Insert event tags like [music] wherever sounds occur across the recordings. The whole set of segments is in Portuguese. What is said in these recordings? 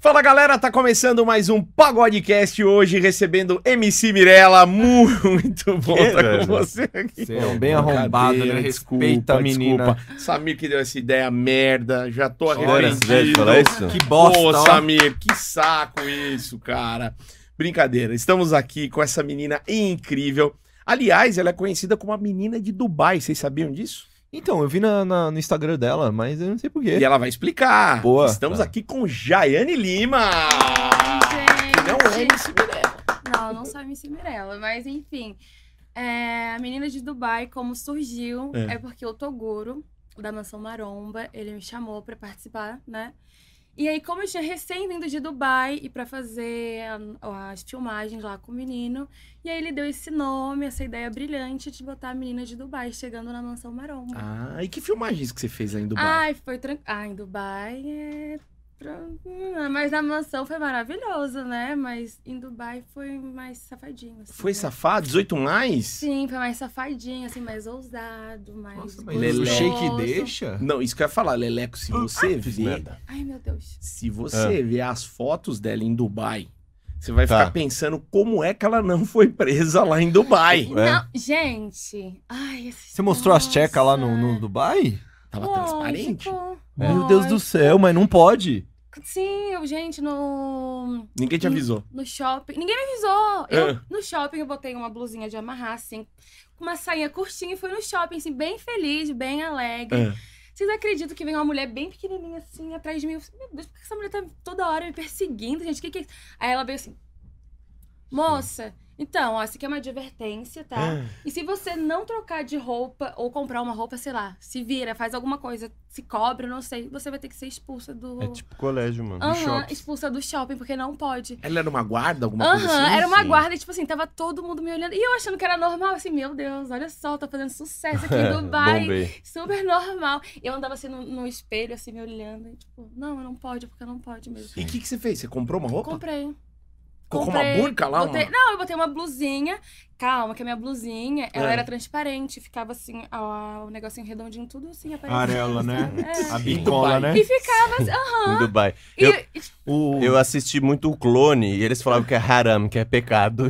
Fala galera, tá começando mais um Pagodecast hoje, recebendo MC Mirella. Mu- Muito [laughs] bom Que, estar com velho? você aqui. Você é um bem arrombado, Brincadeira, né? Respeita a menina. Desculpa. Samir que deu essa ideia merda, já tô Olha, arrependido. velho, falar isso? Que bosta, Pô, ó. Samir, que saco isso, cara. Brincadeira, estamos aqui com essa menina incrível. Aliás, ela é conhecida como a menina de Dubai, vocês sabiam disso? Então, eu vi na, na- no Instagram dela, mas eu não sei porquê. E ela vai explicar. Boa. Estamos Tá. aqui com Jaiane Lima. gente. Que não é MC Mirella. Não, não sou a MC Mirella, mas enfim. É, a menina de Dubai, como surgiu, É. é. porque o Toguro, da Mansão Maromba, ele me chamou pra participar, né? E aí, como eu tinha recém vindo de Dubai e pra fazer a- as filmagens lá com o menino, e aí ele deu esse nome, essa ideia brilhante de botar a menina de Dubai chegando na Mansão Maromba. Ah, e que filmagens que você fez aí em Dubai? Ai, foi tranquilo. Ah, em Dubai é. pra- hum, Mas na mansão foi maravilhoso, né? Mas em Dubai foi mais safadinho. assim, Foi né? safado? 18 mais? Sim, foi mais safadinho, assim, mais ousado, mais. Nossa, mas o gostoso. Lelé. shake deixa? Não, isso que eu ia falar, Leleco, se você Ah, Fiz ver, merda. Ah. Ai, meu Deus. se você ver as fotos dela em Dubai, você vai Tá. ficar pensando como é que ela não foi presa lá em Dubai. Ué. Não, gente. Ai, É. esse... Você mostrou as Nossa. tecas lá no, no Dubai? Tava Lógico. transparente? Meu Deus do céu, mas não pode. Sim, eu, gente, no. Ninguém te avisou. No shopping. Ninguém me avisou. Eu, É. No shopping eu botei uma blusinha de amarrar, assim, com uma sainha curtinha e fui no shopping, assim, bem feliz, bem alegre. Ah. É. Vocês acreditam que vem uma mulher bem pequenininha, assim, atrás de mim? Eu falei, Meu Deus, por que essa mulher tá toda hora me perseguindo, gente? Que que é isso?" Aí ela veio assim, moça, então, ó, isso aqui é uma advertência, tá? É. E se você não trocar de roupa ou comprar uma roupa, sei lá, se vira, faz alguma coisa, se cobra, não sei, você vai ter que ser expulsa É, É do... tipo, tipo colégio, mano. Aham, expulsa do shopping, porque não pode. Ela era uma guarda, alguma Aham, coisa assim? era uma Sim. guarda, e, tipo assim, tava todo mundo me olhando. E eu achando que era normal, assim, meu Deus, olha só, tá fazendo [laughs] sucesso [laughs] aqui É, em Dubai. super normal. E eu andava assim no, no espelho, assim, me olhando. E, tipo, não, eu não pode, porque eu não pode mesmo. E o que, que você fez? Você comprou uma roupa? Comprei. Colocou uma comprei, burca lá? botei- uma- Não, eu botei uma blusinha. Calma, que a minha blusinha, ela É. era transparente. Ficava assim, ó, o negocinho redondinho, tudo assim, aparecendo. Amarela, né? É. A Sim. bicola, Dubai. né? E ficava assim, aham. Em Dubai. Ah. E, Eu- e, Uh. O... Eu assisti muito o Clone e eles falavam que é haram, que [laughs] é pecado.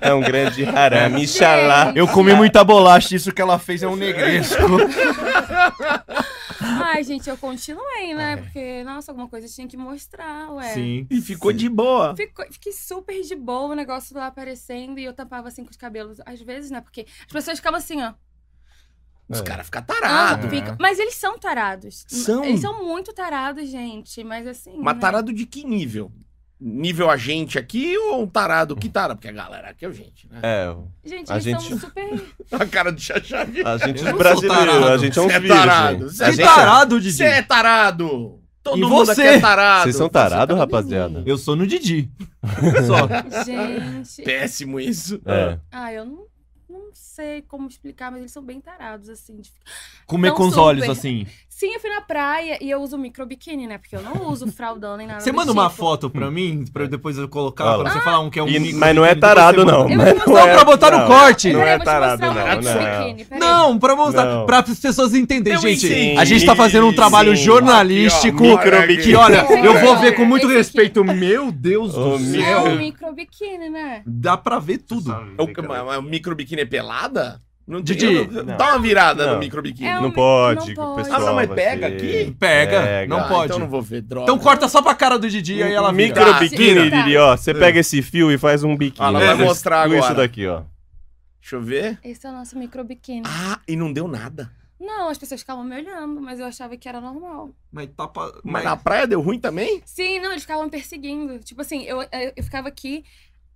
é, um grande É. haram. Inshallah. Eu [laughs] Tá. comi muita bolacha, isso que ela fez é um negresco. ai, gente, eu continuei, É. né? Porque, nossa, alguma coisa tinha que mostrar, ué. Sim. E ficou de boa. Ficou- fiquei super de boa, o negócio lá aparecendo e eu tampava assim com os cabelos. Às vezes, né? Porque as pessoas ficavam assim, ó. Os caras ficam Ah, tarados. É. fica- Mas eles são tarados. São? Eles são muito tarados, gente. Mas assim. Mas né? tarado de que nível? Nível a gente aqui ou um tarado que tarado? Porque a galera aqui é o gente, né? É, Gente, a eles são [laughs] gente- super. [laughs] É. A cara do Xaxavi. a gente Eu não é sou brasileiro, tarado. a gente é um Você é virgem. tarado, você A é gente tarado, Você é tarado! Todo E mundo você? aqui é tarado. Vocês são Você é tarado, tarado rapaziada? nenhum. Eu sou no [laughs] Didi. Só. gente. Péssimo isso. É. Ah, eu não, não sei como explicar, mas eles são bem tarados, assim. de ficar- Comer Não com os sou olhos, bem- assim. Sim, eu fui na praia e eu uso micro biquíni, né? Porque eu não uso fraldão nem nada. Você do manda uma tipo. foto pra mim, pra eu depois eu colocar, Olha pra você falar um que é um E- micro, mas não é pequeno, depois tarado, você manda. não. Eu Mas vou te não Só é- pra botar no não. corte. Peraí, Não é eu vou te tarado, mostrar uma não, foto de não. biquíni, peraí. Não, pra mostrar, Não. pra as pessoas entenderem, Eu gente. entendi. A gente tá fazendo um trabalho um Sim. jornalístico. Aqui, ó, Micro- que olha, Esse aqui, eu vou ó. ver com muito Esse aqui. respeito. Meu Deus Ô, do É céu. um micro biquíni, né? Dá pra ver tudo. É o, mas- mas o micro biquíni é pelada? Não Didi, eu não- não. Dá uma virada no Não. micro biquíni. É um- Não pode, Não o pode. pessoal. Ah, não, mas vai pega ver. aqui? Pega, não pode. Então não vou ver droga. Então corta só pra cara do Didi e aí ela vira. um Micro biquíni, Tá. Didi, ó. Você pega esse fio e faz um biquíni. É. Ah, ela vai Faz mostrar tudo Isso agora. daqui, ó. Deixa eu ver. Esse é o nosso micro biquíni. Ah, e não deu nada. Não, as pessoas ficavam me olhando, mas eu achava que era normal. Mas tá pra... Mas Mas... na praia deu ruim também? Sim, não, eles ficavam me perseguindo. Tipo assim, eu, eu, eu ficava aqui,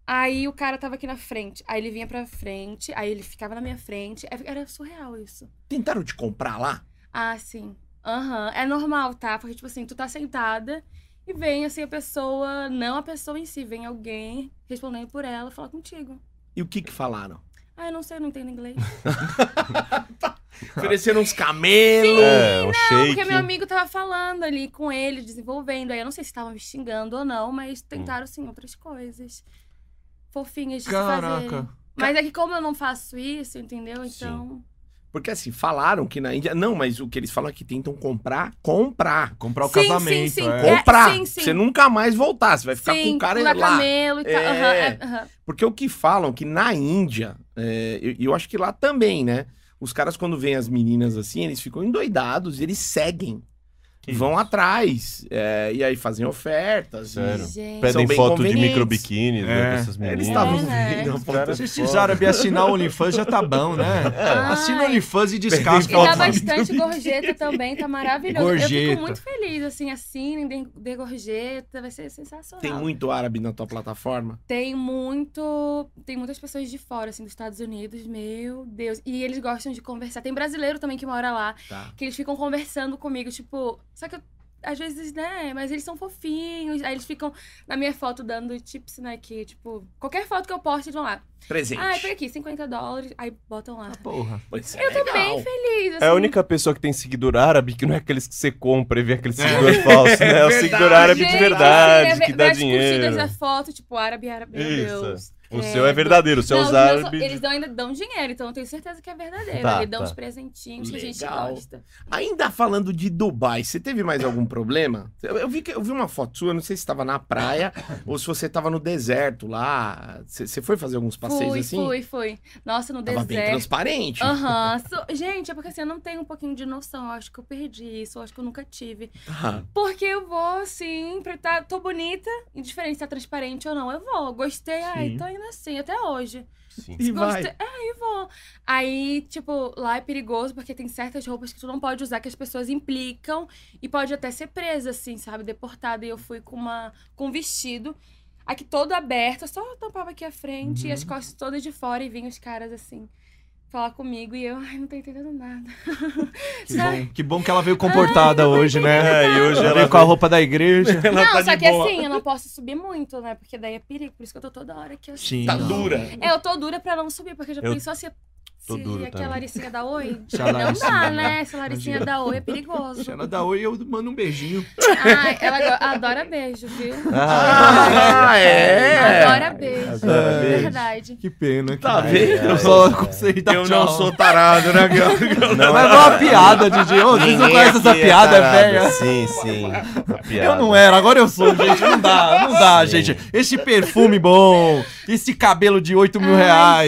aí o cara tava aqui na frente. Aí ele vinha pra frente, aí ele ficava na minha frente. Aí Era surreal isso. Tentaram te comprar lá? Ah, sim. Aham. É normal, tá? Porque, tipo assim, tu tá sentada e vem assim a pessoa, não a pessoa em si, vem alguém respondendo por ela, falar contigo. E o que que falaram? Ah, eu não sei, eu não entendo inglês. Ofereceram uns camelos. É, um Não, porque meu shake. amigo tava falando ali com ele, desenvolvendo. Aí eu não sei se estavam me xingando ou não, mas tentaram, sim, outras coisas. Fofinhas de se fazerem. Caraca. Mas é que como eu não faço isso, entendeu? Então. Porque assim, falaram que na Índia. Não, mas o que eles falam é que tentam comprar, comprar. Comprar o Sim, sim, casamento. sim. é. Com- Comprar. sim, sim. Você nunca mais voltar. Você vai ficar com o cara lá. lá. camelo e tal. É. Aham, é, aham. Porque o que falam que na Índia, é, e eu, acho que lá também, né? Os caras, quando veem as meninas assim, eles ficam endoidados e eles seguem. Que vão atrás. é, e aí fazem ofertas. e- Sério? Gente. Pedem São bem foto de convenientes. microbiquíni É. né, dessas É, meninas. Eles estavam É, né? vendo a foto. Cara, Se esses árabes assinar o OnlyFans já tá bom, né? Ah. Assina o OnlyFans e descasca E o dá OnlyFans. bastante gorjeta também, tá maravilhoso. Eu Gorjeta. fico muito feliz, assim, assinem, dê, dê gorjeta, vai ser sensacional. Tem muito árabe na tua plataforma? Tem muito. Tem muitas pessoas de fora, assim, dos Estados Unidos, meu Deus. E eles gostam de conversar. Tem brasileiro também que mora lá, Tá. que eles ficam conversando comigo, tipo. Só que eu- às vezes, né? Mas eles são fofinhos. Aí eles ficam na minha foto dando tips, né? Que, tipo, qualquer foto que eu posto, eles vão lá. Presente. Ah, por aqui, 50 dólares. Aí botam lá. Porra. Pois é, Eu tô legal. bem feliz. Tá É a assim. única pessoa que tem seguidor árabe que não é aqueles que você compra e vê aquele seguidor falso, [laughs] né? É o verdade. seguidor árabe de Gente, verdade, assim, é que ver- dá das curtidas da dinheiro. foto, tipo, árabe, árabe, meu Isso. Deus. O seu é verdadeiro, o seu é Não, os os meus são- árabes. eles dão, ainda dão dinheiro, então eu tenho certeza que é verdadeiro. Tá, eles dão tá. os presentinhos que a gente Legal. gosta. Ainda falando de Dubai, você teve mais algum problema? Eu eu vi, que- eu vi uma foto sua, eu não sei se estava na [coughs] praia ou se você estava no deserto lá. Você você foi fazer alguns passeios fui, assim? fui, fui. Nossa, no Tava bem deserto. transparente. Aham. So- gente, é porque assim, eu não tenho um pouquinho de noção. Eu acho que eu perdi isso, eu acho que eu nunca tive. Tá. Porque eu vou, assim, pra tá, tô bonita, indiferente se tá transparente ou não, eu vou. Gostei, ai, Sim. tô indo assim, até hoje. Sim. E vai. Gostei. É, e vou. Aí, tipo, lá é perigoso porque tem certas roupas que tu não pode usar que as pessoas implicam e pode até ser presa, assim, sabe? Deportada. E eu fui com, uma, com um vestido aqui todo aberto, eu só tampava aqui a frente e as Uhum. costas todas de fora e vinham os caras assim. Falar comigo e eu, ai, não tô entendendo nada. Que bom, que bom que ela Ah. veio comportada hoje, né? É, e hoje Ela ela veio com a roupa da igreja. Ela não, tá só de que boa. assim, eu não posso subir muito, né? Porque daí é perigo. Por isso que eu tô toda hora aqui assim. Sim. Tá Não. dura. É, eu tô dura pra não subir, porque eu já Eu pensou se, tô se duro aquela também. Laricinha dá oi? Se a Não Laricinha dá, dá- né? Essa Laricinha Imagina. dá oi é [laughs] perigoso. Se ela dá oi, eu mando um beijinho. Ai, ela go- adora beijo, viu? Ah, Ah, é. Adora beijo. É Adora beijo. Verdade. Que pena. É. Tá que- vendo? Eu só consegui [laughs] dar Eu não tchau. sou tarado, né? Gal? Não, Mas é uma piada, DJ. Ô, Vocês não Ninguém conhecem essa aqui é piada, tarado. velho? Sim, sim. Uma piada. Eu não é, era, agora eu sou, gente. Não dá, não dá, Sim. gente. Esse perfume bom, esse cabelo de 8 mil Ai,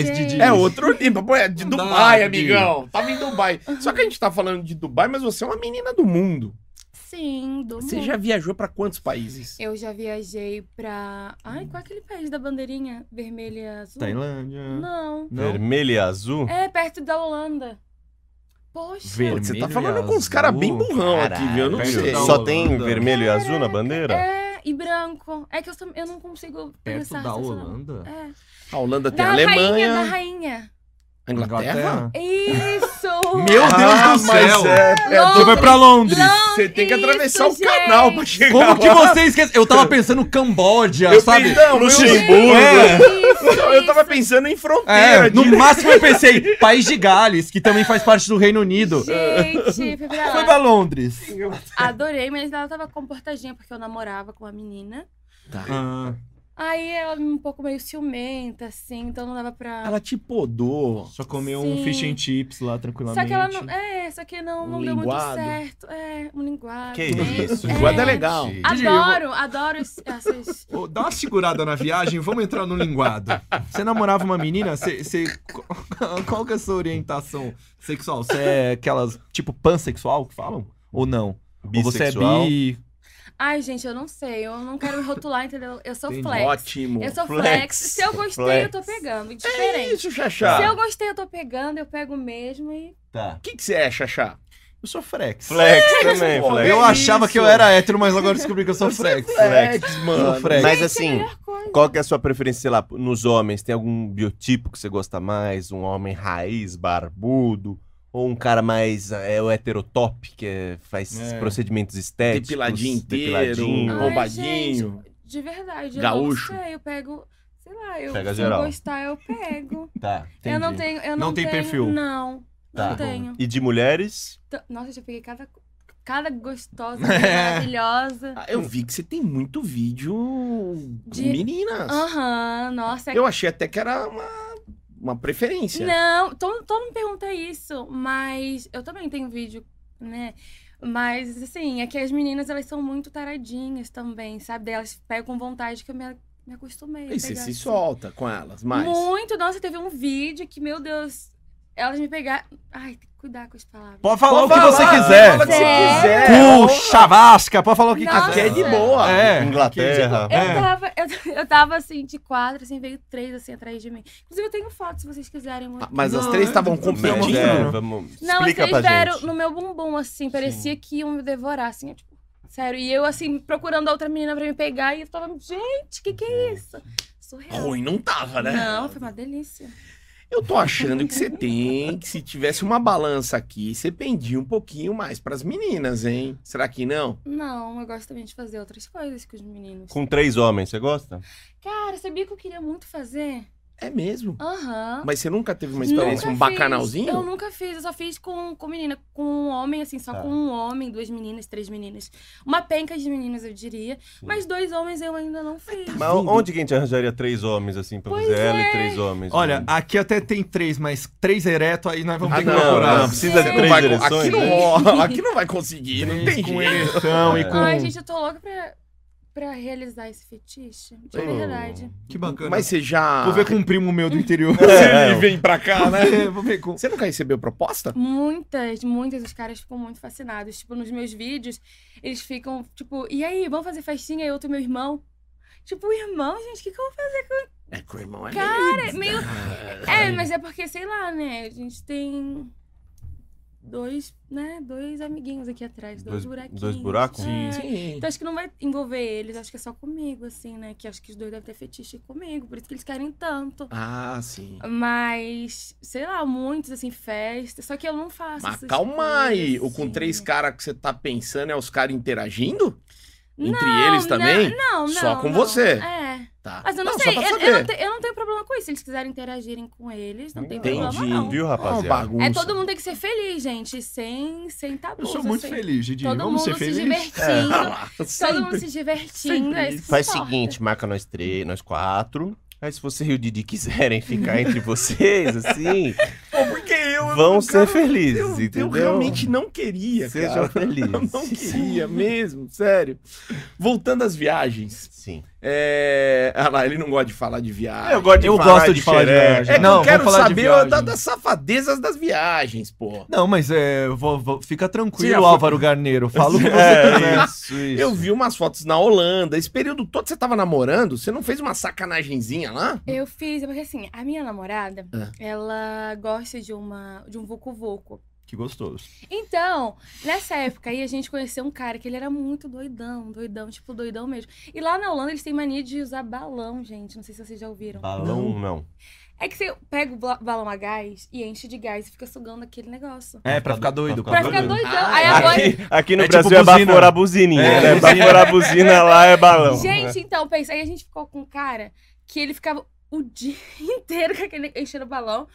reais, gente. Didi. É outro nível. Pô, é de Não dá, Dubai, Didi. amigão. Tava em Dubai. Só que a gente tá falando de Dubai, mas você é uma menina do mundo. Sim, do Você mundo. já viajou pra quantos países? Eu já viajei pra. Ai, qual é aquele país da bandeirinha vermelha e azul? Tailândia. Não. Não. Vermelho e azul? É perto da Holanda. Poxa. Ver- Você tá Vermelho e falando com uns caras bem azul? burrão aqui, Caralho, viu? Eu não perto sei. da Só Holanda. tem vermelho e azul na bandeira? É, e branco. É que eu, tam- eu não consigo Perto pensar. da se eu sou- Holanda. É. A Holanda tem Da a rainha, da Alemanha, rainha. a Inglaterra. Isso! Meu Deus Ah, mas do céu! é- é Você vai pra Londres. Você tem que Isso, atravessar o gente. canal pra chegar lá. Como que você esquece? Eu tava pensando Camboja, Eu sabe? pensei, não, Luxemburgo. É. Isso, Eu tava isso. pensando em fronteira. É, no de- máximo eu pensei, País de Gales, que também faz parte do Reino Unido. Gente, fui pra Foi lá. pra Londres. Adorei, mas ela tava comportadinha porque eu namorava com uma menina. Tá. Ah, Aí ela um pouco meio ciumenta, assim, então não dava pra. Ela te podou. só comeu Sim. um fish and chips lá tranquilamente. Só que ela não. É, só que não, não Um deu muito linguado. certo. É, um linguado. Que né? isso, O É. guarda é legal. Adoro, adoro es- essas. Ô, dá uma segurada na viagem, vamos entrar no linguado. Você namorava uma menina, você. você- Qual que é a sua orientação sexual? Você é aquelas. tipo pansexual que falam? Ou não? Ou você é Bissexual? bi. Ai, gente, eu não sei. Eu não quero me rotular, entendeu? Eu sou Entendi. flex. Ótimo. Eu sou flex. Flex. Se eu gostei, eu tô Flex. pegando. É Diferente. isso, Se Xaxá. eu gostei, eu tô pegando, eu pego mesmo e. Tá. O que que você é, Xaxá? Eu sou frex. Flex também, Pô, flex. Eu É achava isso. que eu era hétero, mas agora descobri que eu sou frex. Flex, Eu mano. sou frex. Mas Gente, é a assim, melhor coisa. qual que é a sua preferência, sei lá, nos homens? Tem algum biotipo que você gosta mais? Um homem raiz, barbudo? Ou um cara mais é, o heterotop, que é- faz É. tipo, procedimentos estéticos? Depiladinho inteiro, depiladinho. Ai, bombadinho. De verdade, Gaúcho. eu não sei, eu pego, sei lá, eu, Pega se geral. eu gostar, eu [laughs] pego. Tá. Eu não tenho, eu não, Não tem tenho- perfil. Não, Tá. não tenho. E de mulheres? T- Nossa, eu já peguei cada, cada gostosa, É. maravilhosa. Ah, Eu vi que você tem muito vídeo de De- meninas. Aham, nossa. é- Eu achei até que era uma uma preferência. Não, todo, todo mundo pergunta isso, mas eu também tenho vídeo, né? Mas, assim, é que as meninas, elas são muito taradinhas também, sabe? Daí Elas pegam com vontade que eu me, me acostumei. a E você pegar, se assim. solta com elas, mas. Muito, nossa, teve um vídeo que, meu Deus, elas me pegaram. Ai, tem que cuidar com as palavras. Pode falar o que Pode você falar, quiser. Fala o que você Sério? quiser. Cu, chavasca, pode falar o que Nossa. Aqui é quiser. de boa. É. Inglaterra. Eu É. tava, eu, eu tava assim, de quatro, assim, veio três assim atrás de mim. Inclusive, eu tenho foto, se vocês quiserem. muito. Ah, Mas as Não, três eu estavam tô- tô- Mas, competindo. é, Não. vamos. Não, Tá. explica eles pra deram gente. no meu bumbum, assim, parecia que iam me devorar, assim, eu, tipo, sério. E eu, assim, procurando a outra menina pra me pegar, e eu tava, gente, que que é isso? Surreal. Ruim não tava, né? Não, foi uma delícia. Eu tô achando que você tem, que se tivesse uma balança aqui, você pendia um pouquinho mais pras meninas, hein? Será que não? Não, eu gosto também de fazer outras coisas com os meninos. Com três homens, você gosta? Cara, sabia que eu queria muito fazer? É mesmo. Aham. Mas você nunca teve uma experiência, Nunca um fiz. bacanalzinho? Eu nunca fiz, eu só fiz com, com menina, com um homem, assim, só Tá. com um homem, duas meninas, três meninas. Uma penca de meninas, eu diria. Mas dois homens eu ainda não fiz. Mas onde que a gente arranjaria três homens, assim, pra fazer ela e três homens? Olha, né? aqui até tem três, mas três ereto aí nós vamos Ah, ter que não, procurar. não, precisa de Você três vai- direções. aqui, não né? rola, aqui não vai conseguir, não tem com jeito. ereção e com... Hum. Ai, gente, eu tô louca pra, pra realizar esse fetiche. De Hum. verdade. Que bacana. Mas É, você já. Vou ver com um primo meu do interior. Você vem pra cá, né? [laughs] É, vou ver com... Você nunca recebeu proposta? Muitas, muitas, os caras ficam muito fascinados. Tipo, nos meus vídeos, eles ficam, tipo, e aí, vamos fazer festinha? Eu e meu irmão. Tipo, irmão, gente, o que, que eu vou fazer? É com o irmão é Cara, meio. É, mas é porque, sei lá, né? A gente tem dois, né? Dois amiguinhos aqui atrás, dois, Dois- buraquinhos. dois buracos? É. Sim. Então acho que não vai envolver eles, acho que é só comigo, assim, né? Que acho que os dois devem ter fetiche comigo, por isso que eles querem tanto. Ah, sim. Mas, sei lá, muitos, assim, festa. Só que eu não faço. Mas essas calma aí. coisas, O com assim. três caras que você tá pensando é os caras interagindo? Não, Entre eles não, também? Não, não. Só com não. você. É. Tá. Mas eu não, Não, sei. só Eu, pra eu saber. não te- eu não tenho problema com isso. Se eles quiserem interagirem com eles, não tem Entendi. problema, não. Viu, É uma rapaziada? bagunça. É, todo mundo tem que ser feliz, gente. Sem, sem tabus. Eu sou muito assim. feliz, É. Didi. Todo Vamos ser mundo se felizes? divertindo. Ah lá, [laughs] Todo mundo sempre. se divertindo. Sempre é isso que Faz o importa. seguinte, marca nós três, nós quatro. Aí se você e o Didi quiserem ficar entre vocês, assim, Pô, porque eu. eu vão não ser quero- felizes, eu, entendeu? eu realmente não queria, Sejam cara. [laughs] felizes. Eu não queria mesmo, sério. Voltando às viagens. Sim. É... Ah lá, ele não gosta de falar de viagem. gosto Eu gosto de falar de xereca. viagem. É que Não, eu quero vamos falar de saber viagem. da- das safadezas das viagens, pô. Não, mas é, vou- vou- fica Você tranquilo, já Álvaro Garneiro. Fala o que você É, quiser. isso, isso. Eu vi umas fotos na Holanda. Esse período todo que você tava namorando, você não fez uma sacanagemzinha lá? Eu fiz, porque assim, a minha namorada, Ah. ela gosta de uma de um vucu vucu. Que gostoso. Então, nessa época aí a gente conheceu um cara que ele era muito doidão, doidão, tipo doidão mesmo. E lá na Holanda eles têm mania de usar balão, gente. Não sei se vocês já ouviram. Balão, não. É que você pega o bla- balão a gás e enche de gás e fica sugando aquele negócio. É, pra ficar doido. Pra Pra Tá ficar doido. doidão. Ah, aí é. [laughs] agora. Aqui, aqui no É tipo Brasil é buzina. baforar a buzininha, É, né? buzina. Baforar a buzina lá é balão. né? Gente, então, pensa. Aí a gente ficou com um cara que ele ficava o [laughs] dia inteiro com aquele enchendo o balão.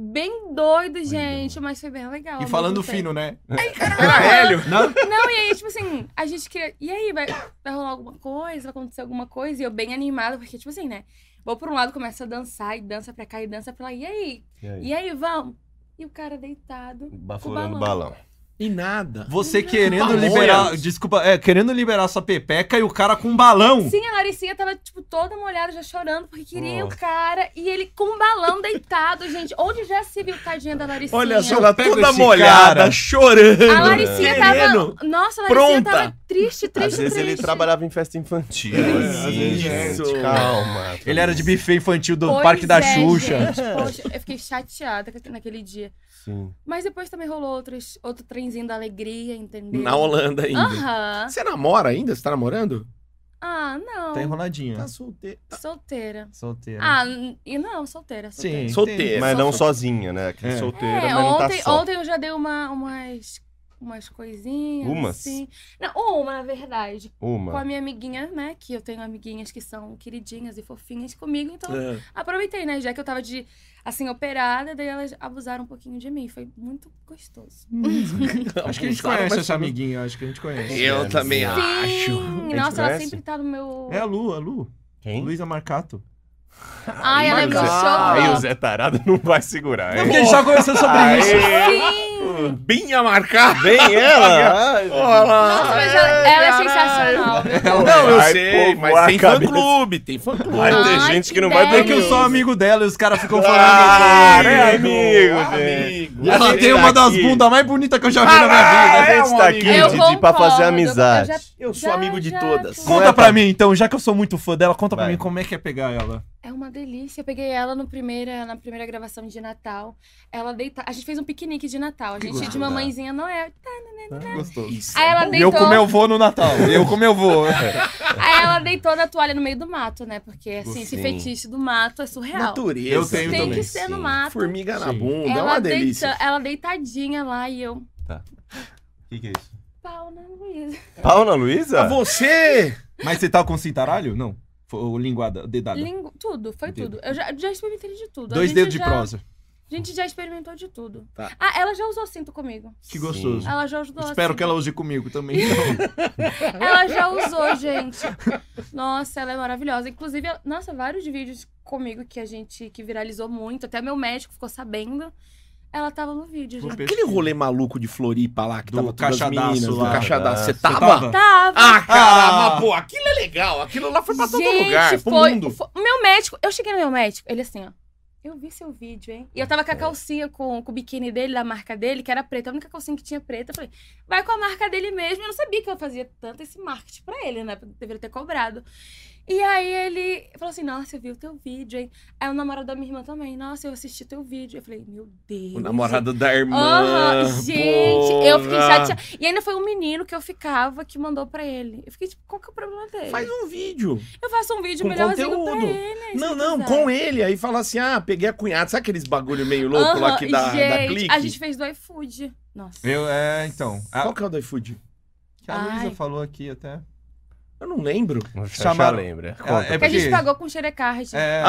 Bem doido, gente, mas foi bem legal. E ao falando mesmo tempo. fino, né? Era hélio. Não? Não, e aí, tipo assim, a gente queria. E aí, vai, vai rolar alguma coisa, vai acontecer alguma coisa, e eu bem animada, porque, tipo assim, né? Vou pra um lado, começo a dançar, e dança pra cá, e dança pra lá. E aí? E aí? E aí, vamos? E o cara deitado. Baforando o balão. balão. E nada. Você querendo Pamonha. liberar. Desculpa, é, querendo liberar sua pepeca e o cara com um balão. Sim, a Laricinha tava, tipo, toda molhada, já chorando, porque queria Nossa. o cara, e ele com um balão deitado, gente. Onde já se viu, tadinha da Laricinha? Olha só, Eu ela pego toda esse molhada, cara. chorando. A Laricinha querendo. tava. Nossa, a Laricinha Pronta. tava triste, triste, Às vezes triste. ele trabalhava em festa infantil. É, às assim, vezes gente, é. Calma. Ele era de buffet infantil do Pois Parque da é, Xuxa. gente, poxa, eu fiquei chateada naquele dia. Sim. Mas depois também rolou outros, outro trenzinho da alegria, entendeu? Na Holanda ainda. Aham. Você namora ainda? Você tá namorando? Ah, não. Tá enroladinha. solteiro. Solteira. Solteira. Ah, n- e não, solteira. solteira. Sim. Solteiro. Mas Só não sol- sozinha, né? Que É. Solteira, é, mas não tá ontem, só. ontem eu já dei uma, umas, umas coisinhas. Umas? assim. Não, uma, na verdade. Com a Uma. minha amiguinha, né? Que eu tenho amiguinhas que são queridinhas e fofinhas comigo. Então, É. aproveitei, né? Já que eu tava de, assim, operada, daí elas abusaram um pouquinho de mim. Foi muito gostoso. Acho que a gente conhece essa amiguinha, acho que a gente conhece. Eu também Sim. acho. Sim! Nossa, ela conhece? sempre tá no meu... É a Lu, a Lu. Quem? Luísa Marcato. Ai, ela é muito Aí o chocante. Zé Tarado não vai segurar, É hein? porque a gente já conversou sobre isso. Sim! Bem a marcar. Vem ela! Olha lá. Nossa, mas ela, ela é Caralho. sensacional. Não, eu Ai, sei, pô, mas voar tem a cabeça. fã-clube, tem fã-clube. Vai ter Ai, gente que que não vai É ideia. que eu sou amigo dela e os caras ficam falando. Ah, isso. é amigo, amigo. E um ela Gente, tem uma das aqui. bundas mais bonitas que eu já vi na minha A Ah, vida. é gente um tá amigo. aqui, Eu Didi, pra fazer concordo, amizade. eu já- Eu sou já- amigo de já- todas. Não é Conta pra pra- mim, então, já que eu sou muito fã dela, conta pra Vai. mim como é que é pegar ela. É uma delícia. Eu peguei ela no primeira, na primeira gravação de Natal. Ela deita... A gente fez um piquenique de Natal. A gente de gostoso. mamãezinha não é. Gostoso. Isso. Aí E ela eu deitou. com meu vô no Natal. Eu com meu vô. Aí ela deitou na toalha no meio do mato, né? Porque assim, esse Sim. fetiche do mato é surreal. Natureza. Eu tenho Tem também, que ser no sim. mato. Formiga na Sim. bunda, é Ela, uma delícia. deita- ela deitadinha lá e eu. O que, que é isso? Pau na Luísa. Pau na Luísa? Você... Mas você tá com cintaralho? Não. Foi o linguada, dedada. Lingu... Tudo, foi Dedo. tudo. Eu já, já experimentei de tudo. A Dois gente dedos de já- prosa. A gente já experimentou de tudo. Tá. Ah, ela já usou cinto comigo. Que gostoso. Ela já assim, usou Espero cinto. que ela use comigo [laughs] também. então. Ela já usou, gente. Nossa, ela é maravilhosa. Inclusive, ela- nossa, vários vídeos comigo que a gente que viralizou muito, até meu médico ficou sabendo. Ela tava no vídeo, Então, Vou gente. Aquele rolê maluco de Floripa lá, que Do tava todas as cachadaço meninas, lá. do cachadaço. Você Você tava? tava? Tava. Ah, Ah. cara, mas, pô, aquilo é legal. Aquilo lá foi pra todo lugar, pro foi, mundo. foi- Meu médico, eu cheguei no meu médico, ele assim, ó. Eu vi seu vídeo, hein? E eu É. tava com a calcinha com, com o biquíni dele, da marca dele, que era preta. A única calcinha que tinha preta. Eu falei, vai com a marca dele mesmo. Eu não sabia que eu fazia tanto esse marketing pra ele, né? Deveria ter cobrado. E aí ele falou assim, nossa, eu vi o teu vídeo, hein? Aí o namorado da minha irmã também, nossa, eu assisti teu vídeo. Eu falei, meu Deus. O namorado da irmã. Aham, gente, eu fiquei porra. chateada. E ainda foi um menino que eu ficava que mandou pra ele. Eu fiquei tipo, qual que é o problema dele? Faz um vídeo. Eu faço um vídeo Com melhorzinho conteúdo. pra ele. Não, não, com ele. Aí fala assim: ah, peguei a cunhada. Sabe aqueles bagulho meio louco lá que dá, gente, dá clique? A gente fez do iFood. Nossa. Eu, é, então. A, Qual que é o do iFood? que a Luísa Ai. falou aqui até. Eu não lembro. O Xaxá Chamaram- lembra. Ela- Conta. é Que a gente porque- pagou com xerecard. É.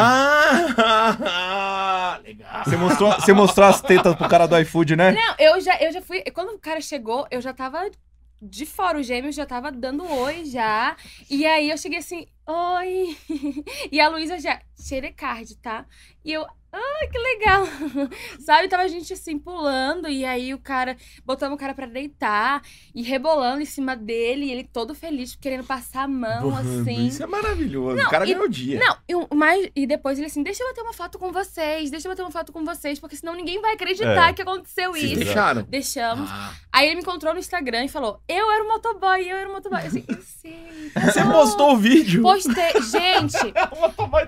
Ah, [laughs] legal. Você mostrou, você mostrou as tetas pro cara do iFood, né? Não, eu já, eu já fui. Quando o cara chegou, eu já tava de fora. O gêmeo já tava dando oi já. E aí eu cheguei assim, oi. [laughs] E a Luísa já, xerecard, tá? E eu. Ah, que legal! [laughs] Sabe, tava a gente assim pulando, e aí o cara, botamos o cara pra deitar, e rebolando em cima dele, e ele todo feliz, querendo passar a mão, Borrando, assim. Isso é maravilhoso. o cara e- ganhou o dia. Não, e, o- mas, e depois ele assim, deixa eu bater uma foto com vocês, deixa eu bater uma foto com vocês, porque senão ninguém vai acreditar É. que aconteceu Vocês isso. deixaram. Deixamos. Ah, Aí ele me encontrou no Instagram e falou, eu era o motoboy, eu era o motoboy. Eu assim, eu sei. tá [laughs] você bom." postou o vídeo. Postei. Gente,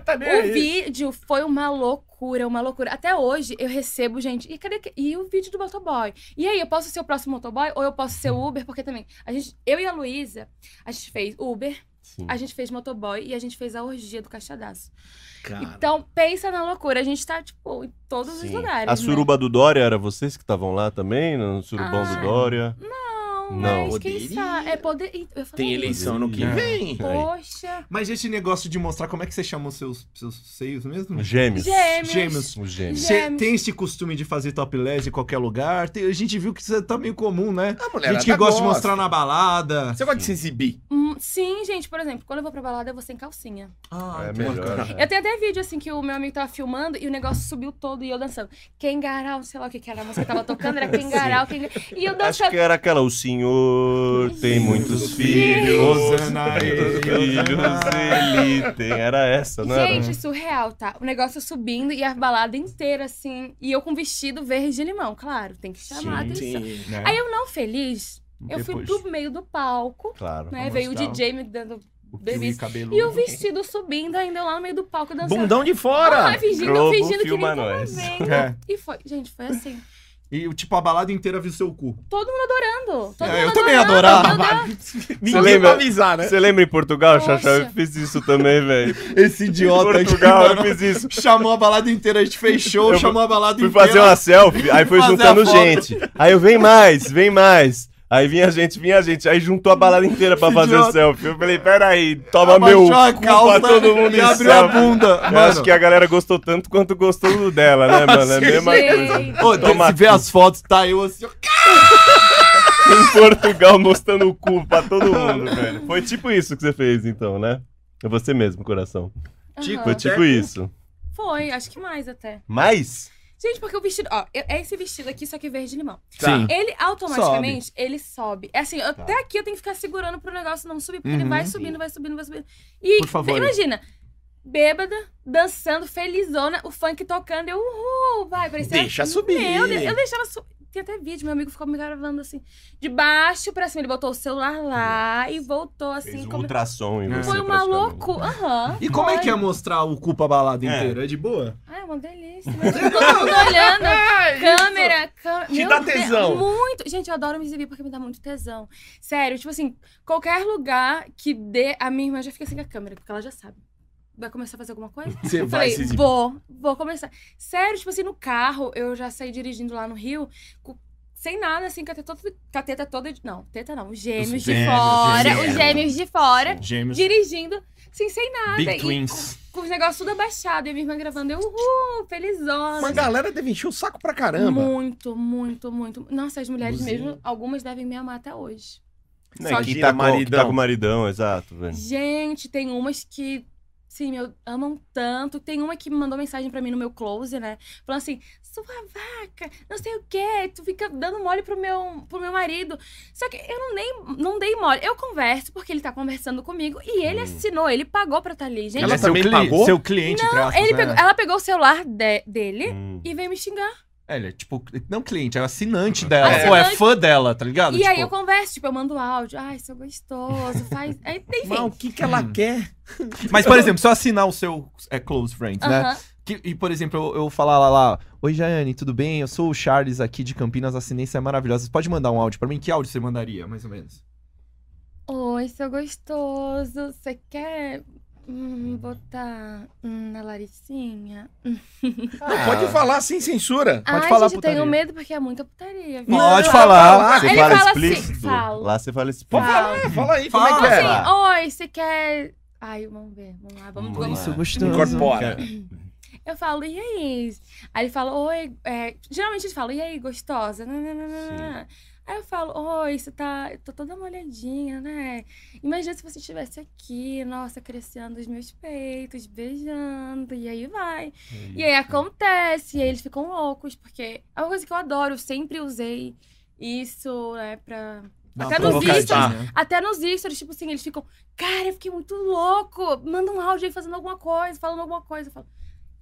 tá [laughs] nem o aí. vídeo foi uma loucura, uma loucura. Até hoje eu recebo, gente, e cadê que- e o vídeo do motoboy? E aí, eu posso ser o próximo motoboy ou eu posso ser Hum. o Uber? Porque também, a gente, eu e a Luísa, a gente fez Uber, Sim. a gente fez motoboy e a gente fez a orgia do Caixadaço. Cara, Então, pensa na loucura. A gente tá, tipo, em todos os Sim. lugares. né? A suruba do Dória era vocês que estavam lá também? No surubão Ah. do Dória? Né? Não, Não. mas quem Poderia. sabe. É poder. Ih, Eu falei, tem eleição no que É. vem. Poxa. Mas esse negócio de mostrar como é que você chama os seus, seus seios mesmo? Gêmeos. Hum. Gêmeos. Gêmeos. Os gêmeos. Você Gêmeos. tem esse costume de fazer topless em qualquer lugar? Tem- a gente viu que isso tá meio comum, né? A mulher gente que gosta de mostrar na balada. Você gosta de se exibir. Hum, Sim, gente, por exemplo, quando eu vou pra balada, eu vou sem calcinha. Ah, É que melhor, bacana. né? Eu tenho até vídeo assim que o meu amigo tava filmando e o negócio subiu todo e eu dançando. Quem garal, sei lá o que, que era a música que tava tocando, era [laughs] quem garal, quem E eu Acho dançando. que era aquela, o senhor tem muitos filhos, Rosana, muitos ele- filhos né? ele tem. Era essa, não era? Gente, surreal, tá? O negócio subindo e a balada inteira, assim. E eu com vestido verde de limão, claro, tem que chamar a atenção. Né? Aí eu não feliz, eu fui Depois. pro meio do palco, Claro. né? Vamos Veio o dar um- DJ me dando O kiwi delícia. cabeludo. E o vestido subindo ainda lá no meio do palco dançando. Bundão de fora. Ai, fingindo, Globo fingindo que filma ninguém tava nós. vendo. É. E foi, gente, foi assim. E, tipo, a balada inteira viu seu cu. Todo mundo adorando. Todo É, mundo eu também adorando, adorava. meu Deus. Ninguém lembra? vai avisar, né? Você lembra em Portugal, Poxa. Xaxá? Eu fiz isso também, velho. Esse [laughs] idiota Em aqui, Portugal, eu mano, fiz isso. chamou a balada inteira, a gente fez show, Eu chamou a balada Fui inteira. fazer uma selfie, aí foi Fazer a juntando foto. gente. Aí eu, vem mais, vem mais. Aí vinha gente, vinha gente. Aí juntou a balada inteira pra fazer Idiota. selfie. Eu falei, peraí, toma meu Abaixou a cu calça pra todo mundo e em abriu a selfie. bunda. Eu acho que a galera gostou tanto quanto gostou do dela, né, mano? É a mesma coisa. Gente, Ô, tem- Toma se vê as fotos, tá eu assim, ó. Em Portugal mostrando o cu pra todo mundo, velho. Foi tipo isso que você fez, então, né? É você mesmo, coração. Tico, Aham. Foi tipo isso. Foi, acho que mais até. Mas, Gente, porque o vestido. Ó, é é esse vestido aqui, só que verde limão. tá. Sim. Ele automaticamente, ele sobe. É assim, até aqui eu tenho que ficar segurando pro negócio não subir, porque ele Uhum. vai subindo, vai subindo, vai subindo. E Por favor. imagina, bêbada, dançando, felizona, o funk tocando, eu, uhul, vai, parecia. assim, Deixa subir. Meu Deus, eu deixava subir. Tem até vídeo, meu amigo ficou me gravando assim, de baixo pra cima. Ele botou o celular lá e voltou assim. fez um como- ultrassom em É. você. Foi uma praticamente. loucura. Aham. E como é foi. que é mostrar o cu pra balada É. inteira? É de boa? Ah, é uma delícia. Mas todo [laughs] mundo olhando. câmera, câmera. É Te dá tesão. muito. Gente, eu adoro me exibir porque me dá muito tesão. Sério, tipo assim, qualquer lugar que dê, a minha irmã já fica assim com a câmera, porque ela já sabe. Vai começar a fazer alguma coisa? Você Eu vai falei, se exibir. vou, vou começar. Sério, tipo assim, no carro, eu já saí dirigindo lá no Rio, com- sem nada, assim, com a teta toda. com a teta toda de- não, teta não, os gêmeos Os de gêmeos, fora. gêmeos. Os gêmeos de fora, Gêmeos. dirigindo, assim, sem nada. Big e Twins. Com, com os negócios tudo abaixado. E a minha irmã gravando, eu, uhul, felizona. Uma galera deve encher o saco pra caramba. Muito, muito, muito. Nossa, as mulheres Buzina. mesmo, algumas devem me amar até hoje. Não, Só que, que- tá com, que Maridão. tá com o maridão, exato, velho. Gente, tem umas que, sim, me amam tanto. Tem uma que me mandou mensagem pra mim no meu close, né? Falando assim, sua vaca, não sei o quê, tu fica dando mole pro meu, pro meu marido. Só que eu não, nem, não dei mole. Eu converso porque ele tá conversando comigo e ele Hum. assinou, ele pagou pra estar ali. Gente, Ela é é seu também cli- pagou? Seu cliente, entre aspas, ele né? pegou- ela pegou o celular de- dele Hum. e veio me xingar. É, ele é tipo, não cliente, é assinante dela. Assinante. Ou é fã dela, tá ligado? E tipo, aí eu converso, tipo, eu mando áudio. Ai, seu gostoso, [laughs] faz. Aí, enfim. Mas o que, que ela Hum. quer? Mas, por exemplo, se eu assinar o seu é, close friends, né? Aham. Que- e, por exemplo, eu, eu falar lá, lá, Oi, Jaiane, tudo bem? Eu sou o Charles aqui de Campinas, assinência é maravilhosa. Você pode mandar um áudio pra mim? Que áudio você mandaria, mais ou menos? Oi, seu gostoso, você quer hum, botar hum, na Laricinha? Não, pode falar sem censura. Pode Ai, falar gente, putaria. eu tenho medo porque é muita putaria. viu? Não, Pode ela falar. fala. Você Ele fala, fala assim, explícito? fala. Lá você fala explícito. Pode falar, Fala. é, fala aí, Fala. como é que Assim, é? Fala. oi, você quer. Ai, vamos ver, vamos lá, vamos, Vamos vamos. lá. gostoso. Incorpora. Eu falo, e aí? Aí ele fala, oi. é, geralmente eles falam, e aí, gostosa? Nananana. Aí eu falo, oi, você tá. Eu tô toda molhadinha, né? Imagina se você estivesse aqui, nossa, crescendo os meus peitos, beijando, e aí É vai. E aí acontece, e aí eles ficam loucos, porque é uma coisa que eu adoro, eu sempre usei isso, né, pra. Dá uma Até nos provocadinha. stories, até nos stories, tipo assim, eles ficam, cara, eu fiquei muito louco. Manda um áudio aí fazendo alguma coisa, falando alguma coisa. Eu falo,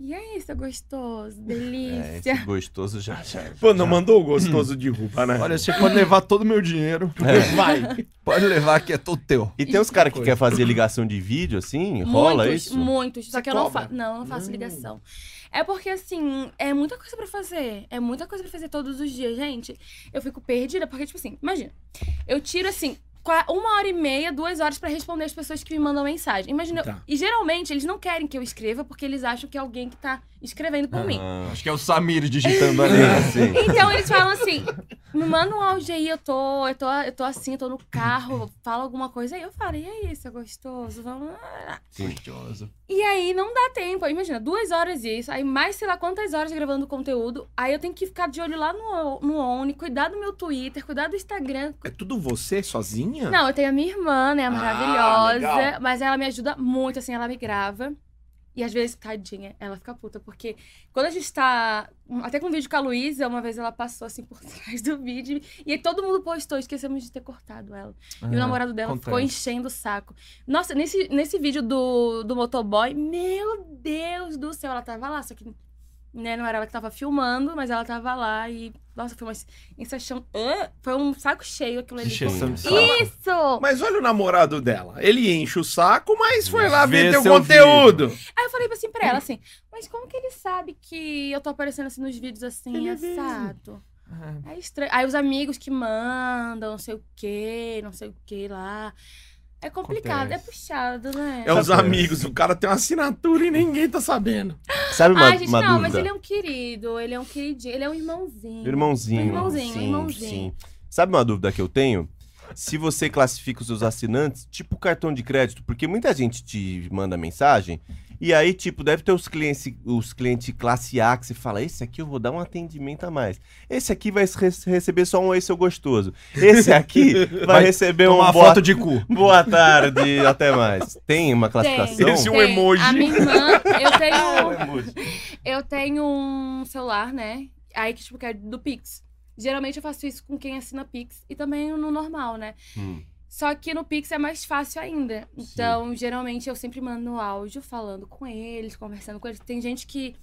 e aí, seu gostoso, É, delícia. esse gostoso já, já. Pô, não mandou o gostoso de roupa, né? Olha, você pode levar todo o meu dinheiro. Hum. É. [laughs] vai. Pode levar que é todo teu. E tem os caras que querem fazer ligação de vídeo, assim? Rola muitos, isso? muitos. Só Você que eu não cobra? faço. Não, eu não faço Hum. ligação. É porque, assim, é muita coisa pra fazer. É muita coisa pra fazer todos os dias, gente. Eu fico perdida, porque, tipo assim, imagina. Eu tiro, assim, qua- uma hora e meia, duas horas pra responder as pessoas que me mandam mensagem. Imagina. eu- Tá. E geralmente eles não querem que eu escreva, porque eles acham que é alguém que tá escrevendo por mim. Ah, Acho que é o Samir digitando [laughs] ali. sim, sim. Então eles falam assim: me manda um áudio aí, eu tô, eu tô, eu tô assim, eu tô no carro, fala alguma coisa aí. Eu falo, e aí, seu gostoso? Vamos. lá." Gostoso. E aí não dá tempo. Aí, Imagina, duas horas isso, aí mais sei lá quantas horas gravando conteúdo. Aí eu tenho que ficar de olho lá no, no ONI, cuidar do meu Twitter, cuidar do Instagram. É tudo você, sozinha? Não, eu tenho a minha irmã, né? Maravilhosa. legal. mas ela me ajuda muito, assim, ela me grava. E às vezes, tadinha, ela fica puta, porque quando a gente tá. Até com um vídeo com a Luísa, uma vez ela passou assim por [laughs] trás do vídeo. E aí todo mundo postou, esquecemos de ter cortado ela. E o namorado dela ficou É, acontece. enchendo o saco. Nossa, nesse, nesse vídeo do, do motoboy, meu Deus do céu, ela tava lá, só que. Né, não era ela que tava filmando, mas ela tava lá e. Nossa, foi uma ensaixão. Ah, foi um saco cheio aquilo ali. Encheção de saco. Isso! Mas olha o namorado dela. Ele enche o saco, mas foi lá Vê ver teu seu conteúdo. Aí eu falei assim pra ela, assim, mas como que ele sabe que eu tô aparecendo assim nos vídeos assim, assado? Ah, É estranho. Aí os amigos que mandam, não sei o quê, não sei o que lá. É complicado, Acontece. é puxado, né? É os Sabe? amigos, o cara tem uma assinatura e ninguém tá sabendo. Sabe uma, Ai, gente, uma não, dúvida? mas ele é um querido, ele é um queridinho, ele é um irmãozinho. Irmãozinho. Irmãozinho, sim, irmãozinho. sim. Sabe uma dúvida que eu tenho? Se você classifica os seus assinantes, tipo cartão de crédito, porque muita gente te manda mensagem E aí, tipo, deve ter os clientes, os clientes classe A que você fala: esse aqui eu vou dar um atendimento a mais. Esse aqui vai re- receber só um oi, seu gostoso. Esse aqui vai, Vai receber um Uma boa, foto de cu. [laughs] boa tarde, até mais. Tem uma classificação? Esse é um Tem. emoji. A minha irmã, eu tenho. emoji. eu tenho um celular, né? Aí que, tipo, que é do Pix. Geralmente eu faço isso com quem assina Pix e também no normal, né? Hum. Só que no Pix é mais fácil ainda. Então, geralmente eu sempre mando um áudio falando com eles, conversando com eles. Tem gente que.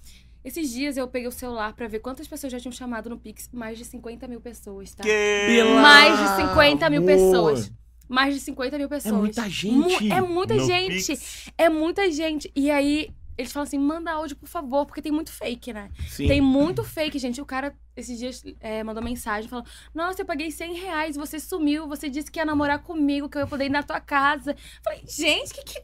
Esses dias eu peguei o celular pra ver quantas pessoas já tinham chamado no Pix. Mais de 50 mil pessoas, tá? Que... Pela- Mais de 50 mil Ah, amor. É pessoas. Mais de 50 mil pessoas. muita Mu- gente. É muita No gente. Pix. É muita gente. E aí, eles falam assim: manda áudio, por favor, porque tem muito fake, né? Sim. Tem muito fake, gente. O cara, esses dias, é, mandou mensagem falando: Nossa, eu paguei 100 reais, você sumiu, você disse que ia namorar comigo, que eu ia poder ir na tua casa. Eu Falei, gente, que que.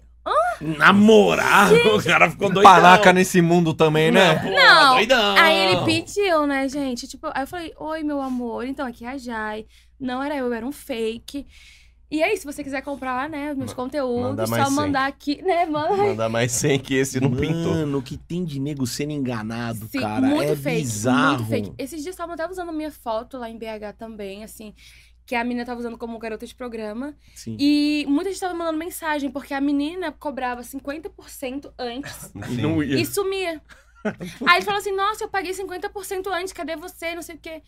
Namorar. O cara ficou doidão. Panaca nesse mundo também, né? Pô, Não. Doidão. Aí ele pediu, né, gente? Tipo, aí eu falei: Oi, meu amor, então aqui é a Jai. Não era eu, era um fake. E aí, se você quiser comprar, né, meus Ma- manda conteúdos, mais só 100. mandar aqui, né, manda Mandar mais 100 que esse não pintou. Mano, o que tem de nego sendo enganado, Sim, cara. muito é fake, bizarro. muito fake. Esses dias estavam até usando minha foto lá em BH também, assim, que a menina tava usando como garota de programa. Sim. E muita gente tava mandando mensagem, porque a menina cobrava 50% antes [laughs] E não ia. e sumia. Aí ele falou assim, nossa, eu paguei 50% antes, cadê você? Não sei o quê.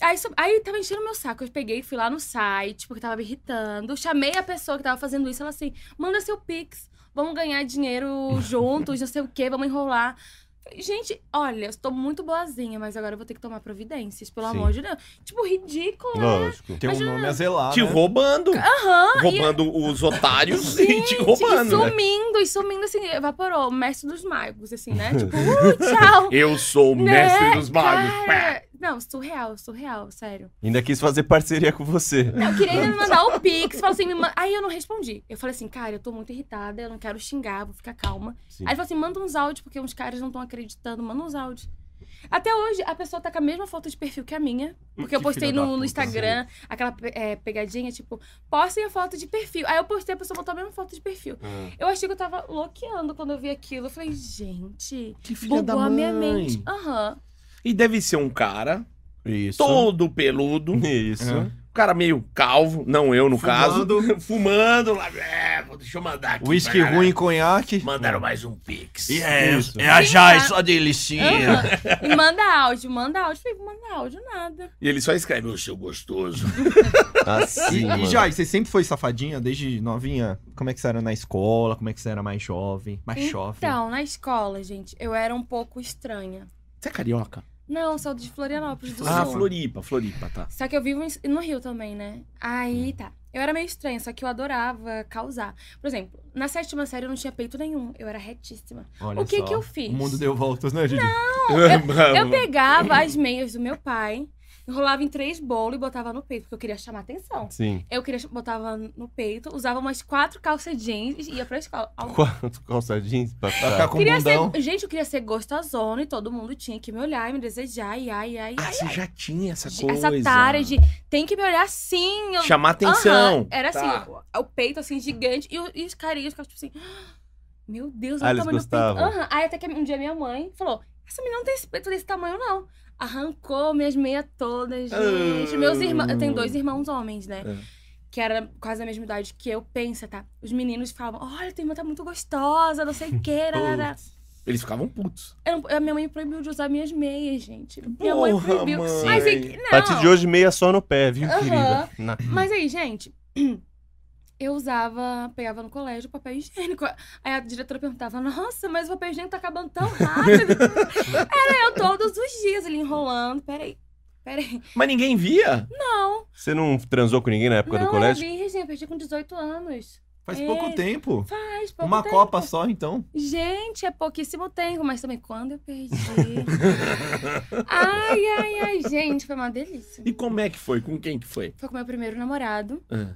Aí, su- aí tava enchendo meu saco. Eu peguei, fui lá no site, porque tava me irritando. Chamei a pessoa que tava fazendo isso, ela assim, manda seu Pix, vamos ganhar dinheiro juntos, não sei o quê, vamos enrolar. Falei, Gente, olha, eu estou muito boazinha, mas agora eu vou ter que tomar providências, pelo Sim. amor de Deus. Tipo, ridículo, né? Lógico. Tem um nome a zelar, Te né? roubando. Aham, Ah, e- roubando os otários e te e roubando. né? sumindo, e sumindo, assim, evaporou. Mestre dos magos, assim, [laughs] né? Tipo, uh, tchau. Eu sou o Né, mestre dos [laughs] magos. Pá. Cara, não, surreal, surreal, sério. Ainda quis fazer parceria com você. Não, eu queria me mandar o Pix, falou assim, me man- aí eu não respondi. Eu falei assim, cara, eu tô muito irritada, eu não quero xingar, vou ficar calma. Sim. Aí ele falou assim, manda uns áudios, porque uns caras não estão acreditando, manda uns áudios. Até hoje, a pessoa tá com a mesma foto de perfil que a minha. Porque eu Hum, Que postei filha da no, no puta, Instagram, aquela pe- é, pegadinha, tipo, postem a foto de perfil. Aí eu postei, a pessoa botou a mesma foto de perfil. Ah. Eu achei que eu tava loqueando quando eu vi aquilo. Eu falei, gente, Que filha da bugou mãe. a minha mente. Aham. E deve ser um cara Isso. todo peludo. Isso. É. Um cara meio calvo. Não eu, no caso. [laughs] Fumando. Fumando. lá, É, vou- deixa eu mandar aqui. Whisky pra- ruim, conhaque. Mandaram mais um pix. Yes, Isso. é a Jai, Sim, só delicinha. [laughs] Aham. E manda áudio, manda áudio. Falei, manda áudio, nada. E ele só escreve, o seu gostoso. Assim, E, mano. e Jai, você sempre foi safadinha desde novinha? Como é que você era na escola? Como é que você era mais jovem? Mais jovem? Então, na escola, gente, eu era um pouco estranha. Você é carioca? Não, sou de Florianópolis do Ah, Sul. Floripa, Floripa, tá. Só que eu vivo em- no Rio também, né? Aí Hum. tá. Eu era meio estranha, só que eu adorava causar. Por exemplo, na sétima série eu não tinha peito nenhum. Eu era retíssima. Olha o que só. que eu fiz? O mundo deu voltas, né, Didi? [laughs] Eu [laughs] pegava as meias do meu pai, enrolava em três bolos e botava no peito, porque eu queria chamar atenção. Sim. Eu queria botava no peito, usava umas quatro calças jeans e ia pra escola. Algum- Quanto calça jeans pra Vai ficar ficar. com Queria bundão. ser, gente, eu queria ser gostosona e todo mundo tinha que me olhar e me desejar. E ai, ai, Ah, ai. você já tinha essa de- coisa. Essa tara de tem que me olhar assim. eu- Chamar atenção. Aham, Era Tá. assim, o, o peito assim, gigante. E, o- e os carinhos ficavam tipo assim. "Ah, Meu Deus, Ah, olha o eles tamanho do peito. gostavam. Aham. Aí até que um dia minha mãe falou: essa menina não tem esse peito desse tamanho, não. Arrancou minhas meias todas, gente. Ah. Meus irmãos. Eu tenho dois irmãos homens, né? É. Que era quase a mesma idade que eu, pensa, tá? Os meninos falavam, olha, tua irmã tá muito gostosa, não sei o que. rarará." Eles ficavam putos. Eu não- a minha mãe proibiu de usar minhas meias, gente. minha mãe Porra, proibiu. mãe. Mas é que- A partir não. de hoje, meia só no pé, viu, Aham. querida? Na- Mas aí, gente, [clears throat] eu usava, pegava no colégio papel higiênico. Aí a diretora perguntava: Nossa, mas o papel higiênico tá acabando tão rápido. [laughs] Era eu todos os dias ali enrolando. Peraí, peraí. Mas ninguém via. Não, Você não transou com ninguém na época do não, é eu colégio? virgem, eu perdi com 18 anos. Faz É. pouco tempo. Faz pouco Uma tempo. copa só, então. Gente, é pouquíssimo tempo, mas também quando eu [laughs] perdi. ai, ai, ai, gente, foi uma delícia. E como é que foi? Com quem que foi? Foi com meu primeiro namorado. Ah.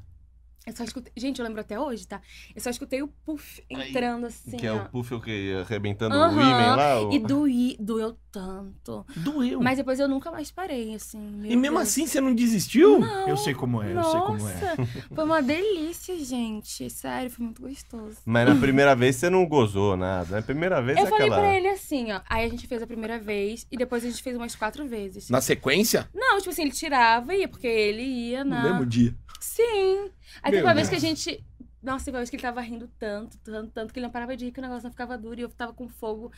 Eu só escutei. Gente, eu lembro até hoje, tá? Eu só escutei o puff entrando assim. que é ó. o puff o quê? Arrebentando Aham, o imen lá? o- E doí, doeu tanto. Doeu. Mas depois eu nunca mais parei, assim. E mesmo assim você não desistiu? Eu sei como é, eu sei como é. Nossa, foi uma delícia, gente. Sério, foi muito gostoso. Mas na primeira vez você não gozou nada. Na primeira vez Eu é falei aquela. pra ele assim, ó. Aí a gente fez a primeira vez e depois a gente fez umas quatro vezes. Na sequência? Não, tipo assim, ele tirava e ia, porque ele ia na. dia. Sim. Aí Meu teve uma vez Deus. que a gente. Nossa, teve uma vez que ele tava rindo tanto, tanto, tanto, que ele não parava de rir, que o negócio não ficava duro e eu tava com fogo.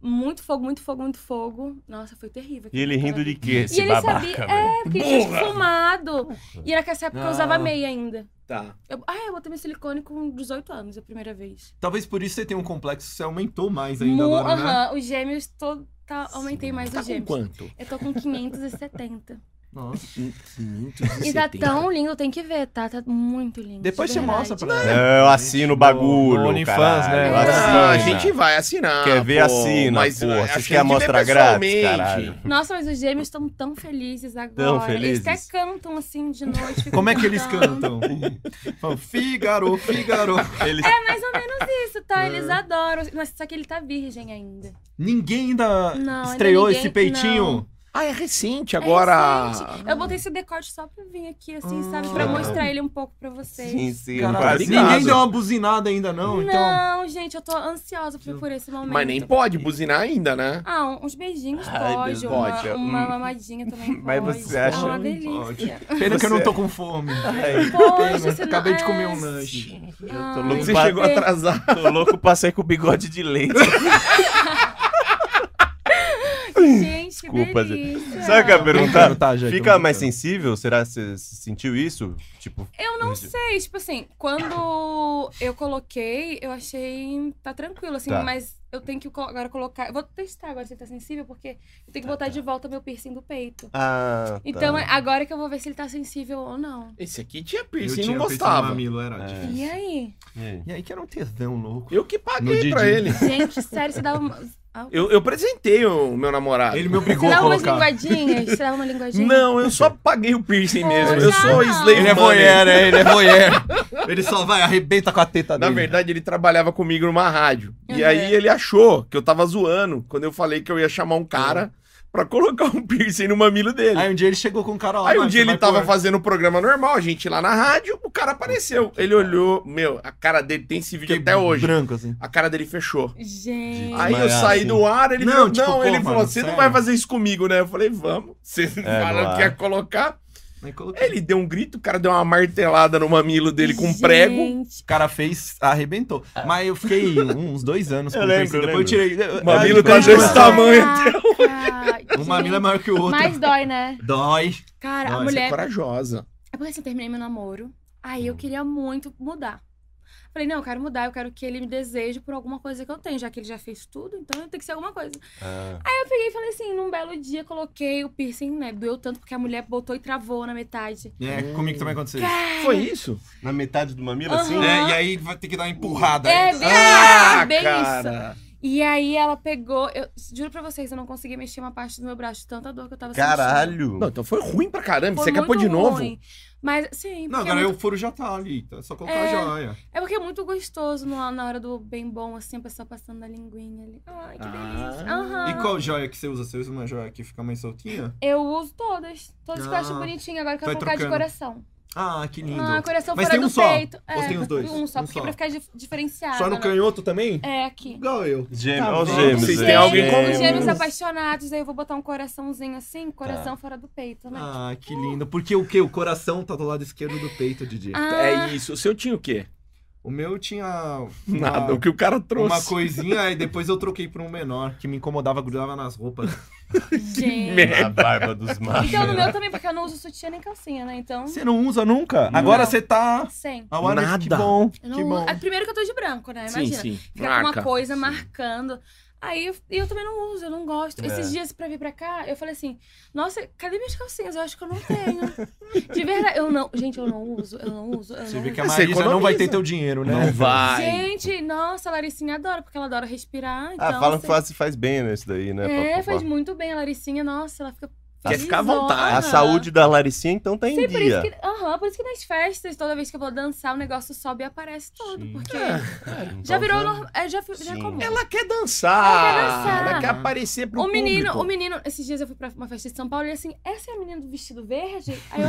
Muito fogo, muito fogo, muito fogo. Nossa, foi terrível. E ele rindo de quê? E Esse ele babaca, sabia. velho? É, porque ele tinha fumado. E era que essa época eu usava Ah. meia ainda. Tá. Eu, ah, eu botei meu silicone com 18 anos, a primeira vez. Talvez por isso você tenha um complexo, você aumentou mais ainda Mu- agora, né? Aham, os gêmeos, tô, tá, aumentei mais Tá os com gêmeos. quanto? Eu tô com 570. Nossa. e tá tão lindo, tem que ver, tá? Tá muito lindo. Depois de você verdade. mostra pra ela. Eu assino o bagulho. No OnlyFans, né? caralho, É. assina. Ah, a gente vai assinar. Quer ver, pô, assina, Mas pô. ah, Vocês acho querem que tem que ver amostrar grátis, pessoalmente. caralho? Nossa, mas os gêmeos estão tão felizes agora. felizes? Eles até cantam assim de noite. ficam Como é que eles cantando. cantam? Falam, Figaro, [laughs] Figaro. Eles... É mais ou menos isso, É. tá? Eles adoram. Mas só que ele tá virgem ainda. Ninguém ainda Não, ainda estreou ninguém- esse peitinho. Ah, é recente É agora. recente. Eu botei esse decote só pra vir aqui, assim, Ah. sabe? Pra Legal. mostrar ele um pouco pra vocês. Sim, sim. Caralho, quase obrigado. nada. ninguém deu uma buzinada ainda, não, então. Não, gente, eu tô ansiosa por, por esse momento. Mas nem pode buzinar ainda, né? Ah, um- uns beijinhos Ai, pode, meu uma, uma Deus. Hum. mamadinha também pode. Mas você É acha- uma Pode. delícia. Pena que eu não Você- tô com fome. Ai, Poxa, você não- Acabei de comer é, um lanche. eu tô Ai, louco, Você pra- chegou atrasado. tô louco pra sair com o bigode de [laughs] leite. Gente, que Desculpa, gente. delícia. Sabe o que é eu ia perguntar? Tá, já, Fica então, mais então. sensível? Será que você sentiu isso? Tipo, Eu não sei, tipo assim, quando eu coloquei, eu achei. tá tranquilo, assim, Tá. mas eu tenho que colo- agora colocar. Eu vou testar agora se ele tá sensível, porque eu Tá, tenho que botar de volta meu piercing do peito. ah, tá. Então, agora que eu vou ver se ele tá sensível ou não. Esse aqui tinha Eu piercing, tinha não pensado no gostava. mamilo, era É. difícil. E aí? E aí? E aí que era um tesão louco. Eu que No paguei Didi. pra ele. Gente, sério, você dava [laughs] uma. Ah, Eu, eu presentei o meu namorado. Ele me Você obrigou a dava umas colocar. linguadinhas? Você dava uma linguadinha? Não, eu só paguei o piercing mesmo. Olha. Eu sou slave Ele money. é voyeur, é, ele é voyeur. Ele só vai, arrebenta com a teta Na dele. verdade, ele trabalhava comigo numa rádio. E Uhum. aí ele achou que eu tava zoando quando eu falei que eu ia chamar um cara pra colocar um [laughs] piercing no mamilo dele. Aí um dia ele chegou com um cara lá. Aí um "Mano, dia você ele vai tava pôr?" fazendo o programa normal, a gente lá na rádio, o cara apareceu. que Ele pariu. olhou, meu, a cara dele tem esse vídeo Fiquei até hoje. Branco, assim. A cara dele fechou. Gente. Aí eu Desmaiado, saí assim. do ar, ele Não, falou, tipo, não, pô, ele falou, mano, você não sério?" vai fazer isso comigo, né? Eu falei, vamos. [laughs] Você É, falou no que ia ar. colocar. Aí coloquei. Ele deu um grito, o cara deu uma martelada no mamilo dele com um prego. O cara fez, arrebentou. Mas eu fiquei um, uns dois anos Eu o lembro, piercing, eu Depois eu tirei. O mamilo Aí tá depois- desse tamanho então. Um mamilo é maior que o outro. Mais dói, né? Dói. Cara, Nossa, a é Você é mulher corajosa. É porque assim, eu terminei meu namoro. Aí Hum. eu queria muito mudar. Falei, não, eu quero mudar, eu quero que ele me deseje por alguma coisa que eu tenho, já que ele já fez tudo, então tem que ser alguma coisa. Ah, Aí eu peguei e falei assim, num belo dia coloquei o piercing, né? Doeu tanto porque a mulher botou e travou na metade. É, comigo também aconteceu isso. Foi isso? na metade do mamilo, Aham. assim? É, e aí vai ter que dar uma empurrada. É, aí. bem, Ah, bem isso. cara. E aí ela pegou, eu juro pra vocês, eu não consegui mexer uma parte do meu braço, de tanta dor que eu tava sentindo. Caralho. Não, então foi ruim pra caramba. Foi você capou muito de novo? ruim. Mas, sim, Não, porque agora é, o muito, furo já tá ali. tá? É só colocar É. a joia. é porque é muito gostoso no- na hora do bem bom, assim, a pessoa passando a linguinha ali. Ai, que Ah. delícia. Aham. E qual joia que você usa? Você usa uma joia que fica mais soltinha? Eu uso todas. Todas que eu acho Ah, bonitinha. Agora eu vai quero colocar de trocando. coração. Ah, que lindo. Ah, coração Mas fora tem um do só? peito. Ou tem os dois? Um só, Um porque só. pra ficar dif- diferenciado. Só no né? canhoto também? É, aqui. Igual eu. Gêmeo, Tá olha os bom. gêmeos. é. Vocês aí. têm alguém com- Os gêmeos Gêmeos. apaixonados, aí eu vou botar um coraçãozinho assim, Tá. coração fora do peito, né? Ah, que lindo. Porque o quê? O coração tá do lado esquerdo do peito, Didi. Ah, É isso. O seu tinha o quê? O meu tinha Nada. Ah. o que o cara trouxe. uma coisinha aí depois eu troquei pra um menor, que me incomodava, grudava nas roupas. gente. merda. é A barba dos machos. Então no meu também, porque eu não uso sutiã nem calcinha, né? Então, [laughs] Você não usa nunca? Não. Agora você tá. sem. Ah, olha, Nada. Que bom. Eu não Que uso- bom. Ah, Primeiro que eu tô de branco, né? Sim, Imagina. sim. Fica com Marca. uma coisa marcando. Aí eu, e eu também não uso, eu não gosto. É. Esses dias pra vir pra cá, eu falei assim: nossa, cadê minhas calcinhas? Eu acho que eu não tenho. De verdade, eu não. Gente, eu não uso, eu não uso. Eu Você não vê que uso. a Você Marisa não vai economiza. ter teu dinheiro, né? Não vai. É. Gente, nossa, a Laricinha adora, porque ela adora respirar. Então, Ah, falam que assim, faz, faz bem, né, isso daí, né? É, pra- pra- faz muito bem a Laricinha, nossa, ela fica Quer ficar à Felizona. vontade. A saúde da Laricinha, então, tá em Sim, por Ah. isso, dia. que, aham, por isso que nas festas, toda vez que eu vou dançar, o negócio sobe e aparece todo. Sim. Porque Então, já virou tá- normal. É, já, fi- já é Sim. comum. Ela quer dançar. Ela quer dançar. Ela quer aparecer pro O menino, o público. menino, esses dias eu fui pra uma festa de São Paulo e assim, essa é a menina do vestido verde? Aí eu,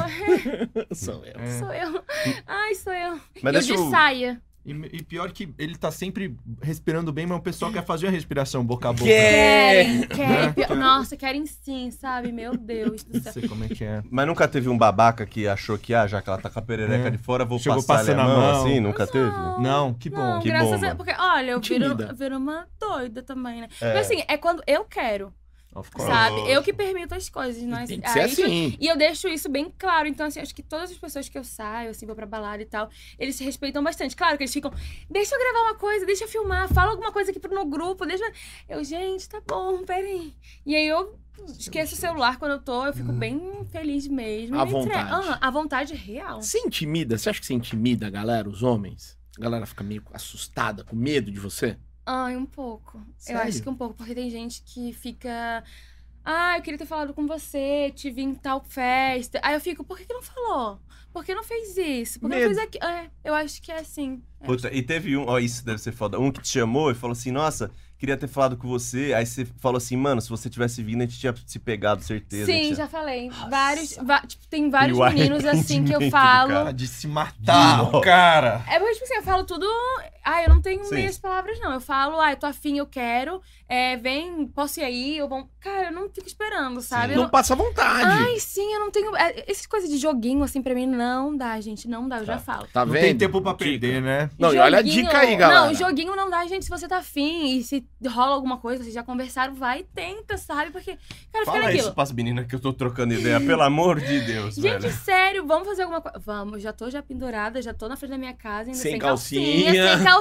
[laughs] "É, Sou eu. É. sou eu. Ai, sou eu. e Mas deixa eu de eu... saia. E, e pior que ele tá sempre respirando bem, mas o pessoal quer fazer a respiração boca a boca. Quer. Querem, querem. pior- Nossa, querem sim, sabe? Meu Deus do Não céu. sei como é que é. Mas nunca teve um babaca que achou que, ah, já que ela tá com a perereca É. de fora, vou Chegou passar a passando a mão, mão. assim? Nunca teve? Não, que bom. Não, Que graças bom, a mano. Deus. Porque, olha, eu viro, Intimida. viro uma doida também, né? É. Mas assim, é quando eu quero, Of course. sabe? Lógico. Eu que permito as coisas, não é Tem que aí ser que- assim. E eu deixo isso bem claro. Então, assim, acho que todas as pessoas que eu saio, assim, vou pra balada e tal, eles se respeitam bastante. Claro que eles ficam, deixa eu gravar uma coisa, deixa eu filmar, fala alguma coisa aqui pro- no grupo, deixa. eu-" Eu, gente, tá bom, peraí. E aí eu esqueço o celular quando eu tô, eu fico bem feliz mesmo. Hum. À E nem tre- vontade. Ah, à vontade real. Você intimida? Você acha que você intimida a galera, os homens? A galera fica meio assustada, com medo de você? Ai, um pouco. Eu Sério? acho que um pouco, porque tem gente que fica. Ah, eu queria ter falado com você, te vi em tal festa. Aí eu fico, por que, que não falou? Por que não fez isso? Por que não Medo. fez aquilo? É, eu acho que é assim. É. Puta, e teve um, ó, isso deve ser foda. Um que te chamou e falou assim: Nossa, queria ter falado com você. Aí você falou assim: Mano, se você tivesse vindo, a gente tinha se pegado, certeza. a Sim, gente tinha-" já falei. Vários, va- tipo, tem vários E [laughs] o meninos assim que eu arrependimento do falo. cara. Ah, de se matar, Nossa. cara. É porque, tipo assim, eu falo tudo. Ah, eu não tenho Sim. meias palavras, não. Eu falo, ah, eu tô afim, eu quero. É, vem, posso ir aí? Eu vou... Cara, eu não fico esperando, sabe? Eu Não passa vontade. Ai, sim, eu não tenho. é, Essas coisas de joguinho, assim, pra mim, não dá, gente. Não dá, eu já falo. Tá Não vendo? tem tempo pra Dica. perder, né? Não, e Joguinho- olha a dica aí, galera. Não, joguinho não dá, gente, se você tá afim. E se rola alguma coisa, vocês já conversaram, vai e tenta, sabe? Porque, cara, fica Fala isso naquilo. pras meninas que eu tô trocando ideia, pelo amor de Deus, Gente, velho. sério, vamos fazer alguma coisa. Vamos, já tô já pendurada, já tô na frente da minha casa, ainda Sem sem, calcinha. Sem calcinha.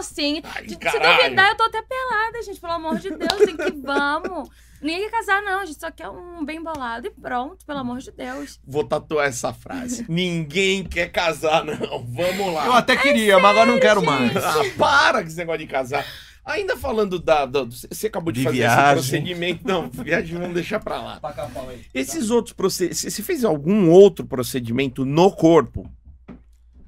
Ai, Se caralho. duvidar, eu tô até pelada, gente. Pelo amor de Deus, tem que vamos. Ninguém quer casar, não. A gente só quer um bem bolado e pronto, pelo amor de Deus. Vou tatuar essa [laughs] frase. Ninguém quer casar, não. Vamos lá. Eu até queria, mas agora não quero mais. Ah, para com esse negócio de casar. Ainda falando da. da- do- você acabou de, De fazer viagem. esse procedimento. Não, viagem vamos deixar pra lá. Taca a pau aí. Esses outros procedimentos. Você fez algum outro procedimento no corpo?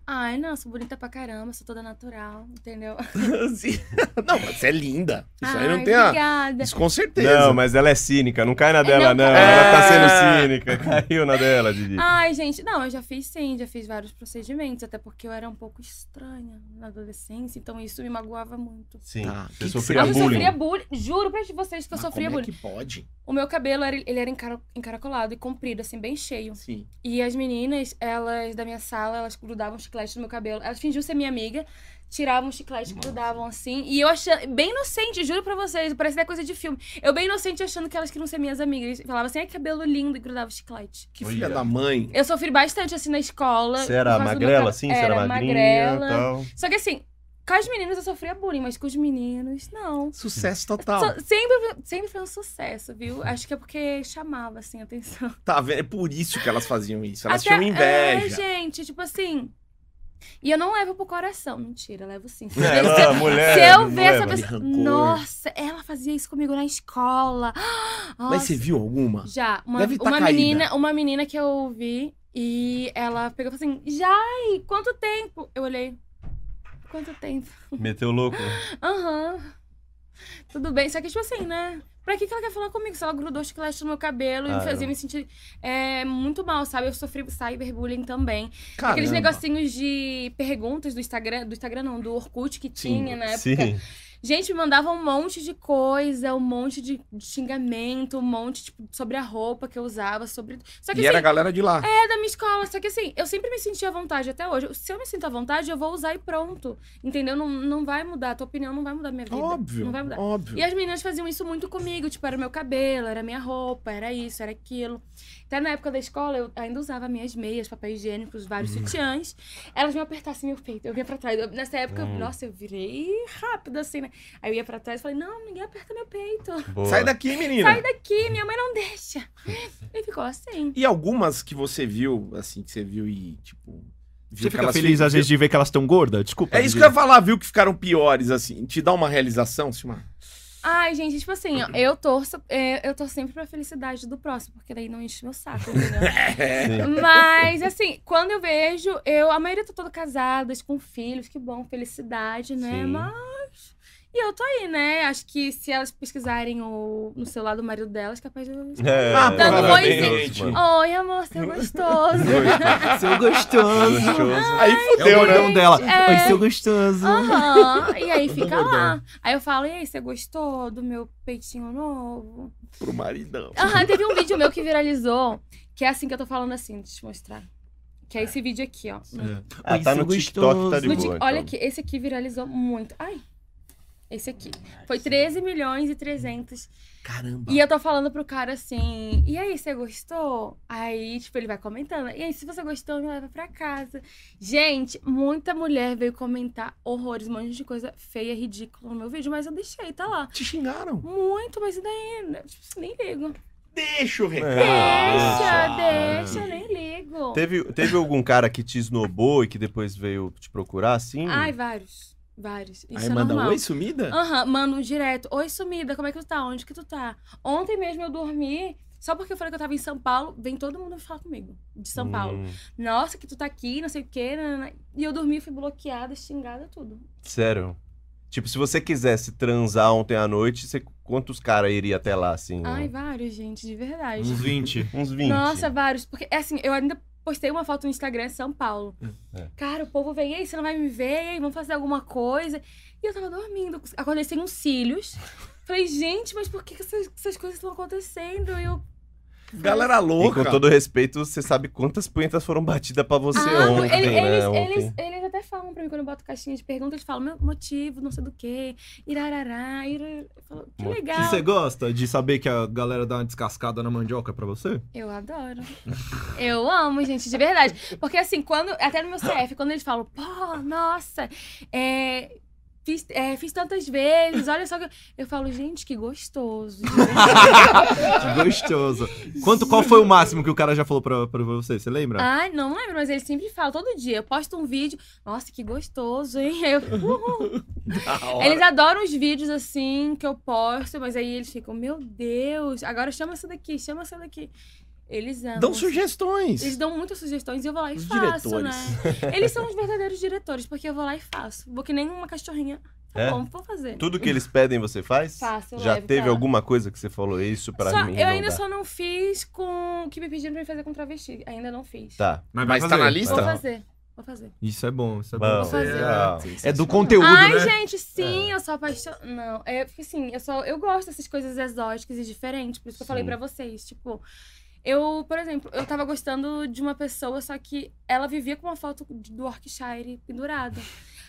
Ai, não, sou bonita pra caramba, sou toda natural, entendeu? Assim, [laughs] não, mas você é linda. Isso aí Ai, não tem a. Obrigada. Isso com certeza. Não, mas ela é cínica, não cai na dela, não não. cai. Ah, Ela tá É. sendo cínica. [laughs] Caiu na dela, Didi. Ai, gente, não, eu já fiz sim, já fiz vários procedimentos, até porque eu era um pouco estranha na adolescência, então isso me magoava muito. Sim. Tá, que Você que sofria eu você- bullying. sofria bullying, juro pra vocês que eu Mas sofria como é bullying. que pode? O meu cabelo, era, ele era encara- encaracolado e comprido, assim, bem cheio. Sim. E as meninas, elas da minha sala, elas grudavam chiclete no meu cabelo. Elas fingiam ser minha amiga, tiravam o chiclete, grudavam assim. E eu achando, bem inocente, juro pra vocês, parece até coisa de filme. Eu bem inocente achando que elas queriam ser minhas amigas. E Falava assim, ai, que cabelo lindo, e grudava o chiclete. Que Olha. filha da mãe. Eu sofri bastante assim na escola. Você por era causa do meu magrela, cabelo. assim? Você era magrinha e tal. Só que assim, com as meninas eu sofria bullying, mas com os meninos, não. Sucesso total. So- sempre, sempre foi um sucesso, viu? Acho que é porque chamava, assim, a atenção. Tá vendo? É por isso que elas faziam isso. Elas Até- tinham É, inveja. gente, tipo assim. E eu não levo pro coração. Mentira, eu levo sim. Se, É, se- Ela, mulher. [laughs] se eu não ver essa leva. de pessoa. rancor. Nossa, ela fazia isso comigo na escola. [gasps] Mas você Nossa. viu alguma? Já, uma, Deve tá uma caída. menina, uma menina que eu vi e ela pegou e falou assim: Jai, quanto tempo? Eu olhei. Quanto tempo? Meteu louco. Aham. Tudo bem. Só que, tipo assim, né? Pra que, que ela quer falar comigo? Se ela grudou chiclete no meu cabelo Ah, e fazia não. me sentir é, muito mal, sabe? Eu sofri cyberbullying também. Caramba. Aqueles negocinhos de perguntas do Instagram, do Instagram não, do Orkut que Sim, tinha na época. Sim. Gente, me mandava um monte de coisa, um monte de de xingamento, um monte tipo, sobre a roupa que eu usava, sobre. Só E que assim, era a galera de lá. é da minha escola, só que assim, eu sempre me senti à vontade até hoje. Se eu me sinto à vontade, eu vou usar e pronto. Entendeu? Não, não vai mudar, a tua opinião não vai mudar a minha vida. Óbvio. Não vai mudar. Óbvio. E as meninas faziam isso muito comigo, tipo, era meu cabelo, era minha roupa, era isso, era aquilo. Até na época da escola, eu ainda usava minhas meias, papéis higiênicos, vários sutiãs. Elas me apertassem meu peito, eu vinha pra trás. Eu- nessa época, eu- Hum. nossa, eu virei rápido assim, né? Aí eu ia pra trás e falei, não, ninguém aperta meu peito. [laughs] Boa. Sai daqui, menina. Sai daqui, minha mãe não deixa. E ficou assim. E algumas que você viu, assim, que você viu e, tipo. viu Você que fica elas feliz ficam- às vezes de ver que elas estão gordas? Desculpa. É isso Didi. que eu ia falar, viu? Que ficaram piores, assim. Te dá uma realização, Silmar? Ai, gente, tipo assim, ó, eu torço, é, eu torço sempre pra felicidade do próximo, porque daí não enche meu saco, entendeu? Mas, assim, quando eu vejo, eu, a maioria tá toda casadas, com filhos, que bom, felicidade, né? Sim. Mas. E eu tô aí, né? Acho que se elas pesquisarem o, no celular do marido delas, capaz de. eu- É, Ah, Dando parabéns, vozinha. mano. Oi, amor, seu gostoso. Seu gostoso. Ah. Gostoso. Aí É o fudeu, né? gordão dela. É. Oi, seu gostoso. Aham. E aí fica lá. Aí eu falo, e aí, você gostou do meu peitinho novo? Pro maridão. Aham, teve um vídeo meu que viralizou, que é assim que eu tô falando assim, deixa eu te mostrar. Que é esse vídeo aqui, ó. Ah, Oi, tá seu no TikTok, tá de No boa. Tik- então. Olha aqui, esse aqui viralizou muito. Ai, esse aqui. Foi 13 milhões e 300. Caramba. E eu tô falando pro cara assim, e aí, você gostou? Aí, tipo, ele vai comentando. E aí, se você gostou, me leva pra casa. Gente, muita mulher veio comentar horrores, um monte de coisa feia, ridícula no meu vídeo, mas eu deixei, tá lá. Te xingaram. Muito, mas e daí, né? tipo, nem ligo. Deixa o recado. Ah, deixa, deixa, nem ligo. Teve, teve algum cara que te esnobou e que depois veio te procurar, assim? Ai, vários. Vários. Isso Aí é manda um normal. oi, sumida? Aham, manda um direto. Oi, sumida, como é que tu tá? Onde que tu tá? Ontem mesmo eu dormi, só porque eu falei que eu tava em São Paulo, vem todo mundo falar comigo, de São Paulo. Hum, Nossa, que tu tá aqui, não sei o quê. nanana. E eu dormi, fui bloqueada, xingada, tudo. sério. Tipo, se você quisesse transar ontem à noite, você, quantos caras iria até lá, assim? Ai, né? vários, gente, de verdade. Uns 20. Uns 20. Nossa, vários. Porque, é assim, eu ainda postei uma foto no Instagram São Paulo. É. Cara, o povo vem, ei, você não vai me ver, ei, vamos fazer alguma coisa. E eu tava dormindo, acordei sem uns [laughs] cílios. Falei, gente, mas por que que essas, essas coisas estão acontecendo? E eu... Galera E louca. com todo respeito, você sabe quantas punhetas foram batidas pra você Ah, ontem, ele- né? eles, ontem. eles, eles até falam pra mim, quando eu boto caixinha de perguntas, eles falam, meu motivo, não sei do quê, irarará, irará. Eu falo, que Motivo. é legal. Você gosta de saber que a galera dá uma descascada na mandioca pra você? Eu adoro. [laughs] Eu amo, gente, de verdade. Porque assim, quando. Até no meu CF, quando eles falam, pô, nossa, é, Fiz, é, fiz tantas vezes, olha só que. Eu, eu falo, gente, [laughs] que gostoso. Gostoso. Quanto, qual foi o máximo que o cara já falou pra, pra você? Você lembra? Ai, não lembro, mas eles sempre falam, todo dia. Eu posto um vídeo, nossa, que gostoso, hein? [laughs] Eu, uhul. Da hora. Eles adoram os vídeos assim que eu posto, mas aí eles ficam, meu Deus, agora chama essa daqui, chama essa daqui. Eles amam. Dão assim. sugestões. Eles dão muitas sugestões e eu vou lá e Os faço, diretores. né? Eles são os verdadeiros diretores, porque eu vou lá e faço. Vou que nem uma cachorrinha. Tá É? bom, vou fazer. Tudo que eles pedem, você faz? Faço, eu Já levo teve pra lá. alguma coisa que você falou isso pra Só- mim? eu não ainda dá"? só não fiz com o que me pediram pra fazer com travesti. Ainda não fiz. Tá. vai vai tá fazer. na Vou lista? fazer. Vou fazer. Isso é bom, isso é Bom, bom. Vou fazer. É, legal. é do conteúdo, Ai, né? gente, sim, É. eu sou apaixonada. Não, é porque assim, eu só eu gosto dessas coisas exóticas e diferentes, por isso que eu falei Sim. pra vocês, tipo, eu, por exemplo, eu tava gostando de uma pessoa, só que ela vivia com uma foto de- do Yorkshire pendurada.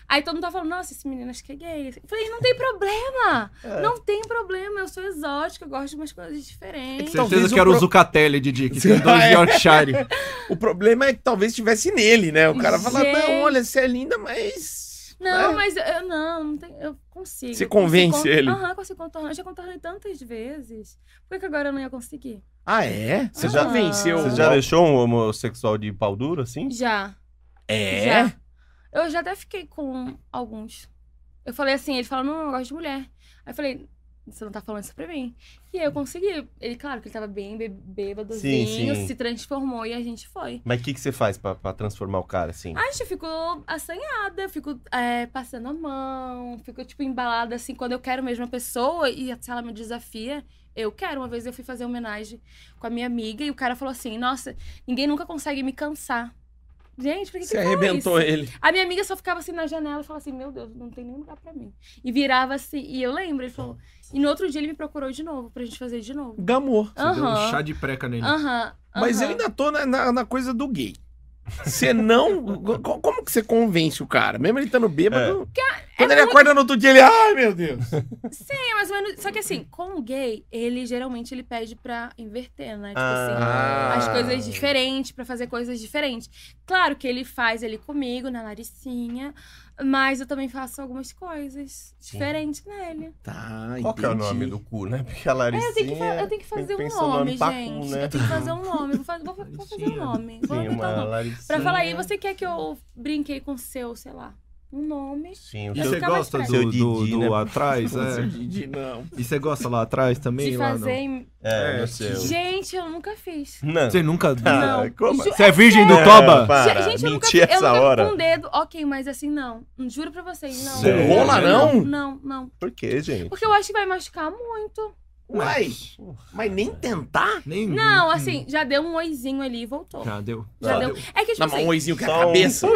Aí todo mundo tava falando, nossa, esse menino acho que é gay. Eu falei, não tem problema! É. Não tem problema, eu sou exótica, eu gosto de umas coisas diferentes. você- Talvez Certeza que o era o pro- Zucatelli, Didi, que tem dois É. Yorkshire. O problema é que talvez tivesse nele, né? O cara fala, Gente. não, olha, você é linda, mas... Não, né? mas eu não, não tem- eu consigo. Você eu consigo convence con- ele? Aham, consigo contornar. Eu já contornei tantas vezes. Por que, que agora eu não ia conseguir? Ah, é? Você Ah. já venceu. Você já deixou um homossexual de pau duro, assim? Já. É? Já. Eu já até fiquei com alguns. Eu falei assim, ele falou, não, eu gosto de mulher. Aí eu falei, você não tá falando isso pra mim. E aí eu consegui. Ele, claro, que ele tava bem bê- bêbadozinho, Sim, sim. se transformou e a gente foi. Mas o que, que você faz pra, pra transformar o cara, assim? Ai, gente, eu fico assanhada, eu fico é, passando a mão, fico, tipo, embalada, assim, quando eu quero mesmo a pessoa e se ela me desafia, eu quero. Uma vez eu fui fazer homenagem com a minha amiga e o cara falou assim, nossa, ninguém nunca consegue me cansar. Gente, por que Você que fala arrebentou isso? ele. A minha amiga só ficava assim na janela e falava assim, meu Deus, não tem nem lugar pra mim. E virava assim, e eu lembro, ele falou... E no outro dia ele me procurou de novo, pra gente fazer de novo. Gamou. Você deu um Aham, chá de preca nele. aham, Mas eu aham. ainda tô na, na- na coisa do gay. Você não. co- Como que você convence o cara? Mesmo ele estando É. bêbado. Quando ele acorda no outro dia, ele. Ai, meu Deus! É, mais ou menos. Só que assim, com o gay, ele geralmente ele pede pra inverter, né? Tipo Ah. assim, as coisas diferentes, pra fazer coisas diferentes. Claro que ele faz ali comigo, na Laricinha, mas eu também faço algumas coisas diferentes nele. Tá, Qual que é o nome do cu, né? Porque a É, Laricinha... eu tenho que, fa- eu tenho que fazer um pensa no nome, pra cu, gente. né? Eu tenho que fazer um nome. Vou, fa- vou fa- vou fazer um nome. Vou Sim, inventar um uma nome. Laricinha... Pra falar aí, você quer que eu brinquei com o seu, sei lá. um nome. Sim, E Vai o você seu... ficar mais gosta do, prático. do, do, Seu Didi, né? atrás, Não sei é? de- de- não. E você gosta lá atrás também? de lá não? fazer. em- É, É, no seu. Gente, eu nunca fiz. Não. Você nunca... Ah, como? Ju- Você é virgem do É, Toba? para, Ge- gente, eu nunca, mentir eu essa nunca hora. com um dedo, ok, mas assim, não. Juro pra vocês, não. Não Sério? rola, não? Não, não. Por quê, gente? Porque eu acho que vai machucar muito. Uai, mas nem tentar? Nem... Não, assim, já deu um oizinho ali e voltou. uhum. Já deu. Já Ah, deu. É que, tipo Na assim. É. mão, um oizinho que é a Só um- cabeça.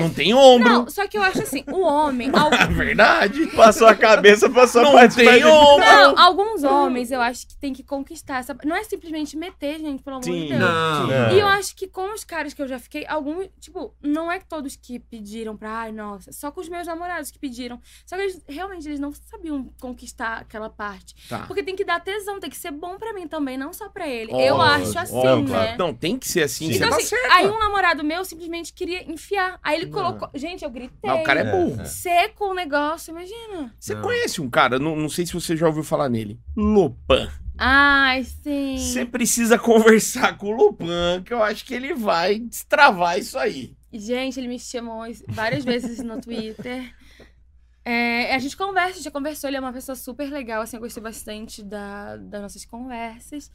Não tem ombro. Não, só que eu acho assim, o homem. al- É verdade. Passou a cabeça, passou a não parte tem mais- ombro. Não, alguns homens eu acho que tem que conquistar essa. Não é simplesmente meter, gente, pelo amor Sim. de Deus. Não. Não. E eu acho que com os caras que eu já fiquei, alguns, tipo, não é que todos que pediram pra, ai, nossa, só com os meus namorados que pediram. Só que eles, realmente eles não sabiam conquistar aquela parte. Tá. Porque tem que dar tesão, tem que ser bom pra mim também, não só pra ele. Ó, eu acho assim, ó, né? claro. Não, tem que ser assim. Sim. Você Então, tá assim, certo. aí um namorado meu simplesmente queria enfiar. Aí ele colocou. Gente, eu gritei. Mas o cara é É, burro. é. Seco o negócio, imagina. Você Não. conhece um cara, não, não sei se você já ouviu falar nele. Lopan. Ai, sim. Você precisa [laughs] conversar com o Lopan, que eu acho que ele vai destravar isso aí. Gente, ele me chamou es- várias vezes no Twitter. É, a gente conversa, já conversou, ele é uma pessoa super legal, assim, eu gostei bastante da, das nossas conversas.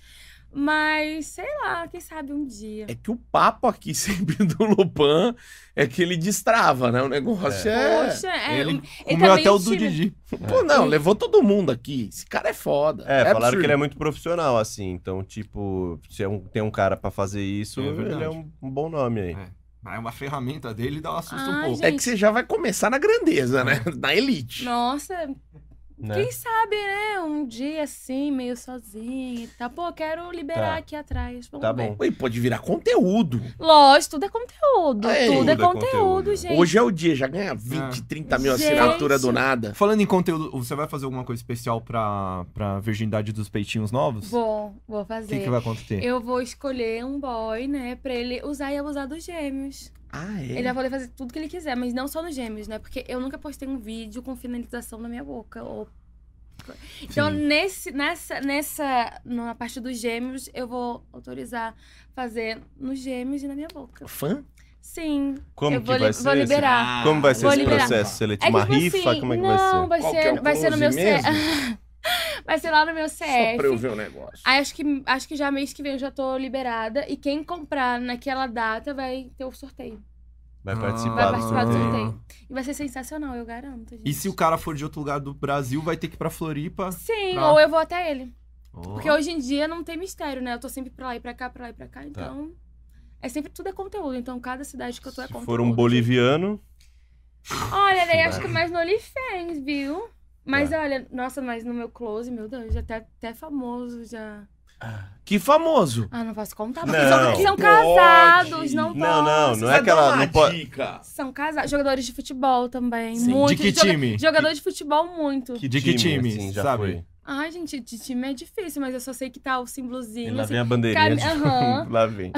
Mas, sei lá, quem sabe um dia. É que o papo aqui [laughs] sempre do Lopan é que ele destrava, né? O negócio é. Poxa, é, Ele um- Comeu tá até o meio do tímido. Didi. Pô, não, levou todo mundo aqui. Esse cara é foda. É, falaram absurdo. que ele é muito profissional, assim. Então, tipo, se é um- tem um cara pra fazer isso, É verdade. ele é um, um bom nome aí. É. Mas é uma ferramenta dele dá um assusto um Ah, pouco. gente. É que você já vai começar na grandeza, né? Na elite. Nossa, né? quem sabe, né? Um dia assim, meio sozinho e tal. Pô, quero liberar Tá. aqui atrás. Vamos Tá ver. bom. E pode virar conteúdo. Lógico, tudo é conteúdo. É, tudo é tudo é conteúdo, conteúdo. gente. Hoje é o dia, já ganha 20, Ah. 30 mil Gente. assinatura do nada. Falando em conteúdo, você vai fazer alguma coisa especial pra, pra virgindade dos peitinhos novos? Vou, vou O fazer. que, que vai acontecer? Eu vou escolher um boy, né? Pra ele usar e abusar dos gêmeos. Ah, é? Ele vai poder fazer tudo que ele quiser, mas não só nos gêmeos, né? Porque eu nunca postei um vídeo com finalização na minha boca. ou- Então, Sim. nesse, nessa, nessa. Na parte dos gêmeos, eu vou autorizar fazer nos gêmeos e na minha boca. Fã? Sim. Como eu que vou, vai li- ser? vou esse- liberar. Como vai ser Vou esse liberar. processo? Você É que, uma tipo rifa? assim, Como é que vai não, ser? vai Qual que ser, é o vai ser no meu É, close CF. [laughs] mesmo? vai ser lá no meu Só pra eu CF. ver o negócio. Aí acho que, acho que já mês que vem eu já tô liberada. E quem comprar naquela data vai ter o sorteio. Vai Ah. participar, Vai Ah. participar do sorteio. sorteio. E vai ser sensacional, eu garanto. Gente. E se o cara for de outro lugar do Brasil, vai ter que ir pra Floripa? Sim, Tá. ou eu vou até ele. Oh. Porque hoje em dia não tem mistério, né? Eu tô sempre pra lá e pra cá, pra lá e pra Tá. cá. Então. É sempre tudo é conteúdo. Então, cada cidade que eu tô é Se conteúdo. for um boliviano, Olha, daí Vai. acho que mais no OnlyFans, viu? Mas Tá. olha, nossa, mas no meu close, meu Deus, já até, até famoso já. Que famoso. Ah, não posso contar, Não. porque são, são Pode. casados, não pode. Não, não, não é Vai que ela dar uma não pode- dica. São casados, jogadores de futebol também. Sim. De Muito. que joga- time? Jogador de futebol, muito. que De de que que time, time, já sabe? foi? Ai, gente, de time é difícil, mas eu só sei que tá o E símbolozinho. lá Assim. vem a bandeirinha. Cam- de- Aham. [laughs] lá vem.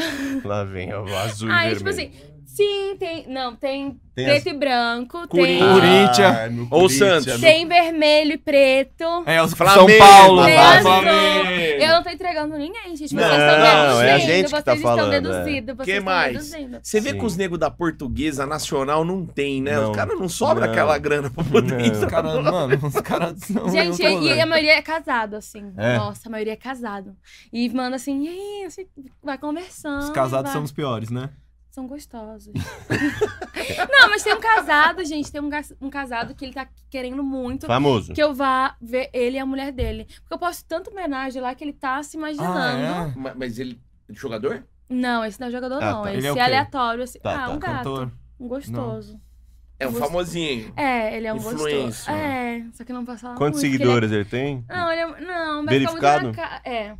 Lá vem, ó, o azul Aí, e um vermelho. tipo assim, sim, tem. Não, tem, Tem as- preto e branco, tem, Corinthians. Ah, no Ou Corinthians, Santos. no- tem vermelho e preto. É, os Flamengo, São Paulo, Né? Flamengo. lá, Eu não tô entregando ninguém, gente. Vocês Não, estão deduzindo. é a gente que vocês tá estão falando, é. deduzindo. Vocês Que estão mais? deduzindo. Você vê Sim. que os negros da portuguesa nacional não tem, né? Não. Os caras não sobra Não. aquela grana pra poder Não. isso. Os caras, mano, os caras são. Gente, eu não tô e, e a vendo. maioria é casado, assim. É. Nossa, a maioria é casado. E manda assim, e aí, você vai conversando. Os casados vai- são os piores, né? São gostosos. [laughs] Não, mas tem um casado, gente. Tem um, ga- um casado que ele tá querendo muito Famoso. que eu vá ver ele e a mulher dele. Porque eu posto tanta homenagem lá que ele tá se imaginando. Ah, Ma- Mas ele. é Jogador? Não, esse não é jogador, Ah, não. tá. Esse Ele é é, o quê? aleatório. Assim. Tá, ah, tá. um é? gato. Cantor. Um gostoso. É um Gostoso. famosinho. É, ele é um gostoso. Influencer. É, só que não posso falar Quantos muito, porque ele é- seguidores ele tem? Não, ele é... Não, vai ficar muito Verificado? na cara. É.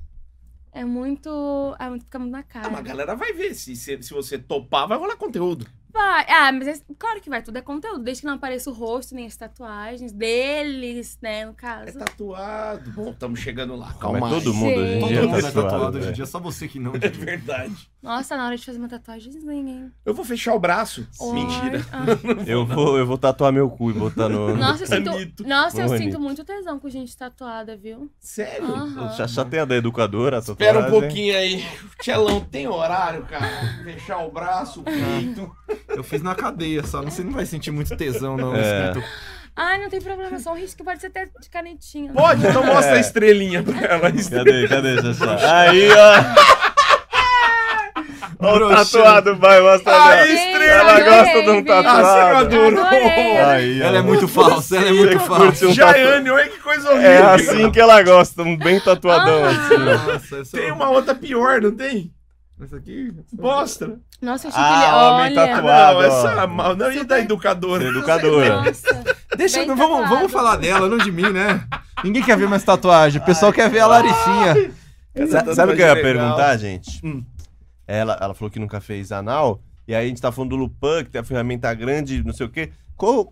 É muito... É muito... Fica muito na cara. Ah, mas a galera vai ver. Se, se, se você topar, vai rolar conteúdo. Vai. Ah, mas é- claro que vai. Tudo é conteúdo. Desde que não apareça o rosto, nem as tatuagens deles, né, no É tá. caso. tatuado. Bom, estamos chegando lá. Calma Calma Mas é aí. todo mundo hoje em Gente. dia Todo mundo tá é tatuado tatuado. hoje em velho. dia, só você que não. É [laughs] verdade. Nossa, na hora de fazer uma tatuagemzinha, hein? Eu vou fechar o braço. Oi. Mentira. Ah. Eu vou, eu vou tatuar meu cu e botar [laughs] no. Nossa, eu Bonito. sinto, Nossa, eu Bonito. sinto muito tesão com gente tatuada, viu? Sério? Aham. Já, já tem a da educadora, a Espera um tatuagem. pouquinho aí. Tchelão, tem horário, cara? Fechar o braço, o peito. Eu fiz na cadeia só. Não, você não vai sentir muito tesão, não. É. escrito. Ai, não tem problema, é só um risco que pode ser até de canetinha. Pode, então mostra a É. estrelinha pra [laughs] ela. Cadê, [laughs] cadê, Xaxá? Aí, ó. Ó o Broxante. tatuado, vai, mostra Ai, dela. estrela, Ela adorei, gosta de um Vitor. Ah, tatuado. adorou. Adorei. Aí, ó. Ela é muito falsa, ela é muito Você falsa. curte um tatu- Jaiane, olha que coisa horrível. É assim que ela gosta, um bem tatuadão. Ah. assim. Nossa, eu sou... Tem uma outra pior, não tem? Essa aqui... Mostra. Nossa, eu achei Ah, homem que ele... Olha... tatuado. Não, Claro, essa é ó. mal. Não, e da educadora? é Educadora. Nossa. Deixa, Bem não, vamos, tatuado. vamos falar dela, não de mim, né? Ninguém quer ver mais tatuagem. O pessoal quer ver a Laricinha. Sa- Essa Sabe o que eu tatuagem ia tá legal. perguntar, gente? Hum. Ela, ela falou que nunca fez anal, e aí a gente tá falando do Lupan, que tem a ferramenta grande, não sei o quê. Qual-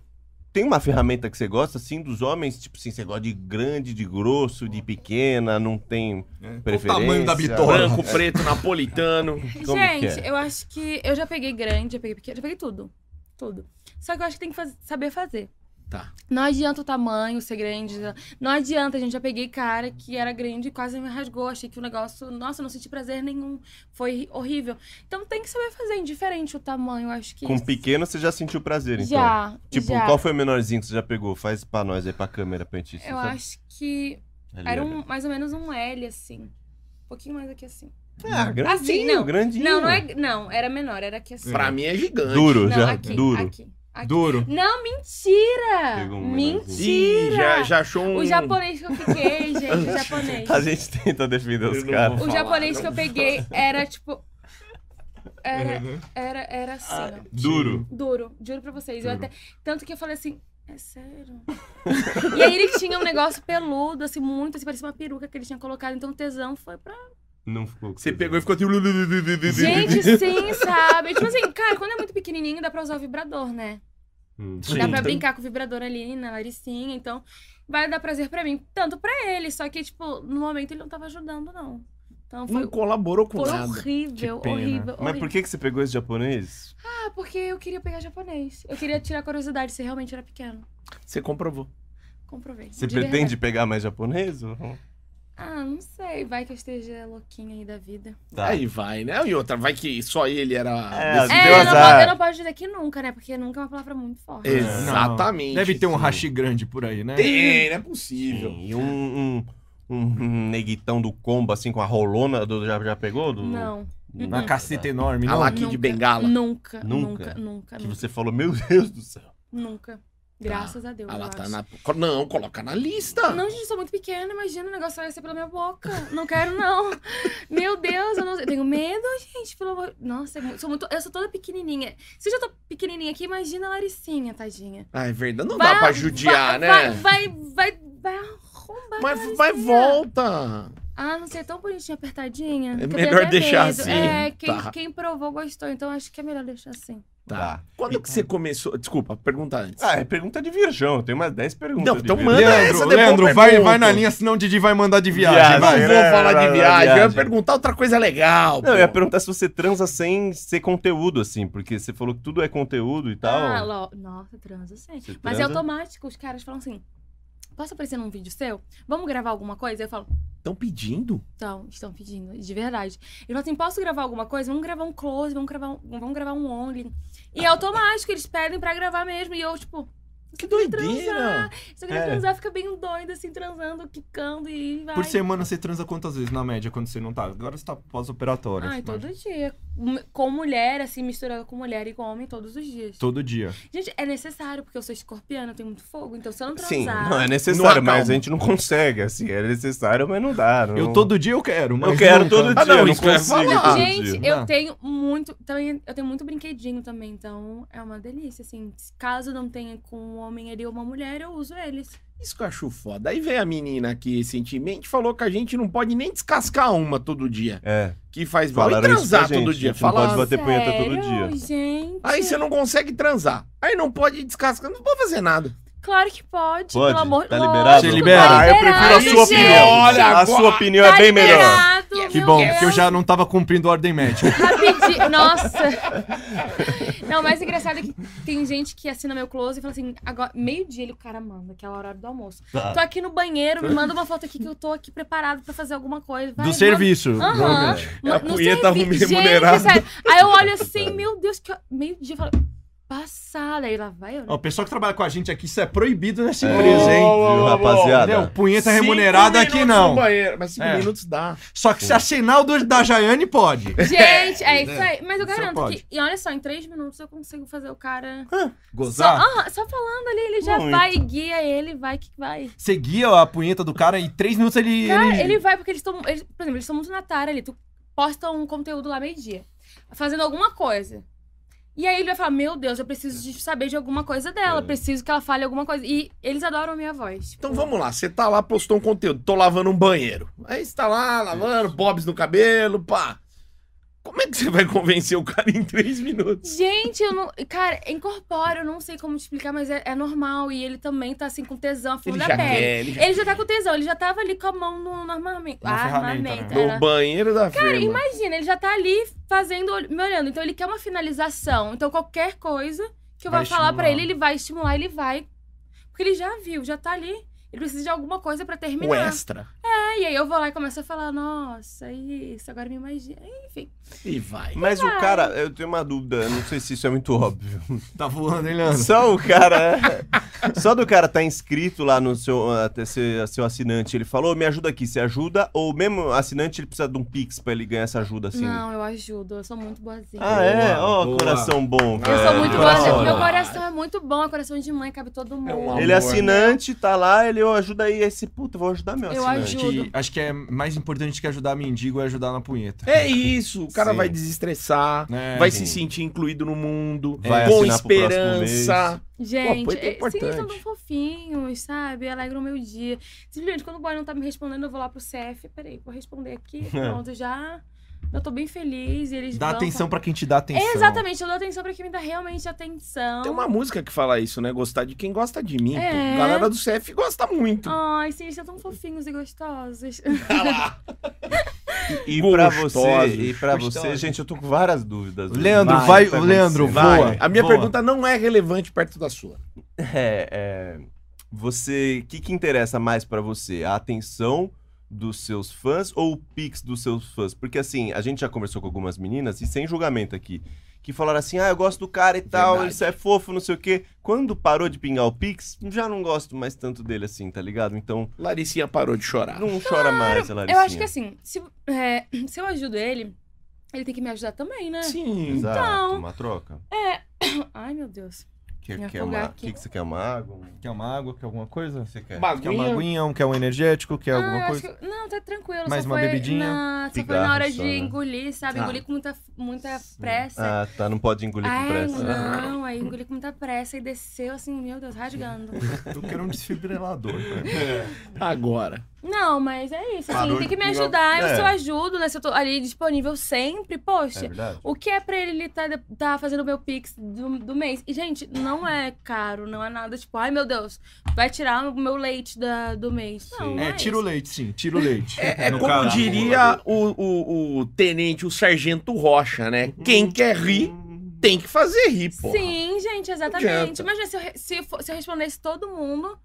tem uma ferramenta que você gosta, assim, dos homens? Tipo assim, você gosta de grande, de grosso, de pequena, não tem O preferência? tamanho da bitola. Branco, preto, napolitano. Como que Gente, é? eu acho que eu já peguei grande, já peguei pequeno, já peguei tudo. Tudo. Só que eu acho que tem que faz- saber fazer. Tá. Não adianta o tamanho ser grande. Não adianta, gente. Já peguei cara que era grande e quase me rasgou. Achei que o negócio. Nossa, eu não senti prazer nenhum. Foi horrível. Então tem que saber fazer, indiferente o tamanho. eu Acho que. é? Com pequeno você já sentiu prazer, então? já. Tipo, já. qual foi o menorzinho que você já pegou? Faz pra nós aí, pra câmera, pra gente... assim, Eu acho que Ali, era ali. um, mais ou menos um L, assim. Um pouquinho mais aqui assim. Ah, grandinho, Assim, não. grandinho. Não, não é. Não, era menor, era aqui assim. Pra mim é gigante. Duro, Não, já, aqui, duro. aqui. Aqui. Duro. Não, mentira! Pegou um Ih, já, mentira! já achou um... O japonês que eu fiquei, gente, o japonês. A gente tenta defender os Eu não caras. vou O falar, japonês não. que eu peguei era tipo. Era, era, era assim, ó. Duro. Duro, juro pra vocês. Eu Juro. até, tanto que eu falei assim, é sério? e aí ele tinha um negócio peludo, assim, muito, assim, parecia uma peruca que ele tinha colocado, então o tesão foi pra. Não ficou com Você tesão. pegou e ficou... assim, Gente, Gente, sim, sabe? Tipo assim, cara, quando é muito pequenininho dá pra usar o vibrador, né? Hum. Dá pra brincar com o vibrador ali na Laricinha, então vai dar prazer pra mim. Tanto pra ele, só que, tipo, no momento ele não tava ajudando, não. Então foi, Não um colaborou com foi nada. horrível, Que pena. horrível, Mas por horrível. que, que você pegou esse japonês? Ah, porque eu queria pegar japonês. Eu queria tirar a curiosidade se realmente era pequeno. Você comprovou. Comprovei. Você de pretende verdade. pegar mais japonês? Uhum. ou não? Ah, não sei. Vai que eu esteja louquinha aí da vida. Tá. Aí vai, né? E outra, vai que só ele era... É, desse deu é, jeito. eu não, azar. posso, eu não posso dizer que nunca, né? Porque nunca é uma palavra muito forte. É. Exatamente. Deve ter um hashi grande por aí, né? Tem, não é possível. E um, um, um neguitão do combo, assim, com a rolona, do, já, já pegou? Do, Não. Uma Não. caceta enorme, A não? Ah, lá aqui de Nunca, bengala. Nunca, Nunca? nunca, nunca, Que nunca. você falou, meu Deus do céu. Nunca. Graças a Deus. Ah lá, eu tá acho. na... Não, coloca na lista. Não, gente, eu sou muito pequena, imagina, o negócio vai ser pela minha boca. Não [laughs] quero, não. Meu Deus, eu não eu tenho medo, gente, pelo amor. Nossa, eu mu- sou muito. Eu sou toda pequenininha. Se eu já tô pequenininha aqui, imagina a Laricinha, tadinha. Ah, é verdade. Não Vai- dá pra judiar, vai, né? Vai, é. vai, vai, vai arrombar. Mas vai, volta. Tá. Ah, não sei, é tão bonitinha, apertadinha. É que eu tenho melhor até deixar medo. assim. É, quem, Tá. quem provou gostou, então acho que é melhor deixar assim. Tá. Quando que você começou? Desculpa, pergunta antes. Ah, é pergunta de virjão. Eu tenho umas 10 perguntas. Não, de então virjão. manda essa, Leandro, depois é Leandro, eu vai, pergunto. vai na linha, senão o Didi vai mandar de viagem. Viagem, vai. não né? vou falar de vai, viagem. Eu ia viagem. perguntar outra coisa legal. pô. Não, eu ia perguntar se você transa sem ser conteúdo, assim, porque você falou que tudo é conteúdo Tá e tal. Ah, lo- Nossa, transa sim. Você Mas transa? é automático, os caras falam assim: posso aparecer num vídeo seu? Vamos gravar alguma coisa? Eu falo, Estão pedindo? então, estão pedindo, de verdade. Eles falam assim: posso gravar alguma coisa? Vamos gravar um close, vamos gravar um, vamos gravar um only. E é automático, eles pedem pra gravar mesmo. E eu, tipo, Que transar. doideira. se eu queria É. transar, fica bem doida, assim, transando, quicando e vai. Por semana você transa quantas vezes na média quando você não tá? Agora você tá pós-operatório. assim, Ai, mas- todo dia. M- Com mulher, assim, misturando com mulher e com homem todos os dias. Todo dia. Gente, é necessário, porque eu sou escorpiana, eu tenho muito fogo. Então, se eu não transar. Sim, não é Não necessário, acalma. mas a gente não consegue, assim. É necessário, mas não dá. Então. Não... Eu todo dia eu quero, mas Eu quero nunca. todo dia. Ah, não, eu não isso que eu ia consigo falar. todo dia. Gente, eu Não. tenho muito. Também, eu tenho muito brinquedinho também, então é uma delícia, assim. Caso não tenha com um homem ali ou uma mulher, eu uso eles. Isso que eu acho foda. Aí vem a menina aqui recentemente falou que a gente não pode nem descascar uma todo dia. É. Que faz mal. E Falaram isso pra transar gente, todo a dia. gente não pode Falaram. bater- punheta todo Sério, dia. Gente. Aí você não consegue transar. Aí não pode descascar. Não pode fazer nada. Claro que pode, Pode? pelo amor Tá liberado? Você Lógico, libera? tá Ah, eu prefiro a liberado, sua gente. opinião. Olha a agora. sua opinião Tá é bem melhor. liberado, Que meu bom, Deus. porque eu já não tava cumprindo a ordem médica. Rapidinho, [laughs] De- Nossa! Não, o mais engraçado é que tem gente que assina meu close e fala assim, agora, meio-dia ele, o cara manda, que é o horário do almoço. Tá. Tô aqui no banheiro, me manda uma foto aqui que eu tô aqui preparado pra fazer alguma coisa. Vai, Do manda- serviço. Aham. É a Ma- no punheta serviço. Gente, remunerada. sério. Aí eu olho assim, meu Deus, que meio-dia eu falo, passada. Aí lá vai eu. né? Ó, o pessoal que trabalha com a gente aqui, isso é proibido nessa É. empresa, hein? Boa, Viu, boa, boa. Entendeu? rapaziada? Punheta Cinco remunerada minutos tá aqui no não. banheiro, Mas cinco É. minutos dá. Só que se assinar o do, da Jaiane, pode. Gente, é isso aí. Mas eu Só garanto pode. que. E olha só, em três minutos eu consigo fazer o cara. Só, Gozar? aham, só falando ali, ele já Muito. vai e guia ele, vai que vai. Você guia a punheta do cara e em três minutos ele. Cara, ele vai porque eles estão. Eles, por exemplo, eles estão muito na tara ali. Tu posta um conteúdo lá meio-dia, fazendo alguma coisa. E aí ele vai falar: Meu Deus, eu preciso de saber de alguma coisa dela, preciso que ela fale alguma coisa. E eles adoram a minha voz. Tipo, Então vamos lá, você tá lá, postou um conteúdo, tô lavando um banheiro. Aí você tá lá, lavando, bobs no cabelo, pá. Como é que você vai convencer o cara em três minutos? Gente, eu não. Cara, é incorpóreo, eu não sei como te explicar, mas é, é normal. E ele também tá assim com tesão, a flor da pele. ele já Ele já tá com tesão, ele já tava ali com a mão no, no armamento. Na ferramenta, armamento. né? é, No na- banheiro da Cara, firma. imagina, ele já tá ali fazendo, ol- me olhando. Então ele quer uma finalização. Então qualquer coisa que eu Vai vá falar pra estimular. ele, ele vai estimular, ele vai. Porque ele já viu, já tá ali. Ele precisa de alguma coisa pra terminar. O extra. É, e aí eu vou lá e começo a falar, nossa, isso, agora me imagina. Enfim. E vai. Mas o cara, eu tenho uma dúvida, não sei se isso é muito óbvio. Tá voando, hein, Leandro? Só o cara. Só do cara tá inscrito lá no seu, até ser seu assinante, ele falou, me ajuda aqui, você ajuda? Ou mesmo assinante, ele precisa de um Pix pra ele ganhar essa ajuda, assim? Não, eu ajudo, eu sou muito boazinha. Ah, é? Boa, Ó, boa. coração bom, Eu velho. sou muito Coração. boazinha. Meu coração é muito bom, é coração de mãe, cabe todo mundo. um amor. né? Ele é assinante, tá lá, ele, eu ajuda aí esse, puta, eu vou ajudar meu Eu Acho assinante. Ajudo. que, acho que é mais importante que ajudar mendigo é ajudar na punheta. É isso, o cara Sim. vai desestressar, É, vai sim. se sentir incluído no mundo, Vai com assinar pro próximo esperança. Gente, Pô, apoio é é- sim, eles são tão importante. fofinhos, sabe? Alegram o meu dia. Simplesmente, quando o boy não tá me respondendo, eu vou lá pro CF. Peraí, vou responder aqui. Pronto, já. Eu tô bem feliz. e Eles Dá vão- atenção pra quem te dá atenção. Exatamente, eu dou atenção pra quem me dá realmente atenção. Tem uma música que fala isso, né? Gostar de quem gosta de mim. É. pô. Galera do CF gosta muito. Ai, sim, eles são tão fofinhos e gostosos. E pra você, Gostosos. e pra você, Gostosos. gente, eu tô com várias dúvidas. Leandro, Vai, vai, vai Leandro, acontecer. voa. Vai. A minha voa. pergunta não é relevante perto da sua. É, é, você, o que, que interessa mais pra você? A atenção dos seus fãs ou o pix dos seus fãs? Porque assim, a gente já conversou com algumas meninas e sem julgamento aqui, que falaram assim: "Ah, eu gosto do cara e tal, Verdade. isso é fofo, não sei o quê". Quando parou de pingar o pix, já não gosto mais tanto dele assim, tá ligado? Então, Laricinha parou de chorar. não chora mais, [laughs] Laricinha. eu acho que assim, se, é, se eu ajudo ele, ele tem que me ajudar também, é. né? Sim. Exato, Então. uma troca. Ai, meu Deus. Quer, Me quer afogar uma, aqui. que que você quer uma água? O Quer uma água, quer alguma coisa? que você quer? Quer uma Baguinha. aguinha, um- quer um energético, quer Ah, eu alguma acho coisa? que- Não, tá tranquilo. Mais só uma foi bebidinha? Na... Só foi Cigarro na hora só, de né? engolir, sabe? Tá. Engolir com muita, muita pressa. Ah, tá, não pode engolir com Ai, pressa. Ah. não, aí engoli com muita pressa e desceu assim, meu Deus, [laughs] rasgando. Eu quero um desfibrilador. Agora. Não, mas é isso, assim, Parou tem que me de- ajudar, eu, É. se eu ajudo, né, se eu tô ali disponível sempre, É poxa. verdade. o que é pra ele ele tá, tá fazendo o meu Pix do, do mês? E, gente, não é caro, não é nada tipo, ai meu Deus, vai tirar o meu leite da, do mês. Não, Sim. não é, é, tira o isso. leite, sim, tira o leite. É, é No como caso. diria o, o- o tenente, o sargento Rocha, né? Quem quer rir, tem que fazer rir, pô. Sim, gente, Não exatamente. adianta. Imagina se eu, re- se, fo- se eu respondesse todo mundo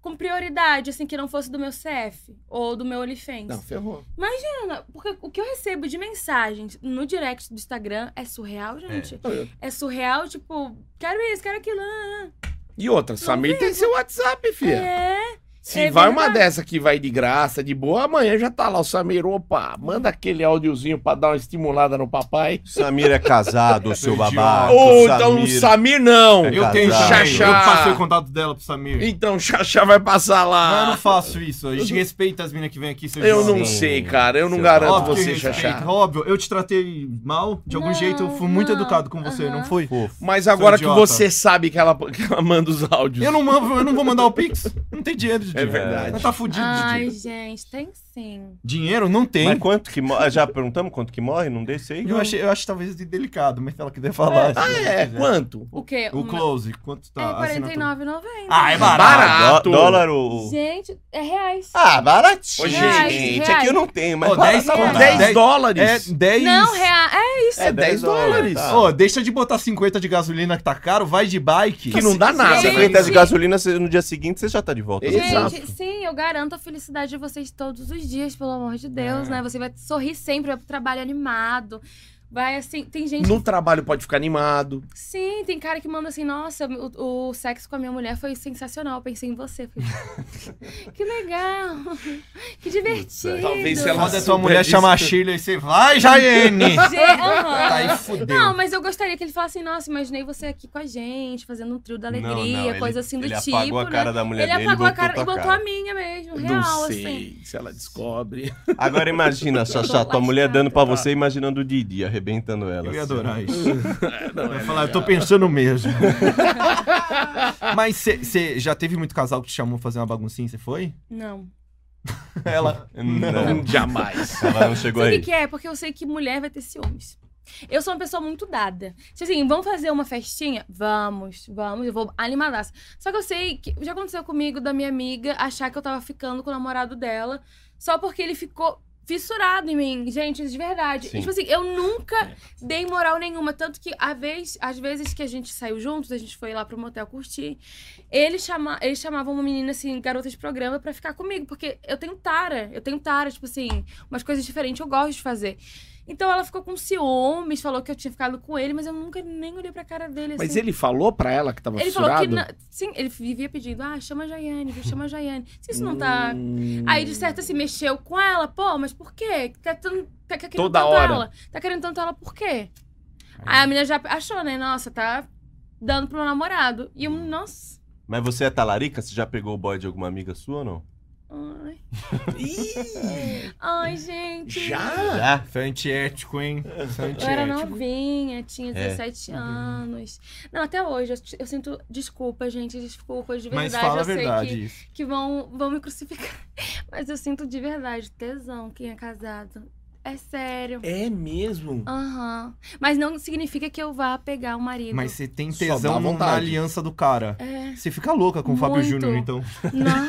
com prioridade, assim, que não fosse do meu CF ou do meu OnlyFans. Não, ferrou. Ana, Porque o que eu recebo de mensagens no direct do Instagram é surreal, gente. É, surreal, tipo, quero isso, quero aquilo. ah, E outra, Samir tem seu WhatsApp, ah. filha. É. Se é vai uma verdade. dessa que vai de graça, de boa, amanhã já tá lá o Samir. Opa, manda aquele áudiozinho pra dar uma estimulada no papai. Samir é casado, seu Idiota. babaca. Ou o então o Samir. Samir não. É Eu tenho Casar. Xaxá. Eu Xaxá. passei o contato dela pro Samir. Então o Xaxá vai passar Mas eu não lá. faço isso. A gente respeita as meninas que vêm aqui. seus Eu jovens. não Sim. sei, cara. Eu não Seu garanto babaca. Óbvio que você, eu respeito, Xaxá. Óbvio, eu te tratei mal, de algum Não, jeito, eu fui muito não. educado com você, não Aham. foi? Fofo. Mas agora que idiota. você sabe [laughs] que ela, que ela manda os áudios. Eu não, mando- eu não vou mandar o Pix. Não tem dinheiro fudido de É dinheiro. verdade. Mas tá fudido de Ai, dinheiro. gente, tem sim. Dinheiro não tem. Mas quanto que morre? Já perguntamos quanto que morre? Não desse aí? Eu, achei, eu acho talvez delicado, mas se ela quiser falar. Ah, se ela é? quiser. Quanto? O quê? O Uma- close, quanto É tá? a assinatura? 49,90. Ah, é barato. Barato. Dó- dólar ou... Gente, é reais. Ah, baratinho. Ô, gente, gente, aqui reais. eu não tenho, mas... Ô, barato 10 tá conto. barato. 10 Dez- É dólares. 10. Não, real. É, É 10 dólares. tá. Ô, deixa de botar 50 de gasolina que tá caro, vai de bike. Que não dá nada. né? Gente. 50 de gasolina, cê- no dia seguinte você já tá de volta. Gente. Exato. Gente, sim, eu garanto a felicidade de vocês todos os dias, pelo amor de É. Deus, né? Você vai sorrir sempre, vai pro trabalho animado. Vai assim, tem gente. No trabalho pode ficar animado. Sim, tem cara que manda assim, nossa, o, o sexo com a minha mulher foi sensacional, eu pensei em você. Falei, que legal, [laughs] é. que divertido. Talvez se ela- Quando a tua Super mulher disco. chama a Shirley e você vai, [laughs] Jaiane! Gente, aham. tá aí fudeu. Não, mas eu gostaria que ele falasse, nossa, imaginei você aqui com a gente, fazendo um trio da alegria, coisa assim do ele tipo, apagou a né? cara da mulher ele dele apagou e a cara e botou cara. a minha mesmo, não real, assim. sei se ela descobre. [laughs] Agora imagina, Xaxá, tua Lascada. mulher dando pra você imaginando o Didi arrebentando ela. Eu ia assim. adorar isso. Não, Eu é ia falar, eu tô [laughs] pensando mesmo. Mas você já teve muito casal que te chamou pra fazer uma baguncinha, você foi? Não. Ela. Não, Assim. Não, [laughs] jamais. ela não chegou Sabe o aí. que que é? Porque eu sei que mulher vai ter ciúmes. Eu sou uma pessoa muito dada. Tipo assim, vamos fazer uma festinha? Vamos, vamos, eu vou animadaça. Só que eu sei que já aconteceu comigo da minha amiga achar que eu tava ficando com o namorado dela só porque ele ficou fissurado em mim. Gente, de verdade. Sim. E, tipo assim, eu nunca dei moral nenhuma. Tanto que a vez, às vezes que a gente saiu juntos, a gente foi lá pro motel curtir, ele chama, eles chamavam uma menina, assim, garota de programa pra ficar comigo. Porque eu tenho tara, eu tenho tara, tipo assim umas coisas diferentes eu gosto de fazer. Então ela ficou com ciúmes, falou que eu tinha ficado com ele, mas eu nunca nem olhei pra cara dele. Mas assim. ele falou pra ela que tava Ele fissurado? falou que. na- Sim, ele vivia pedindo, ah, chama a Jaiane, viu? chama a Jaiane. Se isso não tá. Hum. Aí de certo se mexeu com ela, pô, mas por quê? Tá, tão- tá querendo Toda tanto hora. Ah. ela. Tá querendo tanto ela por quê? Aí a menina já achou, né? Nossa, tá dando pro meu namorado. E eu, Hum. nossa. Mas você é talarica? Você já pegou o boy de alguma amiga sua ou não? [laughs] Ai, Ih, ai gente. já? Já? Foi Ah, antiético, hein? Foi Eu era antiético. novinha, É. tinha 17 Uhum. anos. Não, até hoje eu, eu sinto desculpa, gente, desculpa, de Mas verdade. fala a eu sei verdade. isso. que, que vão, vão me crucificar. [laughs] Mas eu sinto de verdade, tesão, quem é casado. É sério. É mesmo? Ah, Aham. Mas não significa que eu vá pegar o marido. Mas você tem Só dá tesão na vontade. aliança do cara. É. Você fica louca com o Fábio Muito. Júnior, então. [laughs] Não.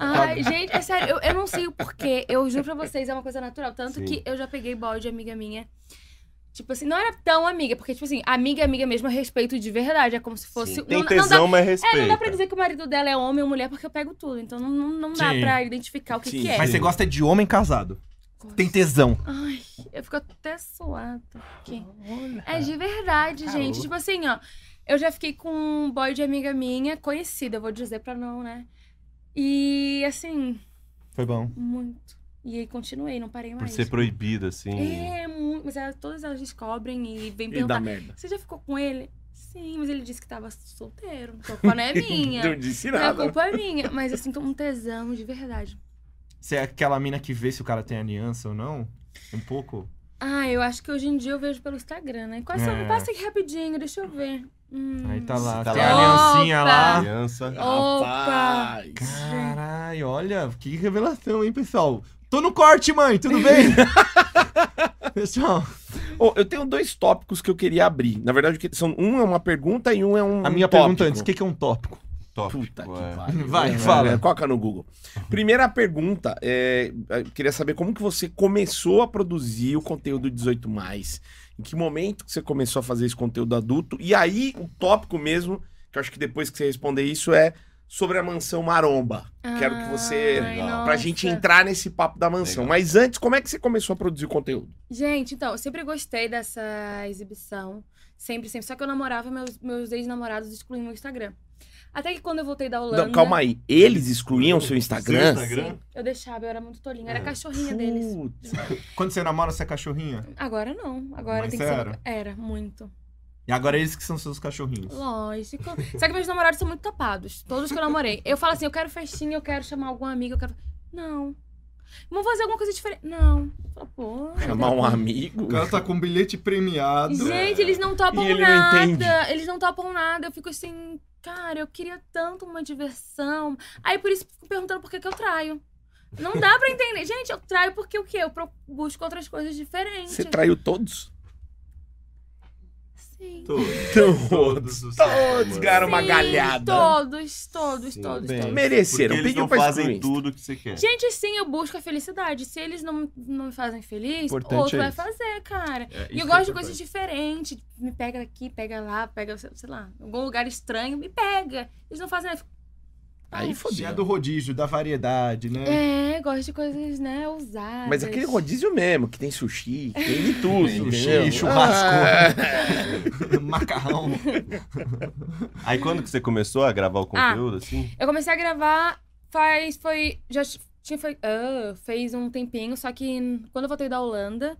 Ai, gente, é sério, eu, eu não sei o porquê. Eu juro pra vocês, é uma coisa natural. Tanto Sim. que eu já peguei bode de amiga minha. Tipo assim, não era tão amiga, porque, tipo assim, amiga, amiga mesmo, eu respeito de verdade. É como se fosse. Sim. Tem não, não dá, tesão, mas é, respeita. não dá pra dizer que o marido dela é homem ou mulher, porque eu pego tudo. Então não, não, não dá Sim. pra identificar o que, Sim. que é. Mas você gosta de homem casado. Gosto. Tem tesão. Ai, eu fico até suada aqui. É de verdade, gente. Tipo assim, ó. Eu já fiquei com um boy de amiga minha, conhecida, eu vou dizer pra não, né? E assim, Foi bom. muito. E aí continuei, não parei Por mais. ser proibido, assim. É, muito. Mas elas- todas elas descobrem e vêm E dá perguntar. "Ah, merda. Você já ficou com ele? Sim, mas ele disse que tava solteiro. Então a culpa não é Não minha. disse Não, a nada. culpa é minha. Mas eu sinto um tesão de verdade. Você é aquela mina que vê se o cara tem aliança ou não? Um pouco? Ah, eu acho que hoje em dia eu vejo pelo Instagram, né? Quais são? É. Me passa aqui rapidinho, deixa eu ver. Hum. Aí tá lá, Tá tem a lá. aliancinha lá. Criança. Opa! Rapaz. Caralho, olha, que revelação, hein, pessoal? Tô no corte, mãe, tudo [laughs] bem? pessoal, Ô, eu tenho dois tópicos que eu queria abrir. Na verdade, que são um é uma pergunta e um é um a minha tópico. pergunta antes, o que que é um tópico? Tópico, Puta que é. pariu. Vai, É, fala. é, Coloca no Google. Primeira pergunta, é, eu queria saber como que você começou a produzir o conteúdo 18+. Em que momento que você começou a fazer esse conteúdo adulto? E aí, o tópico mesmo, que eu acho que depois que você responder isso, é sobre a mansão maromba. Quero que você- Ai, Legal. Pra gente nossa. entrar nesse papo da mansão. Legal. Mas antes, como é que você começou a produzir o conteúdo? Gente, então, eu sempre gostei dessa exibição. Sempre, sempre. Só que eu namorava, meus, meus ex-namorados excluíam o Instagram. Até que quando eu voltei da Holanda. Não, calma aí, eles excluíam seu Seu Instagram? Instagram. Sim, eu deixava, eu era muito tolinha. É. Era Ah. cachorrinha deles. Putz. Quando você namora, você é cachorrinha? Agora não. Agora Mas tem que era? ser. Era, muito. E agora eles que são seus cachorrinhos. Lógico. Só que meus namorados são muito tapados. Todos que eu namorei. Eu falo assim, eu quero festinha, eu quero chamar algum amigo, eu quero. Não. Vamos fazer alguma coisa diferente. Não. Eu falo, Pô, Chamar um amigo? O cara tá com um bilhete premiado. Gente, eles não topam E ele não nada. entende. eles não topam nada. Eu fico assim, cara, eu queria tanto uma diversão. Aí por isso fico perguntando por que, que eu traio. Não dá pra entender. Gente, eu traio porque o quê? Eu pro- busco outras coisas diferentes. Você traiu todos? [laughs] Sim. Todos. Todos. os Todos, cara, uma Sim, galhada. Todos, todos, Sim, todos, bem. todos. Porque É, Mereceram. eles Pediu não pra fazem excluir. tudo que você quer. Gente, sim, eu busco a felicidade. Se eles não, não me fazem feliz, Importante outro é vai isso. fazer, cara. É, E isso é eu gosto de outra coisas diferentes. Me pega aqui, pega lá, pega, sei sei lá, em algum lugar estranho, me pega. Eles não fazem. nada. Aí coisa. É fodeu. do rodízio, da variedade, né? É, gosto de coisas, né, ousadas. Mas aquele rodízio mesmo, que tem sushi, que tem de tudo. Sushi, entendeu? Ah, churrasco. Ah. [laughs] Macarrão. Aí quando que você começou a Ah. gravar o conteúdo, assim? Eu comecei a gravar faz. Foi. Já t- tinha. Foi, ah, fez um tempinho, só que n- quando eu voltei da Holanda,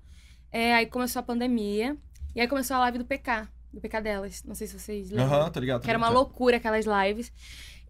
é, aí começou a pandemia. E aí começou a live do PK. Do PK delas. Não sei se vocês lembram. Aham, tá ligado? Que era uma loucura aquelas lives.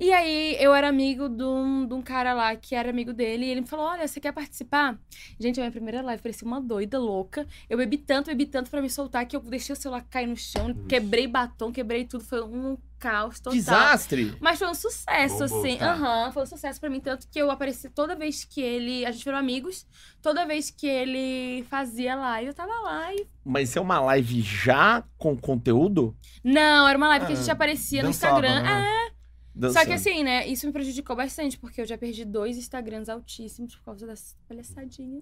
E aí eu era amigo de um, de um cara lá que era amigo dele. E ele me falou: Olha, você quer participar? Gente, a minha primeira live parecia uma doida louca. Eu bebi tanto, bebi tanto pra me soltar que eu deixei o celular cair no chão, quebrei batom, quebrei tudo. Foi um caos total. Desastre. Mas foi um sucesso, Bombou, assim. tá. Aham, foi um sucesso pra mim. Tanto que eu apareci toda vez que ele. A gente virou amigos. Toda vez que ele fazia live, eu tava lá e. Mas é uma live já com conteúdo? Não, era uma live que a Ah, gente aparecia dançava, no Instagram. né? É, Dançando. Só que assim, né? Isso me prejudicou bastante, porque eu já perdi dois Instagrams altíssimos por causa dessa palhaçadinha.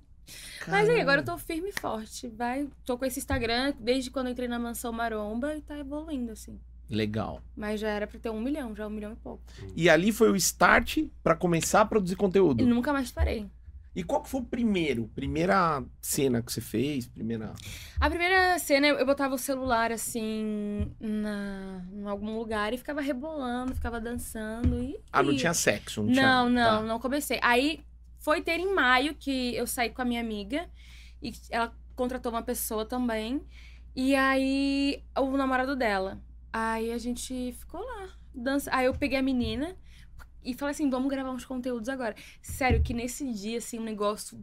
Mas aí, agora eu tô firme e forte. Vai, tô com esse Instagram desde quando eu entrei na mansão Maromba e tá evoluindo, assim. Legal. Mas já era pra ter um milhão, já um milhão e pouco. E ali foi o start pra começar a produzir E conteúdo. nunca mais parei. E qual que foi o primeiro? Primeira cena que você fez? Primeira. A primeira cena, eu botava o celular assim, na, em algum lugar e ficava rebolando, ficava dançando e. Ah, não e- tinha sexo, não, tinha. Não, não, Tá. não comecei. Aí foi ter em maio que eu saí com a minha amiga e ela contratou uma pessoa também. E aí o namorado dela. Aí a gente ficou lá. Dança. Aí eu peguei a menina e falei assim: vamos gravar uns conteúdos agora. Sério, que nesse dia, assim, o negócio.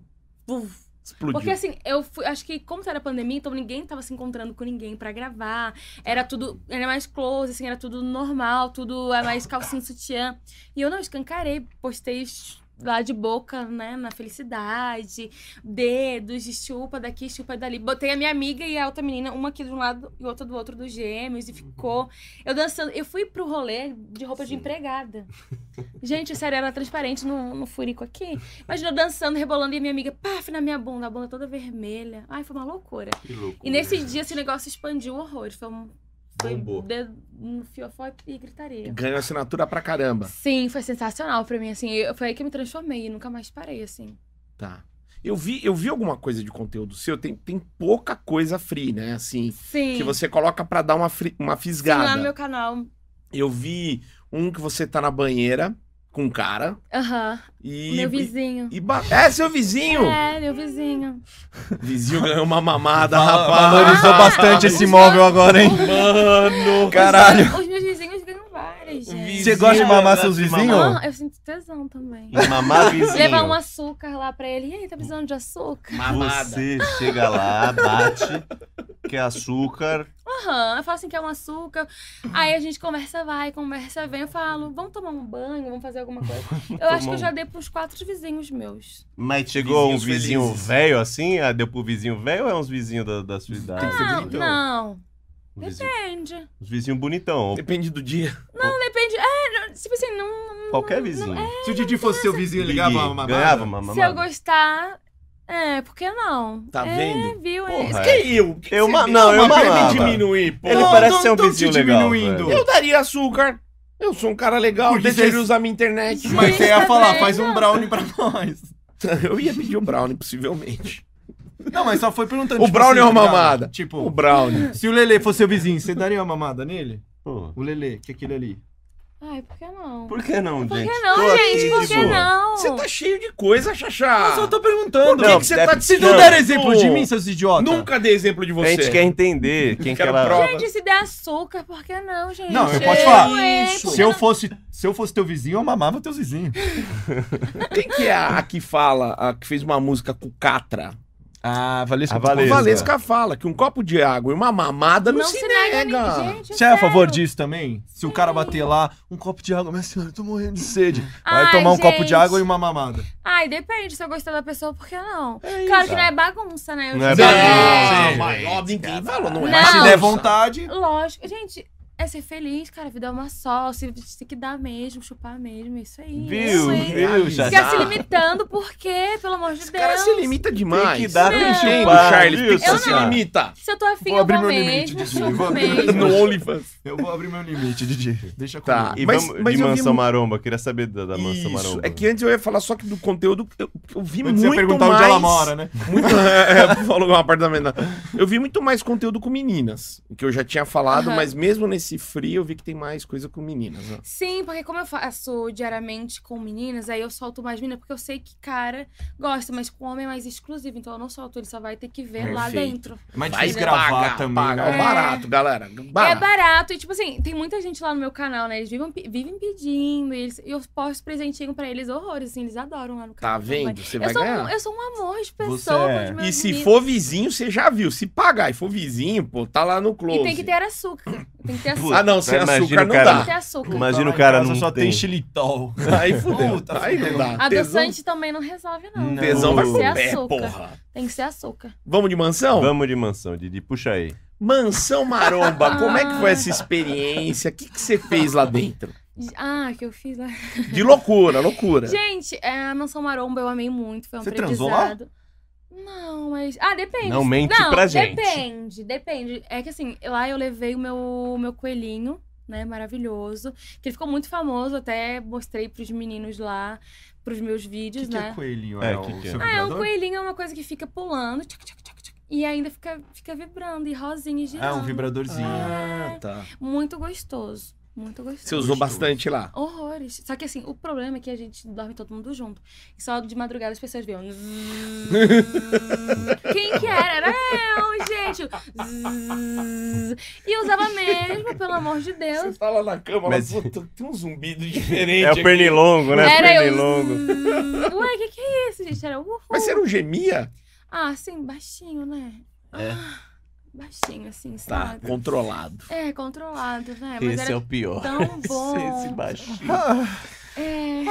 uf, Explodiu. porque assim, eu fui- acho que como era pandemia, então ninguém tava se encontrando com ninguém pra gravar. Era tudo, era mais close, assim, era tudo normal, tudo é mais calcinha sutiã. E eu não escancarei, postei lá de boca, né, na felicidade, dedos, de chupa daqui, chupa dali. Botei a minha amiga e a outra menina, uma aqui de um lado e outra do outro dos gêmeos e ficou eu dançando. Eu fui pro rolê de roupa de empregada. Gente, sério, era transparente no, no furico aqui. Imagina eu dançando, rebolando e a minha amiga, paf, na minha bunda, a bunda toda vermelha. Ai, foi uma loucura. Que louco. E nesse dia esse negócio expandiu horrores. Foi um. Foi Bombou. dedo no fiofó e gritaria. Ganhou assinatura pra caramba. Sim, foi sensacional pra mim, assim. eu- foi aí que eu me transformei e nunca mais parei, assim. Tá. Eu vi, eu vi alguma coisa de conteúdo seu, tem, tem pouca coisa free, né? Assim, Sim. que você coloca pra dar uma, fri- uma Sim, lá fisgada. no meu canal. Eu vi um que você tá na banheira com um cara Aham. e. Meu vizinho. e ba- É, seu vizinho! É, meu vizinho. Vizinho ganhou uma mamada, Val- rapaz. Valorizou Ah, bastante esse os imóvel agora, hein? Mano! [laughs] Caralho. Os meus vizinhos ganham várias, gente. Você gosta de mamar seus Vizinho. vizinhos? Ah, eu sinto tesão também. E mamar vizinho. Levar um açúcar lá pra ele. E aí, tá precisando de açúcar? Mamada. Você chega lá, bate, quer açúcar. Aham, eu falo assim que é um açúcar. Aí a gente conversa, vai, conversa, vem. Eu falo, vamos tomar um banho, vamos fazer alguma coisa. Eu acho que Tomar um- eu já dei pros quatro vizinhos meus. Mas chegou um Vizinhos vizinho felizes. velho assim? Ah, deu pro vizinho velho ou é uns vizinhos da, da sua idade? Tem que ser Não, bonitão. não. Um vizinho, Depende. uns vizinhos bonitão. Depende do dia. Depende. É, não- tipo assim, não. é. Qualquer vizinho. Se o Didi fosse seu vizinho, ele ligava uma mamada. Ganhava uma mamada. Se eu gostar. É, por que não? Tá é, vendo? viu? É. Porra. Mas que eu? Que Eu você ma- deu não, eu uma- pra mamava. me diminuir, pô. Ele Não, parece não ser um tão te vizinho legal. diminuindo. velho. Eu daria açúcar. Eu sou um cara legal, Porque deixa você- ele usar minha internet. Mas você ia Tá falar, vendo? faz um brownie pra nós. [laughs] Eu ia pedir o brownie, possivelmente. Não, mas só foi perguntando. O tipo brownie assim, é uma tá ligado? mamada. O Tipo, brownie. se o Lele fosse seu vizinho, você daria uma mamada nele? Pô, O Lele, que é aquele ali. Ai, por que não? Por que não, Por gente? que não, Tô aqui gente? de Por que boa. não? Você tá cheio de coisa, Xaxá. tô perguntando. Por que, Não, que você deve- tá te Se não der exemplo de mim, seus idiotas. Nunca dei exemplo de A você. gente quer entender quem que Quero ela... prova. Gente, se der açúcar, por que não, gente? Não, eu É, posso falar. é, por Se que eu não? fosse, se eu fosse teu vizinho, eu mamava teus vizinhos. Quem que é a, a que fala, a que fez uma música com o Catra? Ah, Valesca. A Valesca. A Valesca fala que um copo de água e uma mamada não, se, nega. nem- Gente, Você é a favor sério. disso também? Se o cara bater lá, um copo de água, minha senhora, eu tô morrendo de sede. Vai Ai, tomar um copo de gente. água e uma mamada. Ai, depende se eu gostar da pessoa, por que não? claro que não é bagunça, né? Eu Não é já- bagunça. Não, mas óbvio, ninguém falou, não, é Não. Mas se bagunça. der vontade. é, Lógico. Gente, é ser feliz, cara. A vida é uma só. Se tem que dar mesmo, chupar mesmo. é Isso aí. é Viu, Isso aí. viu, já Ficar se limitando, por quê? Pelo amor de Esse Deus. cara se limita demais. Tem que dar, Eu tem que entendo, chupar, Charles, viu, tem que Eu se não. limita. Se eu tô afim, Vou eu abrir vou meu limite, mesmo, Didi, chupo vou abrir meu mesmo. No OnlyFans. Eu vou abrir meu limite, Didi. Deixa comigo. Tá. E Mas- vamos mas de eu vi Mansão mu- Maromba, queria saber da, da Mansão Isso. Maromba. É que antes eu ia falar só que do conteúdo, eu, eu vi Antes muito você ia perguntar mais... onde ela mora, né? [laughs] Muito... é, falou um apartamento. não. Eu vi muito mais conteúdo com meninas, que eu já tinha falado, Aham. mas mesmo nesse frio eu vi que tem mais coisa com meninas. né? Sim, porque como eu faço diariamente com meninas, aí eu solto mais meninas, porque eu sei que cara gosta, mas com homem é mais exclusivo, então eu não solto, ele só vai ter que ver lá Perfeito. dentro. É mais Vai difícil gravar pagar, também. pagar. né? É barato, galera. É Barato. barato, e tipo assim, tem muita gente lá no meu canal, né? Eles vivem, pe- vivem pedindo, e eles, eu posto presentinho pra eles horrores, assim, eles adoram lá no Tá canal. vendo? Você Eu vai sou, um, ganhar. eu sou um amor de Você pessoa é. pros meus E se meninos. for vizinho, você já viu. Se pagar e for vizinho, pô, tá lá no close. E tem que ter açúcar. Tem que ter açúcar. Ah, não, sem tá, Imagina açúcar o não cara Tem dá. que ter açúcar. Mas- Imagina Tá o lá em cara casa não só tem tem. xilitol. Aí fudeu. Puta, aí não dá. Adoçante também não resolve, não. Não. tesão, tesão vai Tem que pro ser pé, açúcar. porra. Tem que ser açúcar. Vamos de mansão? Vamos de Mansão, Didi, puxa aí. Mansão Maromba, como é que foi Ah. essa experiência? O que, que você fez lá dentro? Ah, que eu fiz lá. De loucura, loucura. Gente, é, a Mansão Maromba eu amei muito, foi um Você transou lá? aprendizado. Não, mas. Ah, depende. Não mente pra gente. Depende, depende. É que assim, lá eu levei o meu, meu coelhinho, né? Maravilhoso. Que ele ficou muito famoso, até mostrei pros meninos lá, pros meus O que, vídeos, que né? é coelhinho? É, o que que é? seu Ah, é um vibrador? coelhinho, é uma coisa que fica pulando, tchac, tchac, tchac, tchac, e ainda fica, fica vibrando, e rosinha e girando. Ah, um vibradorzinho. Ah, tá. Muito gostoso. Muito gostoso. Você usou bastante lá. Horrores. Só que assim, o problema é que a gente dorme todo mundo junto. E só de madrugada as pessoas viam. Quem que era? Era eu, gente. Zzzz. E eu usava mesmo, pelo amor de Deus. tá lá na cama, Mas- lá, puta, tem um zumbido diferente. É o aqui. pernilongo, né? Era eu. pernilongo. Zzzz. [laughs] Ué, o que, que é isso, gente? Era uhul. Mas você não gemia? Ah, sim, baixinho, né? É. Ah, baixinho, assim, Tá, sabe? controlado. É, controlado, né? Mas era é pior. tão é bom. baixinho. É.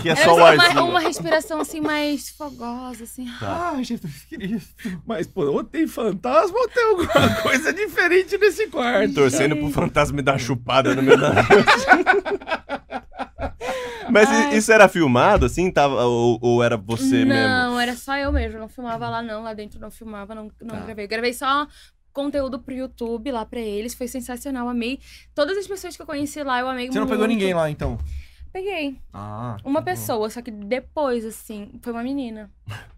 Que é Era só o uma, arzinho. uma respiração assim mais fogosa, assim. Ah, Jesus Cristo. Mas, pô, ou tem fantasma ou tem alguma coisa diferente nesse quarto. Torcendo pro fantasma me dar uma chupada no meu nariz. Mas i- Ai. isso era filmado, assim? Tava, ou, ou era você mesmo? não, era só eu mesmo. Não filmava lá, não. Lá dentro não filmava, não, não Tá. gravei. Gravei só conteúdo pro YouTube lá pra eles. Foi sensacional, amei. Todas as pessoas que eu conheci lá, eu amei Você não muito. pegou ninguém lá, então? Peguei. Ah. Tá Uma pessoa, só que depois, assim, foi uma menina.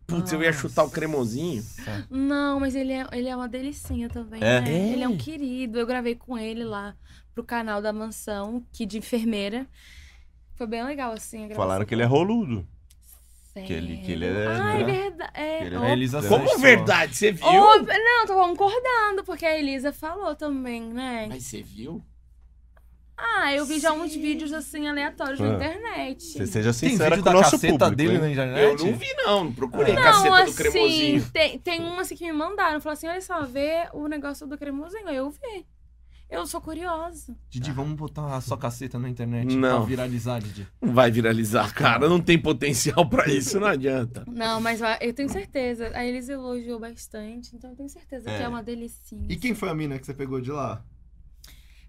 Putz, eu ia chutar o cremosinho. Não, mas ele é, ele é uma delicinha também, É? né? É. Ele é um querido. Eu gravei com ele lá pro canal da mansão, que de enfermeira. Foi bem legal, assim, a gravação. Falaram que ele é roludo. Sério? que ele- que ele é, Ah, né? é verdade. É, Que ele é opa. A Elisa Como Sanches verdade, você viu? Ô, não, tô concordando, porque a Elisa falou também, né? Mas você viu? Ah, eu vi já uns vídeos assim aleatórios Ah. na internet. Você seja Tem sincera vídeo com o da nosso caceta público. dele né? hein? na internet? Eu não vi, não. Não procurei Ah. Não, caceta do assim, cremosinho. tem, tem um assim que me mandaram, falou assim, olha só, vê o negócio do cremosinho, Aí eu vi. Eu sou curiosa. Didi, vamos botar a sua caceta na internet Não. pra viralizar, Didi. Não vai viralizar, cara. Não tem potencial pra isso, não adianta. Não, mas eu- eu tenho certeza. A Elisa elogiou bastante, então eu tenho certeza que É. é uma delicinha. quem foi a mina que você pegou de lá?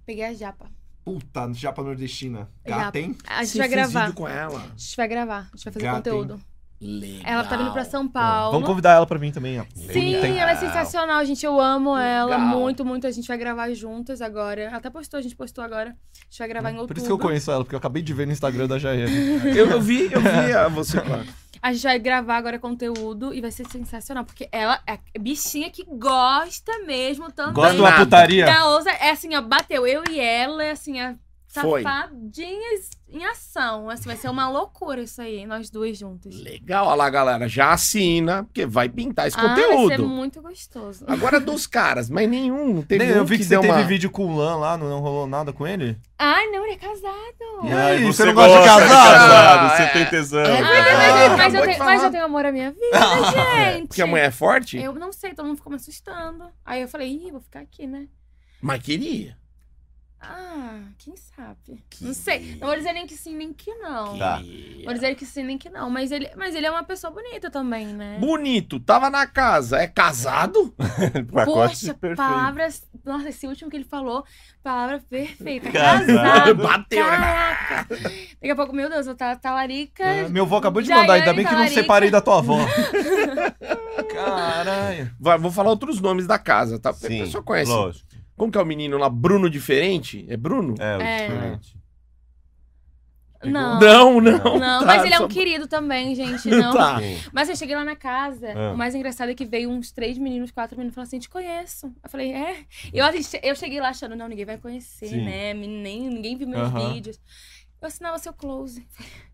Peguei a japa. Puta, japa nordestina. Japa. hein? A gente Você vai fez gravar. vídeo com ela. A gente vai gravar. A gente vai fazer Gata, hein? conteúdo. Legal. Ela tá vindo pra São Paulo. Vamos convidar ela pra mim também, ó. Sim, ela é sensacional, gente. Eu amo ela Legal. muito, muito. A gente vai gravar juntas agora. Ela até postou, a gente postou agora. A gente vai Hum, gravar em outubro. Por isso que eu conheço ela, porque eu acabei de ver no Instagram da Jair. Eu, eu vi, eu vi a você com ela. A gente vai gravar agora conteúdo e vai ser sensacional, porque ela é bichinha que gosta mesmo também. Gosta de Nada. uma putaria? Da ousa, é assim, ó, bateu eu e ela, é assim, a Foi. Safadinhas em ação. Assim, vai ser uma loucura isso aí, nós duas juntas. Legal, olha lá, galera. Já assina, porque vai pintar esse ah, Vai ser conteúdo. muito gostoso. Agora é dos caras, mas nenhum. Não teve Nem- nenhum eu vi que, você um deu teve uma... vídeo com o Lan lá, não, não rolou nada com ele? Ah, não, ele é casado. E Ah, aí, e você não gosta de casado? Ah, Você é. tem tesão. Ah, verdade, [laughs] mas, eu acabou de tenho, mas falar. eu tenho amor à minha vida, gente. Porque a mulher [laughs] é forte? Eu não sei, todo mundo ficou me assustando. Aí eu falei, ih, vou ficar aqui, né? Mas queria. Ah, quem sabe? Não sei. Não vou dizer nem que sim, nem que não. Tá. Queria. Vou dizer que sim, nem que não. Mas ele, mas ele é uma pessoa bonita também, né? Bonito, tava na casa. É casado? Pacote Poxa, perfeito. palavras. Nossa, esse último que ele falou, palavra perfeita. Casado. Casado. [laughs] Bateu, né? Caraca. Daqui a pouco, meu Deus, eu tá talarica. É, meu avô acabou de Jaiane mandar, ainda bem que não Talarica. separei da tua avó. Caralho. Vai, vou falar outros nomes da casa, tá? Porque Sim, a pessoa conhece. lógico. Como que é o menino lá? Bruno Diferente? É Bruno? É, o É. diferente. Não. Não, não. Não, tá, mas ele é um só- querido também, gente. [laughs] Não. Tá. Sim. Mas eu cheguei lá na casa, Ah. o mais engraçado é que veio uns três meninos, quatro meninos, falaram assim, te conheço. Eu falei, é? Eu, assisti- eu cheguei lá achando, não, ninguém vai conhecer, Sim. né? Nem, ninguém viu meus Aham. vídeos. Eu assinava seu close.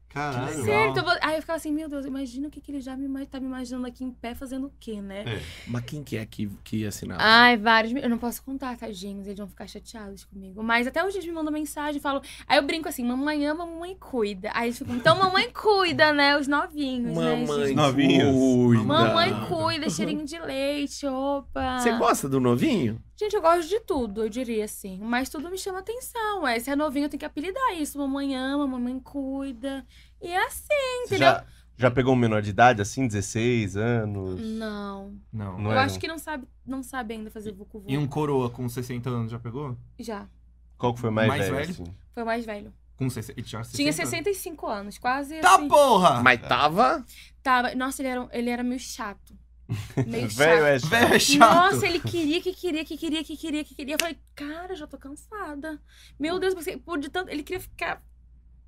Caralho. Sério, então eu vou- aí eu ficava assim, meu Deus, imagina o que, que ele já me, ima- tá me imaginando aqui em pé fazendo o quê, né? Mas quem que é que, que assinava? Ai, vários. Eu não posso contar, tadinhos. Eles vão ficar chateados comigo. Mas até hoje eles me mandam mensagem falam. Aí eu brinco assim, mamãe ama, mamãe cuida. Aí eles ficam, então mamãe cuida, né? Os novinhos, né? gente? Mamãe novinhos. cuida. Mamãe Ah. cuida, cheirinho de leite, opa. Você gosta do novinho? Gente, eu gosto de tudo, eu diria assim. Mas tudo me chama atenção. É, se é novinho, eu tenho que apelidar isso. Mamãe ama, mamãe cuida. E é assim, Você entendeu? já, já pegou um menor de idade, assim, 16 anos? Não. Não. Não eu é, acho não. que não sabe, não sabe ainda fazer vucu vucu. E um coroa com 60 anos já pegou? Já. Qual que foi mais, Mais velho? velho? assim? Foi o mais velho. Com 60, ele tinha 60? Tinha 65 anos, quase Tá assim. porra! Mas tava. Tava... Nossa, ele era, um, ele era meio [laughs] chato. Meio chato. Velho é chato. [laughs] Velho, é chato. Nossa, ele queria, que queria, que queria, que queria, que queria. Eu falei, cara, já tô cansada. Meu Deus, você por de tanto. Ele queria ficar,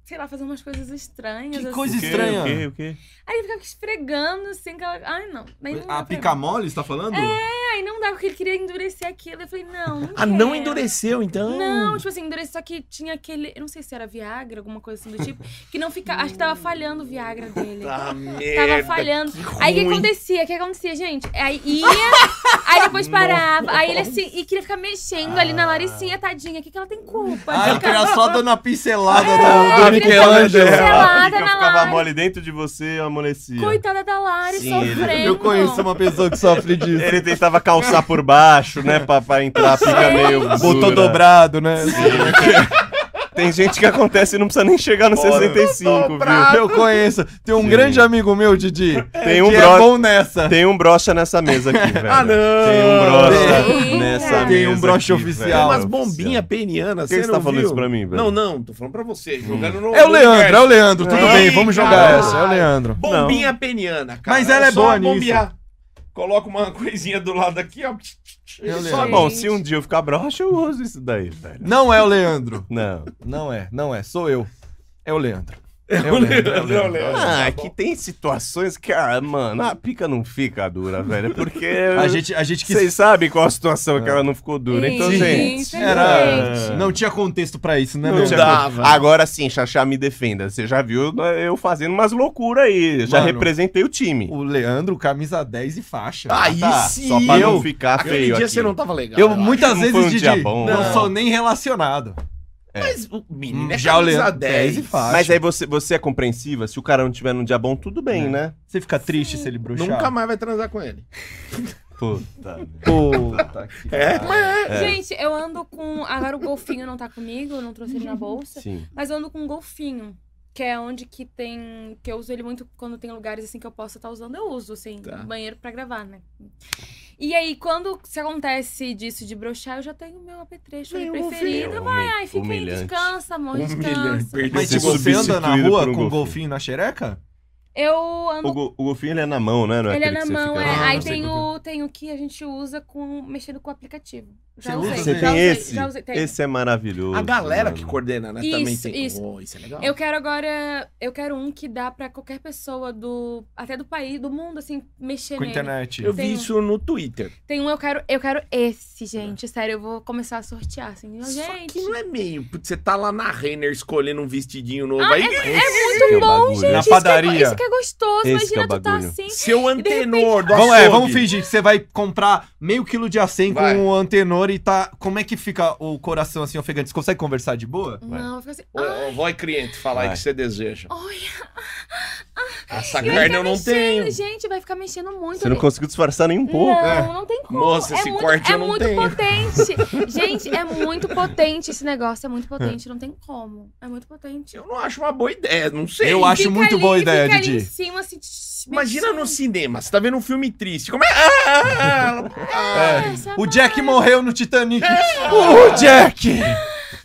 sei lá, fazendo umas coisas estranhas. Que assim. coisa O quê? estranha. O quê? O quê? Aí ele ficava esfregando, assim, aquela. Ai, não. Aí não A dá pra- pica mole, você tá falando? É, aí não dá, porque ele queria endurecer aquilo. Eu falei, não. não Ah, não quero. endureceu, então. Não, tipo assim, endurece, só que tinha aquele. Eu não sei se era Viagra, alguma coisa assim do tipo, que não fica. Acho que tava falhando o Viagra dele. Tá, Tava merda. falhando. Aí o que ruim. acontecia? O que acontecia, gente? Aí ia, aí depois parava. Aí ele assim, e queria ficar mexendo ali na Laricinha, tadinha. O que, que ela tem culpa? Ah, eu Fica- queria só dando a pincelada Ah, do, do queria Michelangelo. pincelada Fica- na ficava Lara. mole dentro de você e amolecia. Coitada da Lari, Sim, ele- sofrendo. Eu conheço uma pessoa que sofre disso. Ele tentava calçar por baixo, né? Pra, pra entrar, fica meio. Botou dura. dobrado, né? Tem gente que acontece e não precisa nem chegar no 65, viu? Eu conheço. Tem um Sim. grande amigo meu, Didi. Tem um que é brother- bom nessa. Tem um brocha nessa mesa aqui, velho. Ah, não! Tem um brocha Eita! nessa mesa. Tem um brocha aqui, Tem oficial. velho. umas bombinhas penianas. Quem você que não tá falando viu? isso pra mim, velho? Não, não, tô falando pra você. Jogando no. É o no Leandro, é o universo. Leandro. Tudo Ei, bem, vamos jogar caralho. essa. É o Leandro. Bombinha peniana, cara. Mas ela é só boa nisso. bombear. Coloca uma coisinha do lado aqui, ó. Eu Ele lembro. sobe. Bom, se um dia eu ficar broxa, eu uso isso daí, velho. Não é o Leandro. Não. Não é, não é. Sou eu. É o Leandro. É o Leandro, é o Leandro. Ah, é que tem situações que, ah, mano, a pica não fica dura, velho. Porque. A gente, a gente quis. Vocês sabem qual a situação que ela não ficou dura. Então, Sim. gente. Sim. Era... Gente. Não tinha contexto pra isso, né, Não meu? tinha dava. Agora sim, Xaxá, me defenda. Você já viu né, eu fazendo umas loucuras aí. Já Mano. representei o time. O Leandro, camisa 10 e faixa. Aí Tá, sim. Só pra eu- não ficar Aquele Tá feio dia aqui. você não tava legal. Eu eu muitas não vezes, foi um Didi, dia bom. não Não. sou nem relacionado. Mas o menino é Já o camisa Leandro, 10. e faixa. Mas aí você, você é compreensiva? Se o cara não tiver num dia bom, tudo bem, É. né? Você fica triste se ele bruxar? Nunca mais vai transar com ele. [laughs] Puta. merda. Puta que É? pariu. Gente, eu ando com. Agora o golfinho não tá comigo, eu não trouxe ele na bolsa. Sim. Mas eu ando com um golfinho. Que é onde que tem. Que eu uso ele muito quando tem lugares assim que eu posso estar usando, eu uso, assim, Tá. banheiro pra gravar, né? E aí, quando se acontece disso de broxar, eu já tenho meu apetrecho ali Meu preferido. golfinho. Vai, ai, fica aí, É um Humilhante. descansa, amor, Humilhante, descansa. perdeu. Mas Você tipo, você anda na substituído rua por um com um golfinho. golfinho na xereca? Eu ando O, go- o golfinho ele é na mão, né? Não é Ele é aquele na que você mão, fica- é. Ah, Aí não sei tem qual o, tem o que a gente usa com mexendo com o aplicativo. Já Você usa? usei. Você já tem usei, esse? Já usei, tem. Esse é maravilhoso. A galera mano. que coordena, né? Isso, também tem. isso. Oh, isso é legal. Eu quero agora. Eu quero um que dá pra qualquer pessoa do. Até do país, do mundo, assim, mexer Com a nele. internet. Eu Tem vi um- isso no Twitter. Tem um, eu quero, eu quero esse, gente. Sério, eu vou começar a sortear, assim. Só gente. que não é meio. porque Você tá lá na Renner escolhendo um vestidinho novo. Ah, aí, Esse um que É muito né? bom, Na Gente, isso que é- padaria. Isso que é gostoso. Esse que é Imagina o tu tá bagulho. assim. seu de repente- antenor do Vamos, é, açougue. vamos fingir que você vai comprar meio quilo de acém com Vai. o antenor e tá. Como é que fica o coração assim ofegante? Você consegue conversar de boa? Vai. Não, eu fico assim. Ô, ô, vai, cliente, fala aí o Vai. que você deseja. Olha, Essa e vai carne ficar eu não mexendo, tenho. Gente, vai ficar mexendo muito. Você não conseguiu disfarçar nem um pouco. Não, É. não tem como. Nossa, é esse muito, corte é eu não muito tenho. [laughs] potente. Gente, é muito potente esse negócio. É muito potente, não tem como. É muito potente. Eu não acho uma boa ideia, não sei. Eu acho Fica muito ali, boa a ideia, fica ali Didi. em cima, assim, tch, Imagina mexendo. no cinema, você tá vendo um filme triste. Como é. Ah, ah, ah, ah. É, essa O Jack vibe. morreu no Titanic. O Jack!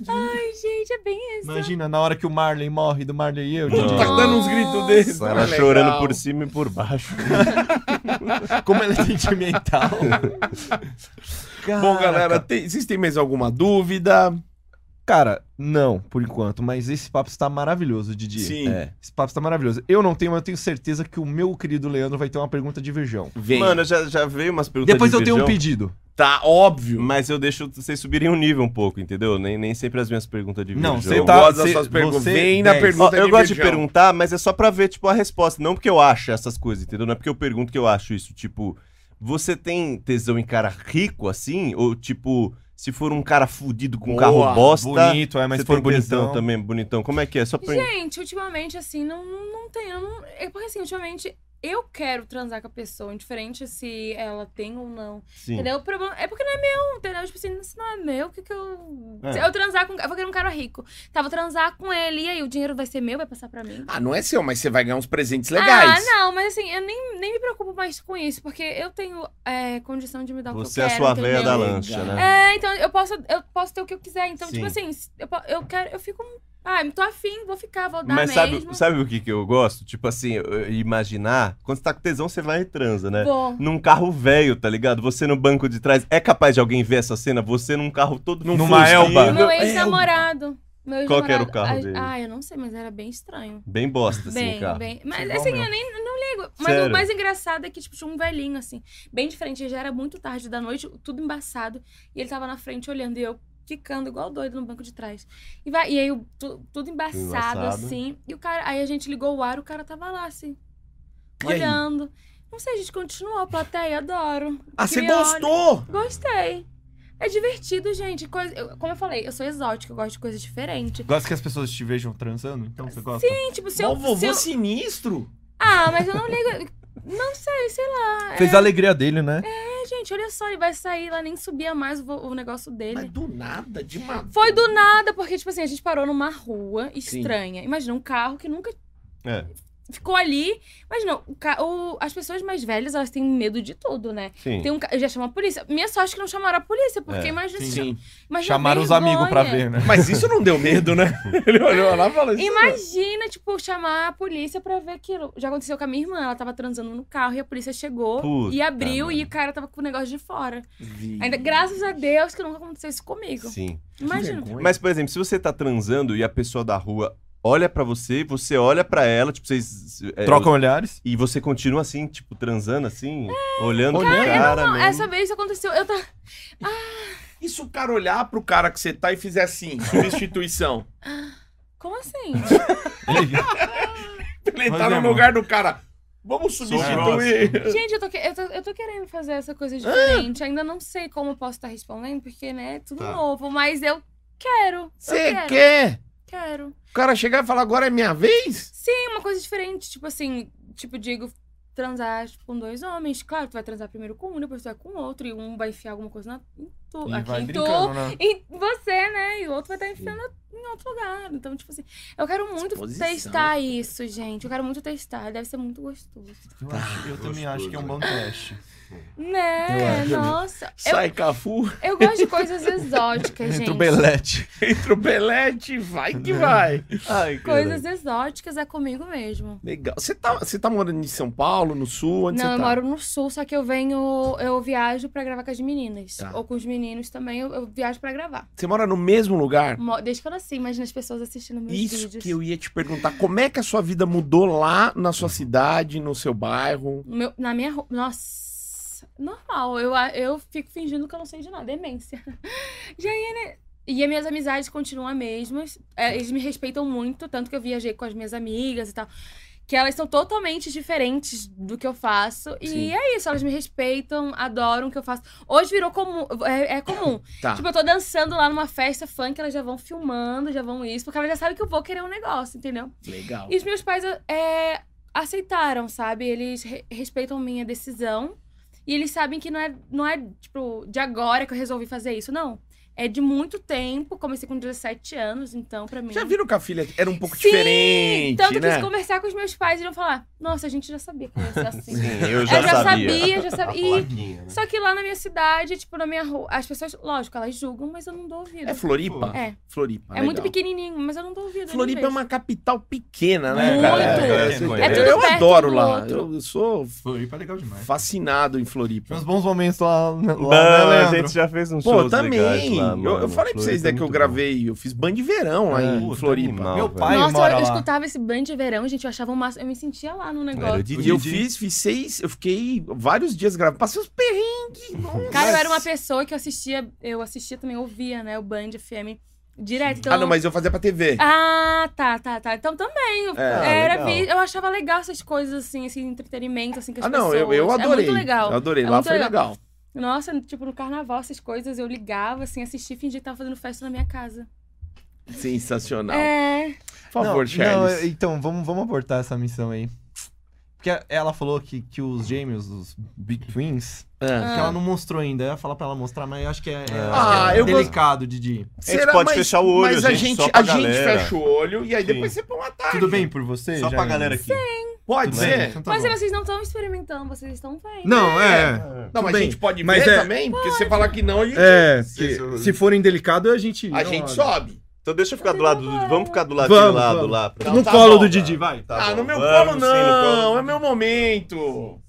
Ai, gente, é bem isso. Imagina na hora que o Marley morre do Marley e eu. Puta, tá Didi. dando uns gritos desses. Ela é Legal. chorando por cima e por baixo. Como ela é sentimental. [laughs] Bom, Caraca. galera, tem- vocês têm mais alguma dúvida? Cara, não, por enquanto, mas esse papo está maravilhoso, Didi. Sim. É, Esse papo está maravilhoso. Eu não tenho, mas eu tenho certeza que o meu querido Leandro vai ter uma pergunta de virgão. Vem. Mano, já, já veio umas perguntas. Depois de eu tenho um virgão, pedido. tá óbvio. Mas eu deixo vocês subirem o nível um pouco, entendeu? Nem, nem sempre as minhas perguntas de Não, virgão. você Eu tá- gosto das cê- suas perguntas. você- Vem na dez. pergunta Ó, eu gosto de virgão. perguntar, mas é só pra ver, tipo, a resposta. Não porque eu acho essas coisas, entendeu? Não é porque eu pergunto que eu acho isso. Tipo, você tem tesão em cara rico, assim? Ou, tipo, se for um cara fudido com um Boa, carro bosta... Bonito, é, mas você se for tem tesão bonitão também. também, bonitão. Como é que é? Só pra... Gente, ultimamente, assim, não, não tem. eu não- é porque, assim, ultimamente eu quero transar com a pessoa, indiferente se ela tem ou não. Sim. Entendeu? O problema é porque não é meu, entendeu? Tipo assim, isso não é meu, o que que eu... É. Se eu transar com... Eu vou querer um cara rico. Tá, vou transar com ele, e aí o dinheiro vai ser meu, vai passar pra mim? Ah, não é seu, mas você vai ganhar uns presentes É, legais. Ah, não, mas assim, eu nem, nem me preocupo mais com isso, porque eu tenho é, condição de me dar o que Você eu é a quero, sua véia da entendeu? lancha, né? É, então eu posso, eu posso ter o que eu quiser. Então, Sim. tipo assim, se- eu, po- eu quero... Eu fico... Ah, eu tô afim, vou ficar, vou dar mesmo. Mas sabe, sabe o que, que eu gosto? Tipo assim, eu- eu imaginar. Quando você tá com tesão, você vai e transa, né? Vou. Num carro velho, tá ligado? Você no banco de trás. É capaz de alguém ver essa cena? Você num carro todo Numa fugido, Elba. Meu ex-namorado... Meu Qual que era o ex-namorado- carro Ah, dele? Ah, eu não sei, mas era bem estranho. Bem bosta, assim, Bem, cara. bem. Mas Igual assim, meu. eu nem não ligo. Mas Sério? o mais engraçado é que, tipo, tinha um velhinho, assim, bem diferente. Já era muito tarde da noite, tudo embaçado. E ele tava na frente olhando e eu quicando igual doido no banco de trás. E, vai, e aí, eu- tu- tudo embaçado, Embaçado. assim. E o cara. Aí a gente ligou o ar, o cara tava lá, assim, E aí? olhando. Não sei, a gente continuou, a plateia, adoro. Ah, você Criole. gostou? Gostei. É divertido, gente. Coisa- eu- como eu falei, eu sou exótica, eu gosto de coisa diferente. Gosta que as pessoas te vejam transando? Então você gosta? Sim, tipo, se Ó, eu. vovô se eu- sinistro. Ah, mas eu não ligo. Não sei, sei lá. Fez a alegria dele, né? É, Gente, olha só, ele vai sair lá, nem subia mais o, vo- o negócio Mas dele. do nada, de uma... Foi do nada, porque, tipo assim, a gente parou numa rua Sim. estranha. Imagina, um carro que nunca É, ficou ali. Imagina, o ca- o- as pessoas mais velhas, elas têm medo de tudo, né? sim. Tem um, ca- eu já chamo a polícia. Minha sorte que não chamaram a polícia, porque É, imagina, Sim. imagina. Chamaram os vergonha. amigos pra ver, né? Mas isso não deu medo, [laughs] né? Ele olhou lá e falou assim, isso. não- Imagina, tipo, chamar a polícia pra ver aquilo. Já aconteceu com a minha irmã, ela tava transando no carro e a polícia chegou e Puta, abriu e mano. o cara tava com o negócio de fora. Vi. Ainda, graças a Deus que nunca aconteceu isso comigo. Sim. Imagina. vergonha. Mas, por exemplo, se você tá transando e a pessoa da rua olha pra você, você olha pra ela, tipo, vocês. é, Trocam [laughs] olhares. E você continua assim, tipo, transando assim, olhando pro Cara, é cara né? Não, mesmo. essa vez isso aconteceu. Eu tava. E se o cara olhar pro cara que você tá e fizer [laughs] assim, substituição? Como assim? Ele Mas tá é, no mano. lugar do cara. Vamos substituir. Gente, eu tô, que- eu, tô, eu tô querendo fazer essa coisa diferente. Ainda não sei como eu posso estar respondendo, porque, né, é tudo Tá. novo. Mas eu quero. Você eu quero, quer? Quero. O cara chegar e falar, agora é minha vez? Tem uma coisa diferente, tipo assim, tipo, digo, transar com dois homens. Claro, tu vai transar primeiro com um, depois tu vai com outro, e um vai enfiar alguma coisa na. tu, E aqui vai em brincando, tu, né? em você, né? E o outro vai estar enfiando em outro lugar. Então, tipo assim, eu quero muito Disposição. testar isso, gente. Eu quero muito testar. Deve ser muito gostoso. Eu, acho- eu também acho que é um bom teste. Né? Eu acho. Nossa. Eu, Sai Cafu, [laughs] eu gosto de coisas [laughs] exóticas, gente. Entre o Belete. entra o Belete, vai que vai. [laughs] Ai, Coisas exóticas é comigo mesmo. Legal. Você tá, você tá morando em São Paulo, no Sul? Onde Não, você eu tá? moro no sul, só que eu venho, eu viajo pra gravar com as meninas. Tá. Ou com os meninos também, eu, eu viajo pra gravar. Você mora no mesmo lugar? Mo- Desde que eu nasci, imagina as pessoas assistindo meus Isso vídeos. que eu ia te perguntar. Como é que a sua vida mudou lá na Uhum. sua cidade, no seu bairro? No meu- na minha roupa. Nossa, normal. Eu, a- eu fico fingindo que eu não sei de nada. Demência. [laughs] Já ia, né? E as minhas amizades continuam as mesmas. É, eles me respeitam muito, tanto que eu viajei com as minhas amigas e tal. Que elas são totalmente diferentes do que eu faço. E Sim. é isso, elas me respeitam, adoram o que eu faço. Hoje virou comum. É, é comum. Tá. Tipo, eu tô dançando lá numa festa funk, elas já vão filmando, já vão isso, porque elas já sabem que eu vou querer um negócio, entendeu? Legal. E os meus pais é, aceitaram, sabe? Eles re- respeitam minha decisão. E eles sabem que não é, não é, tipo, de agora que eu resolvi fazer isso, não. É de muito tempo. Comecei com 17 anos, então, pra mim. Já viram que a filha era um pouco Sim, diferente, Tanto que né? se conversar com os meus pais, eles vão falar: Nossa, a gente já sabia que ia ser [laughs] assim. Sim, eu eu já, sabia. sabia, já sabia. E- plaquinha, né? só que lá na minha cidade, tipo, na minha rua, as pessoas, lógico, elas julgam, mas eu não dou ouvido. É Floripa? É. Floripa. É muito legal. pequenininho, mas eu não dou ouvido. eu não Floripa é vejo. uma capital pequena, né, Muito. cara? É, É, é, você é, entende? é tudo eu perto um adoro do lá. outro. Eu, eu sou Floripa é legal demais. fascinado em Floripa. Tive uns bons momentos lá, lá né, Não, a Leandro? gente já fez um show. Pô, também. eu, eu falei pra vocês, né, que eu gravei, eu fiz banho de verão lá É, em puta, Floripa. animal. Eu- Meu velho. pai Nossa, mora eu, eu lá. escutava esse band de verão, gente, eu achava o máximo. Eu me sentia lá no negócio. Era de E eu fiz, fiz seis, eu fiquei vários dias gravando. Passei uns perrengues. nossa. Ah, Cara, eu era uma pessoa que eu assistia, eu assistia também, ouvia, né, o Band FM direto. Então... Ah, não, mas eu fazia pra TV. Ah, tá, tá, tá. Então também. eu- Ah, É, era legal. vi- Eu achava legal essas coisas, assim, esse entretenimento, assim, que as Ah, não, pessoas... eu, eu adorei. É muito legal. Eu adorei, É lá muito foi legal. legal. Nossa, tipo, no carnaval, essas coisas, eu ligava, assim, assistia e fingia que tava fazendo festa na minha casa. Sensacional. É. Por favor, não, Charles. não, então, vamos, vamos abortar essa missão aí. Porque ela falou que, que os gêmeos, os Big Twins, Ah. que ela não mostrou ainda. Eu ia falar pra ela mostrar, mas eu acho que é, é, Ah, acho que é eu gosto- delicado, Didi. A gente pode fechar o olho, mas a a gente, gente, só a pra gente galera. fecha o olho e aí Sim. depois você põe um ataque. Tudo bem por você? Só pra Jaime? galera aqui. Pode Tudo ser? bem? Então tá Mas bom. vocês não estão experimentando, vocês estão vendo. Não, é. Não, Tudo mas a bem. gente pode Mas ver é- também, porque você falar que não, a gente, É, Se- se, se forem delicados, a gente. a não, gente olha. sobe. Então deixa eu ficar do lado. do- Vamos ficar do lado Vamos, de lado vamos. lá. pra- Não, No tá colo bom, do Didi, vai. Tá ah, bom, no meu vamos colo sim, no não, colo. é meu momento.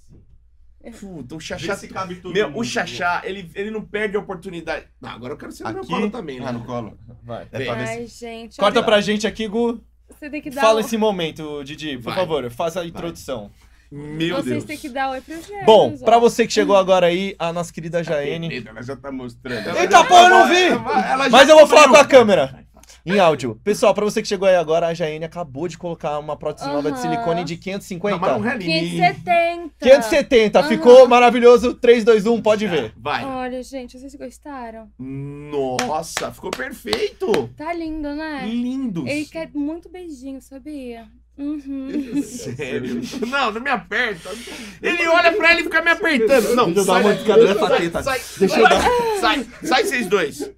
Puta, o Xaxá... tá Meu, o Xaxá, ele, ele não perde a oportunidade. Não, agora eu quero ser no meu Aqui? colo também, né? Ah, no colo. Vai. Vem. pra ver se- Ai, gente. Corta olha, pra gente aqui, Gu. Você tem que dar Fala o- esse momento, Didi. Por Vai. favor, faça a introdução. Meu Vocês Deus. têm que dar oi pro gêmeos. Bom, pra ó. você que chegou agora aí, a nossa querida Jaene. Ela já tá mostrando. Eita porra, eu não vi! Ela já assim, Mas eu vou falar com a câmera. Em áudio. Pessoal, pra você que chegou aí agora, a Jaene acabou de colocar uma prótese nova de Aham. silicone de Não, mas não 550. reanime. 570. 570, Aham. ficou maravilhoso. 3, 2, 1, pode ver. Vai. Olha, gente, vocês gostaram? Nossa, ficou perfeito. Tá lindo, né? Lindos. Ele quer muito beijinho, sabia? Uhum. [laughs] Sério? Não, não me aperta. Ele olha pra ele e fica me apertando. Não, Deixa eu dar sai uma daqui. esticada nessa teta. Sai, Deixa sai, eu sai, sai vocês dois.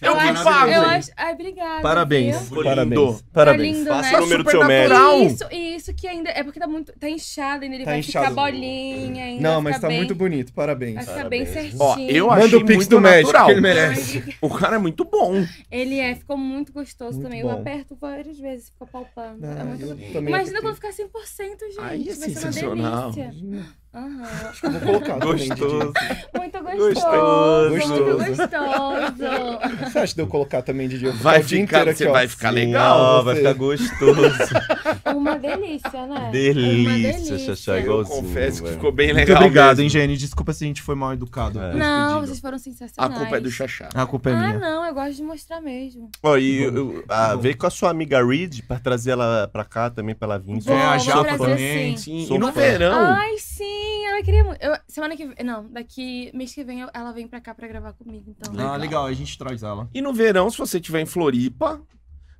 Eu É que acho, pago. eu acho. Ai, obrigada. Parabéns. viu? Ficou Parabéns. lindo. Parabéns. lindo, Faça né? o número do Tá Super seu médico. natural. E isso, e isso que ainda. É porque tá muito. Tá inchado ainda, ele Tá vai inchado. ficar bolinha ainda. Não, vai mas ficar tá bem- muito bonito, parabéns. Vai ficar bem Parabéns. certinho. Ó, eu Manda achei o pix muito do médico, natural. que ele merece. O cara é muito bom. Ele é, ficou muito gostoso também. Eu bom. aperto várias vezes, fica palpando. é Ah, muito eu gostoso. também Imagina apertei. quando ficar 100%, gente. Aí é vai ser sensacional. uma delícia. Aham. Vou Tá colocar também, Didi. Gostoso. Muito gostoso. Gostoso. Muito Gostoso. gostoso. Você acha de eu colocar também, Didi? Eu vou Vai o dia ficar- inteiro você vai ficar Sim, legal, Ó, você- vai ficar gostoso. Uma delícia, né? Uma delícia, delícia. Xaxá, Eu igualzinho. confesso que velho. ficou bem Muito legal. obrigado, hein, mesmo. Gene. Desculpa se a gente foi mal educado. É. com esse Não, pedido. vocês foram A sensacionais. culpa é do Xaxá. A culpa é Ah, minha. não, eu gosto de mostrar mesmo. Ó, e eu, eu- ah, bom. vem com a sua amiga Reed pra trazer ela pra cá também, pra ela vir. Vou, a vou Japa trazer assim. também. sim. Sim, Sou e no fã. verão. Ai, sim, ela queria muito. Eu- semana que vem. Não, daqui. Mês que vem eu- ela vem pra cá pra gravar comigo, então. Ah, legal, a gente traz ela. E no verão, se você estiver em Floripa,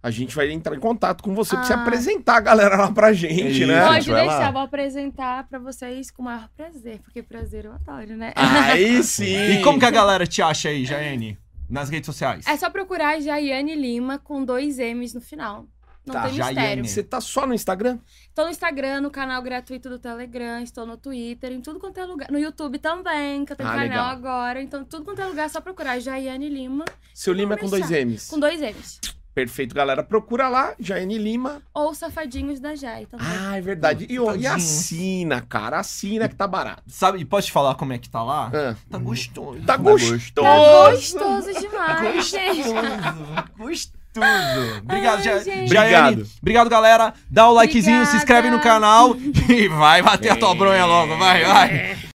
a gente vai entrar em contato com você pra você Ah. apresentar a galera lá pra gente, É Isso. né? Vai Pode lá. deixar, vou apresentar pra vocês com o maior prazer, porque prazer eu adoro, né? [laughs] Aí sim. E como que a galera te acha aí, Jaene? Nas redes sociais? É só procurar Jaiane Lima com dois M's no final. Não Tá, tem mistério. Jaiane. Você tá só no Instagram? Estou no Instagram, no canal gratuito do Telegram, estou no Twitter, em tudo quanto é lugar. No YouTube também, que eu tenho Ah, canal legal. agora. Então, tudo quanto é lugar, é só procurar Jaiane Lima Seu Lima é com dois M's. com dois M's. Perfeito, galera. Procura lá, Jaene Lima. Ou Safadinhos da Jai também. Ah, é verdade. E, ó, e Tadinho. assina, cara. Assina que tá barato. Sabe, e posso te falar como é que tá lá? Ah, Tá gostoso. tá Tá gostoso. gostoso Tá demais, gente. Gostoso. Obrigado, Ai, Ja- gente. Jaiane. Obrigado. Obrigado, galera. Dá o likezinho, se Obrigada. [laughs] inscreve no canal e vai bater a tua bronha logo. Vai, vai.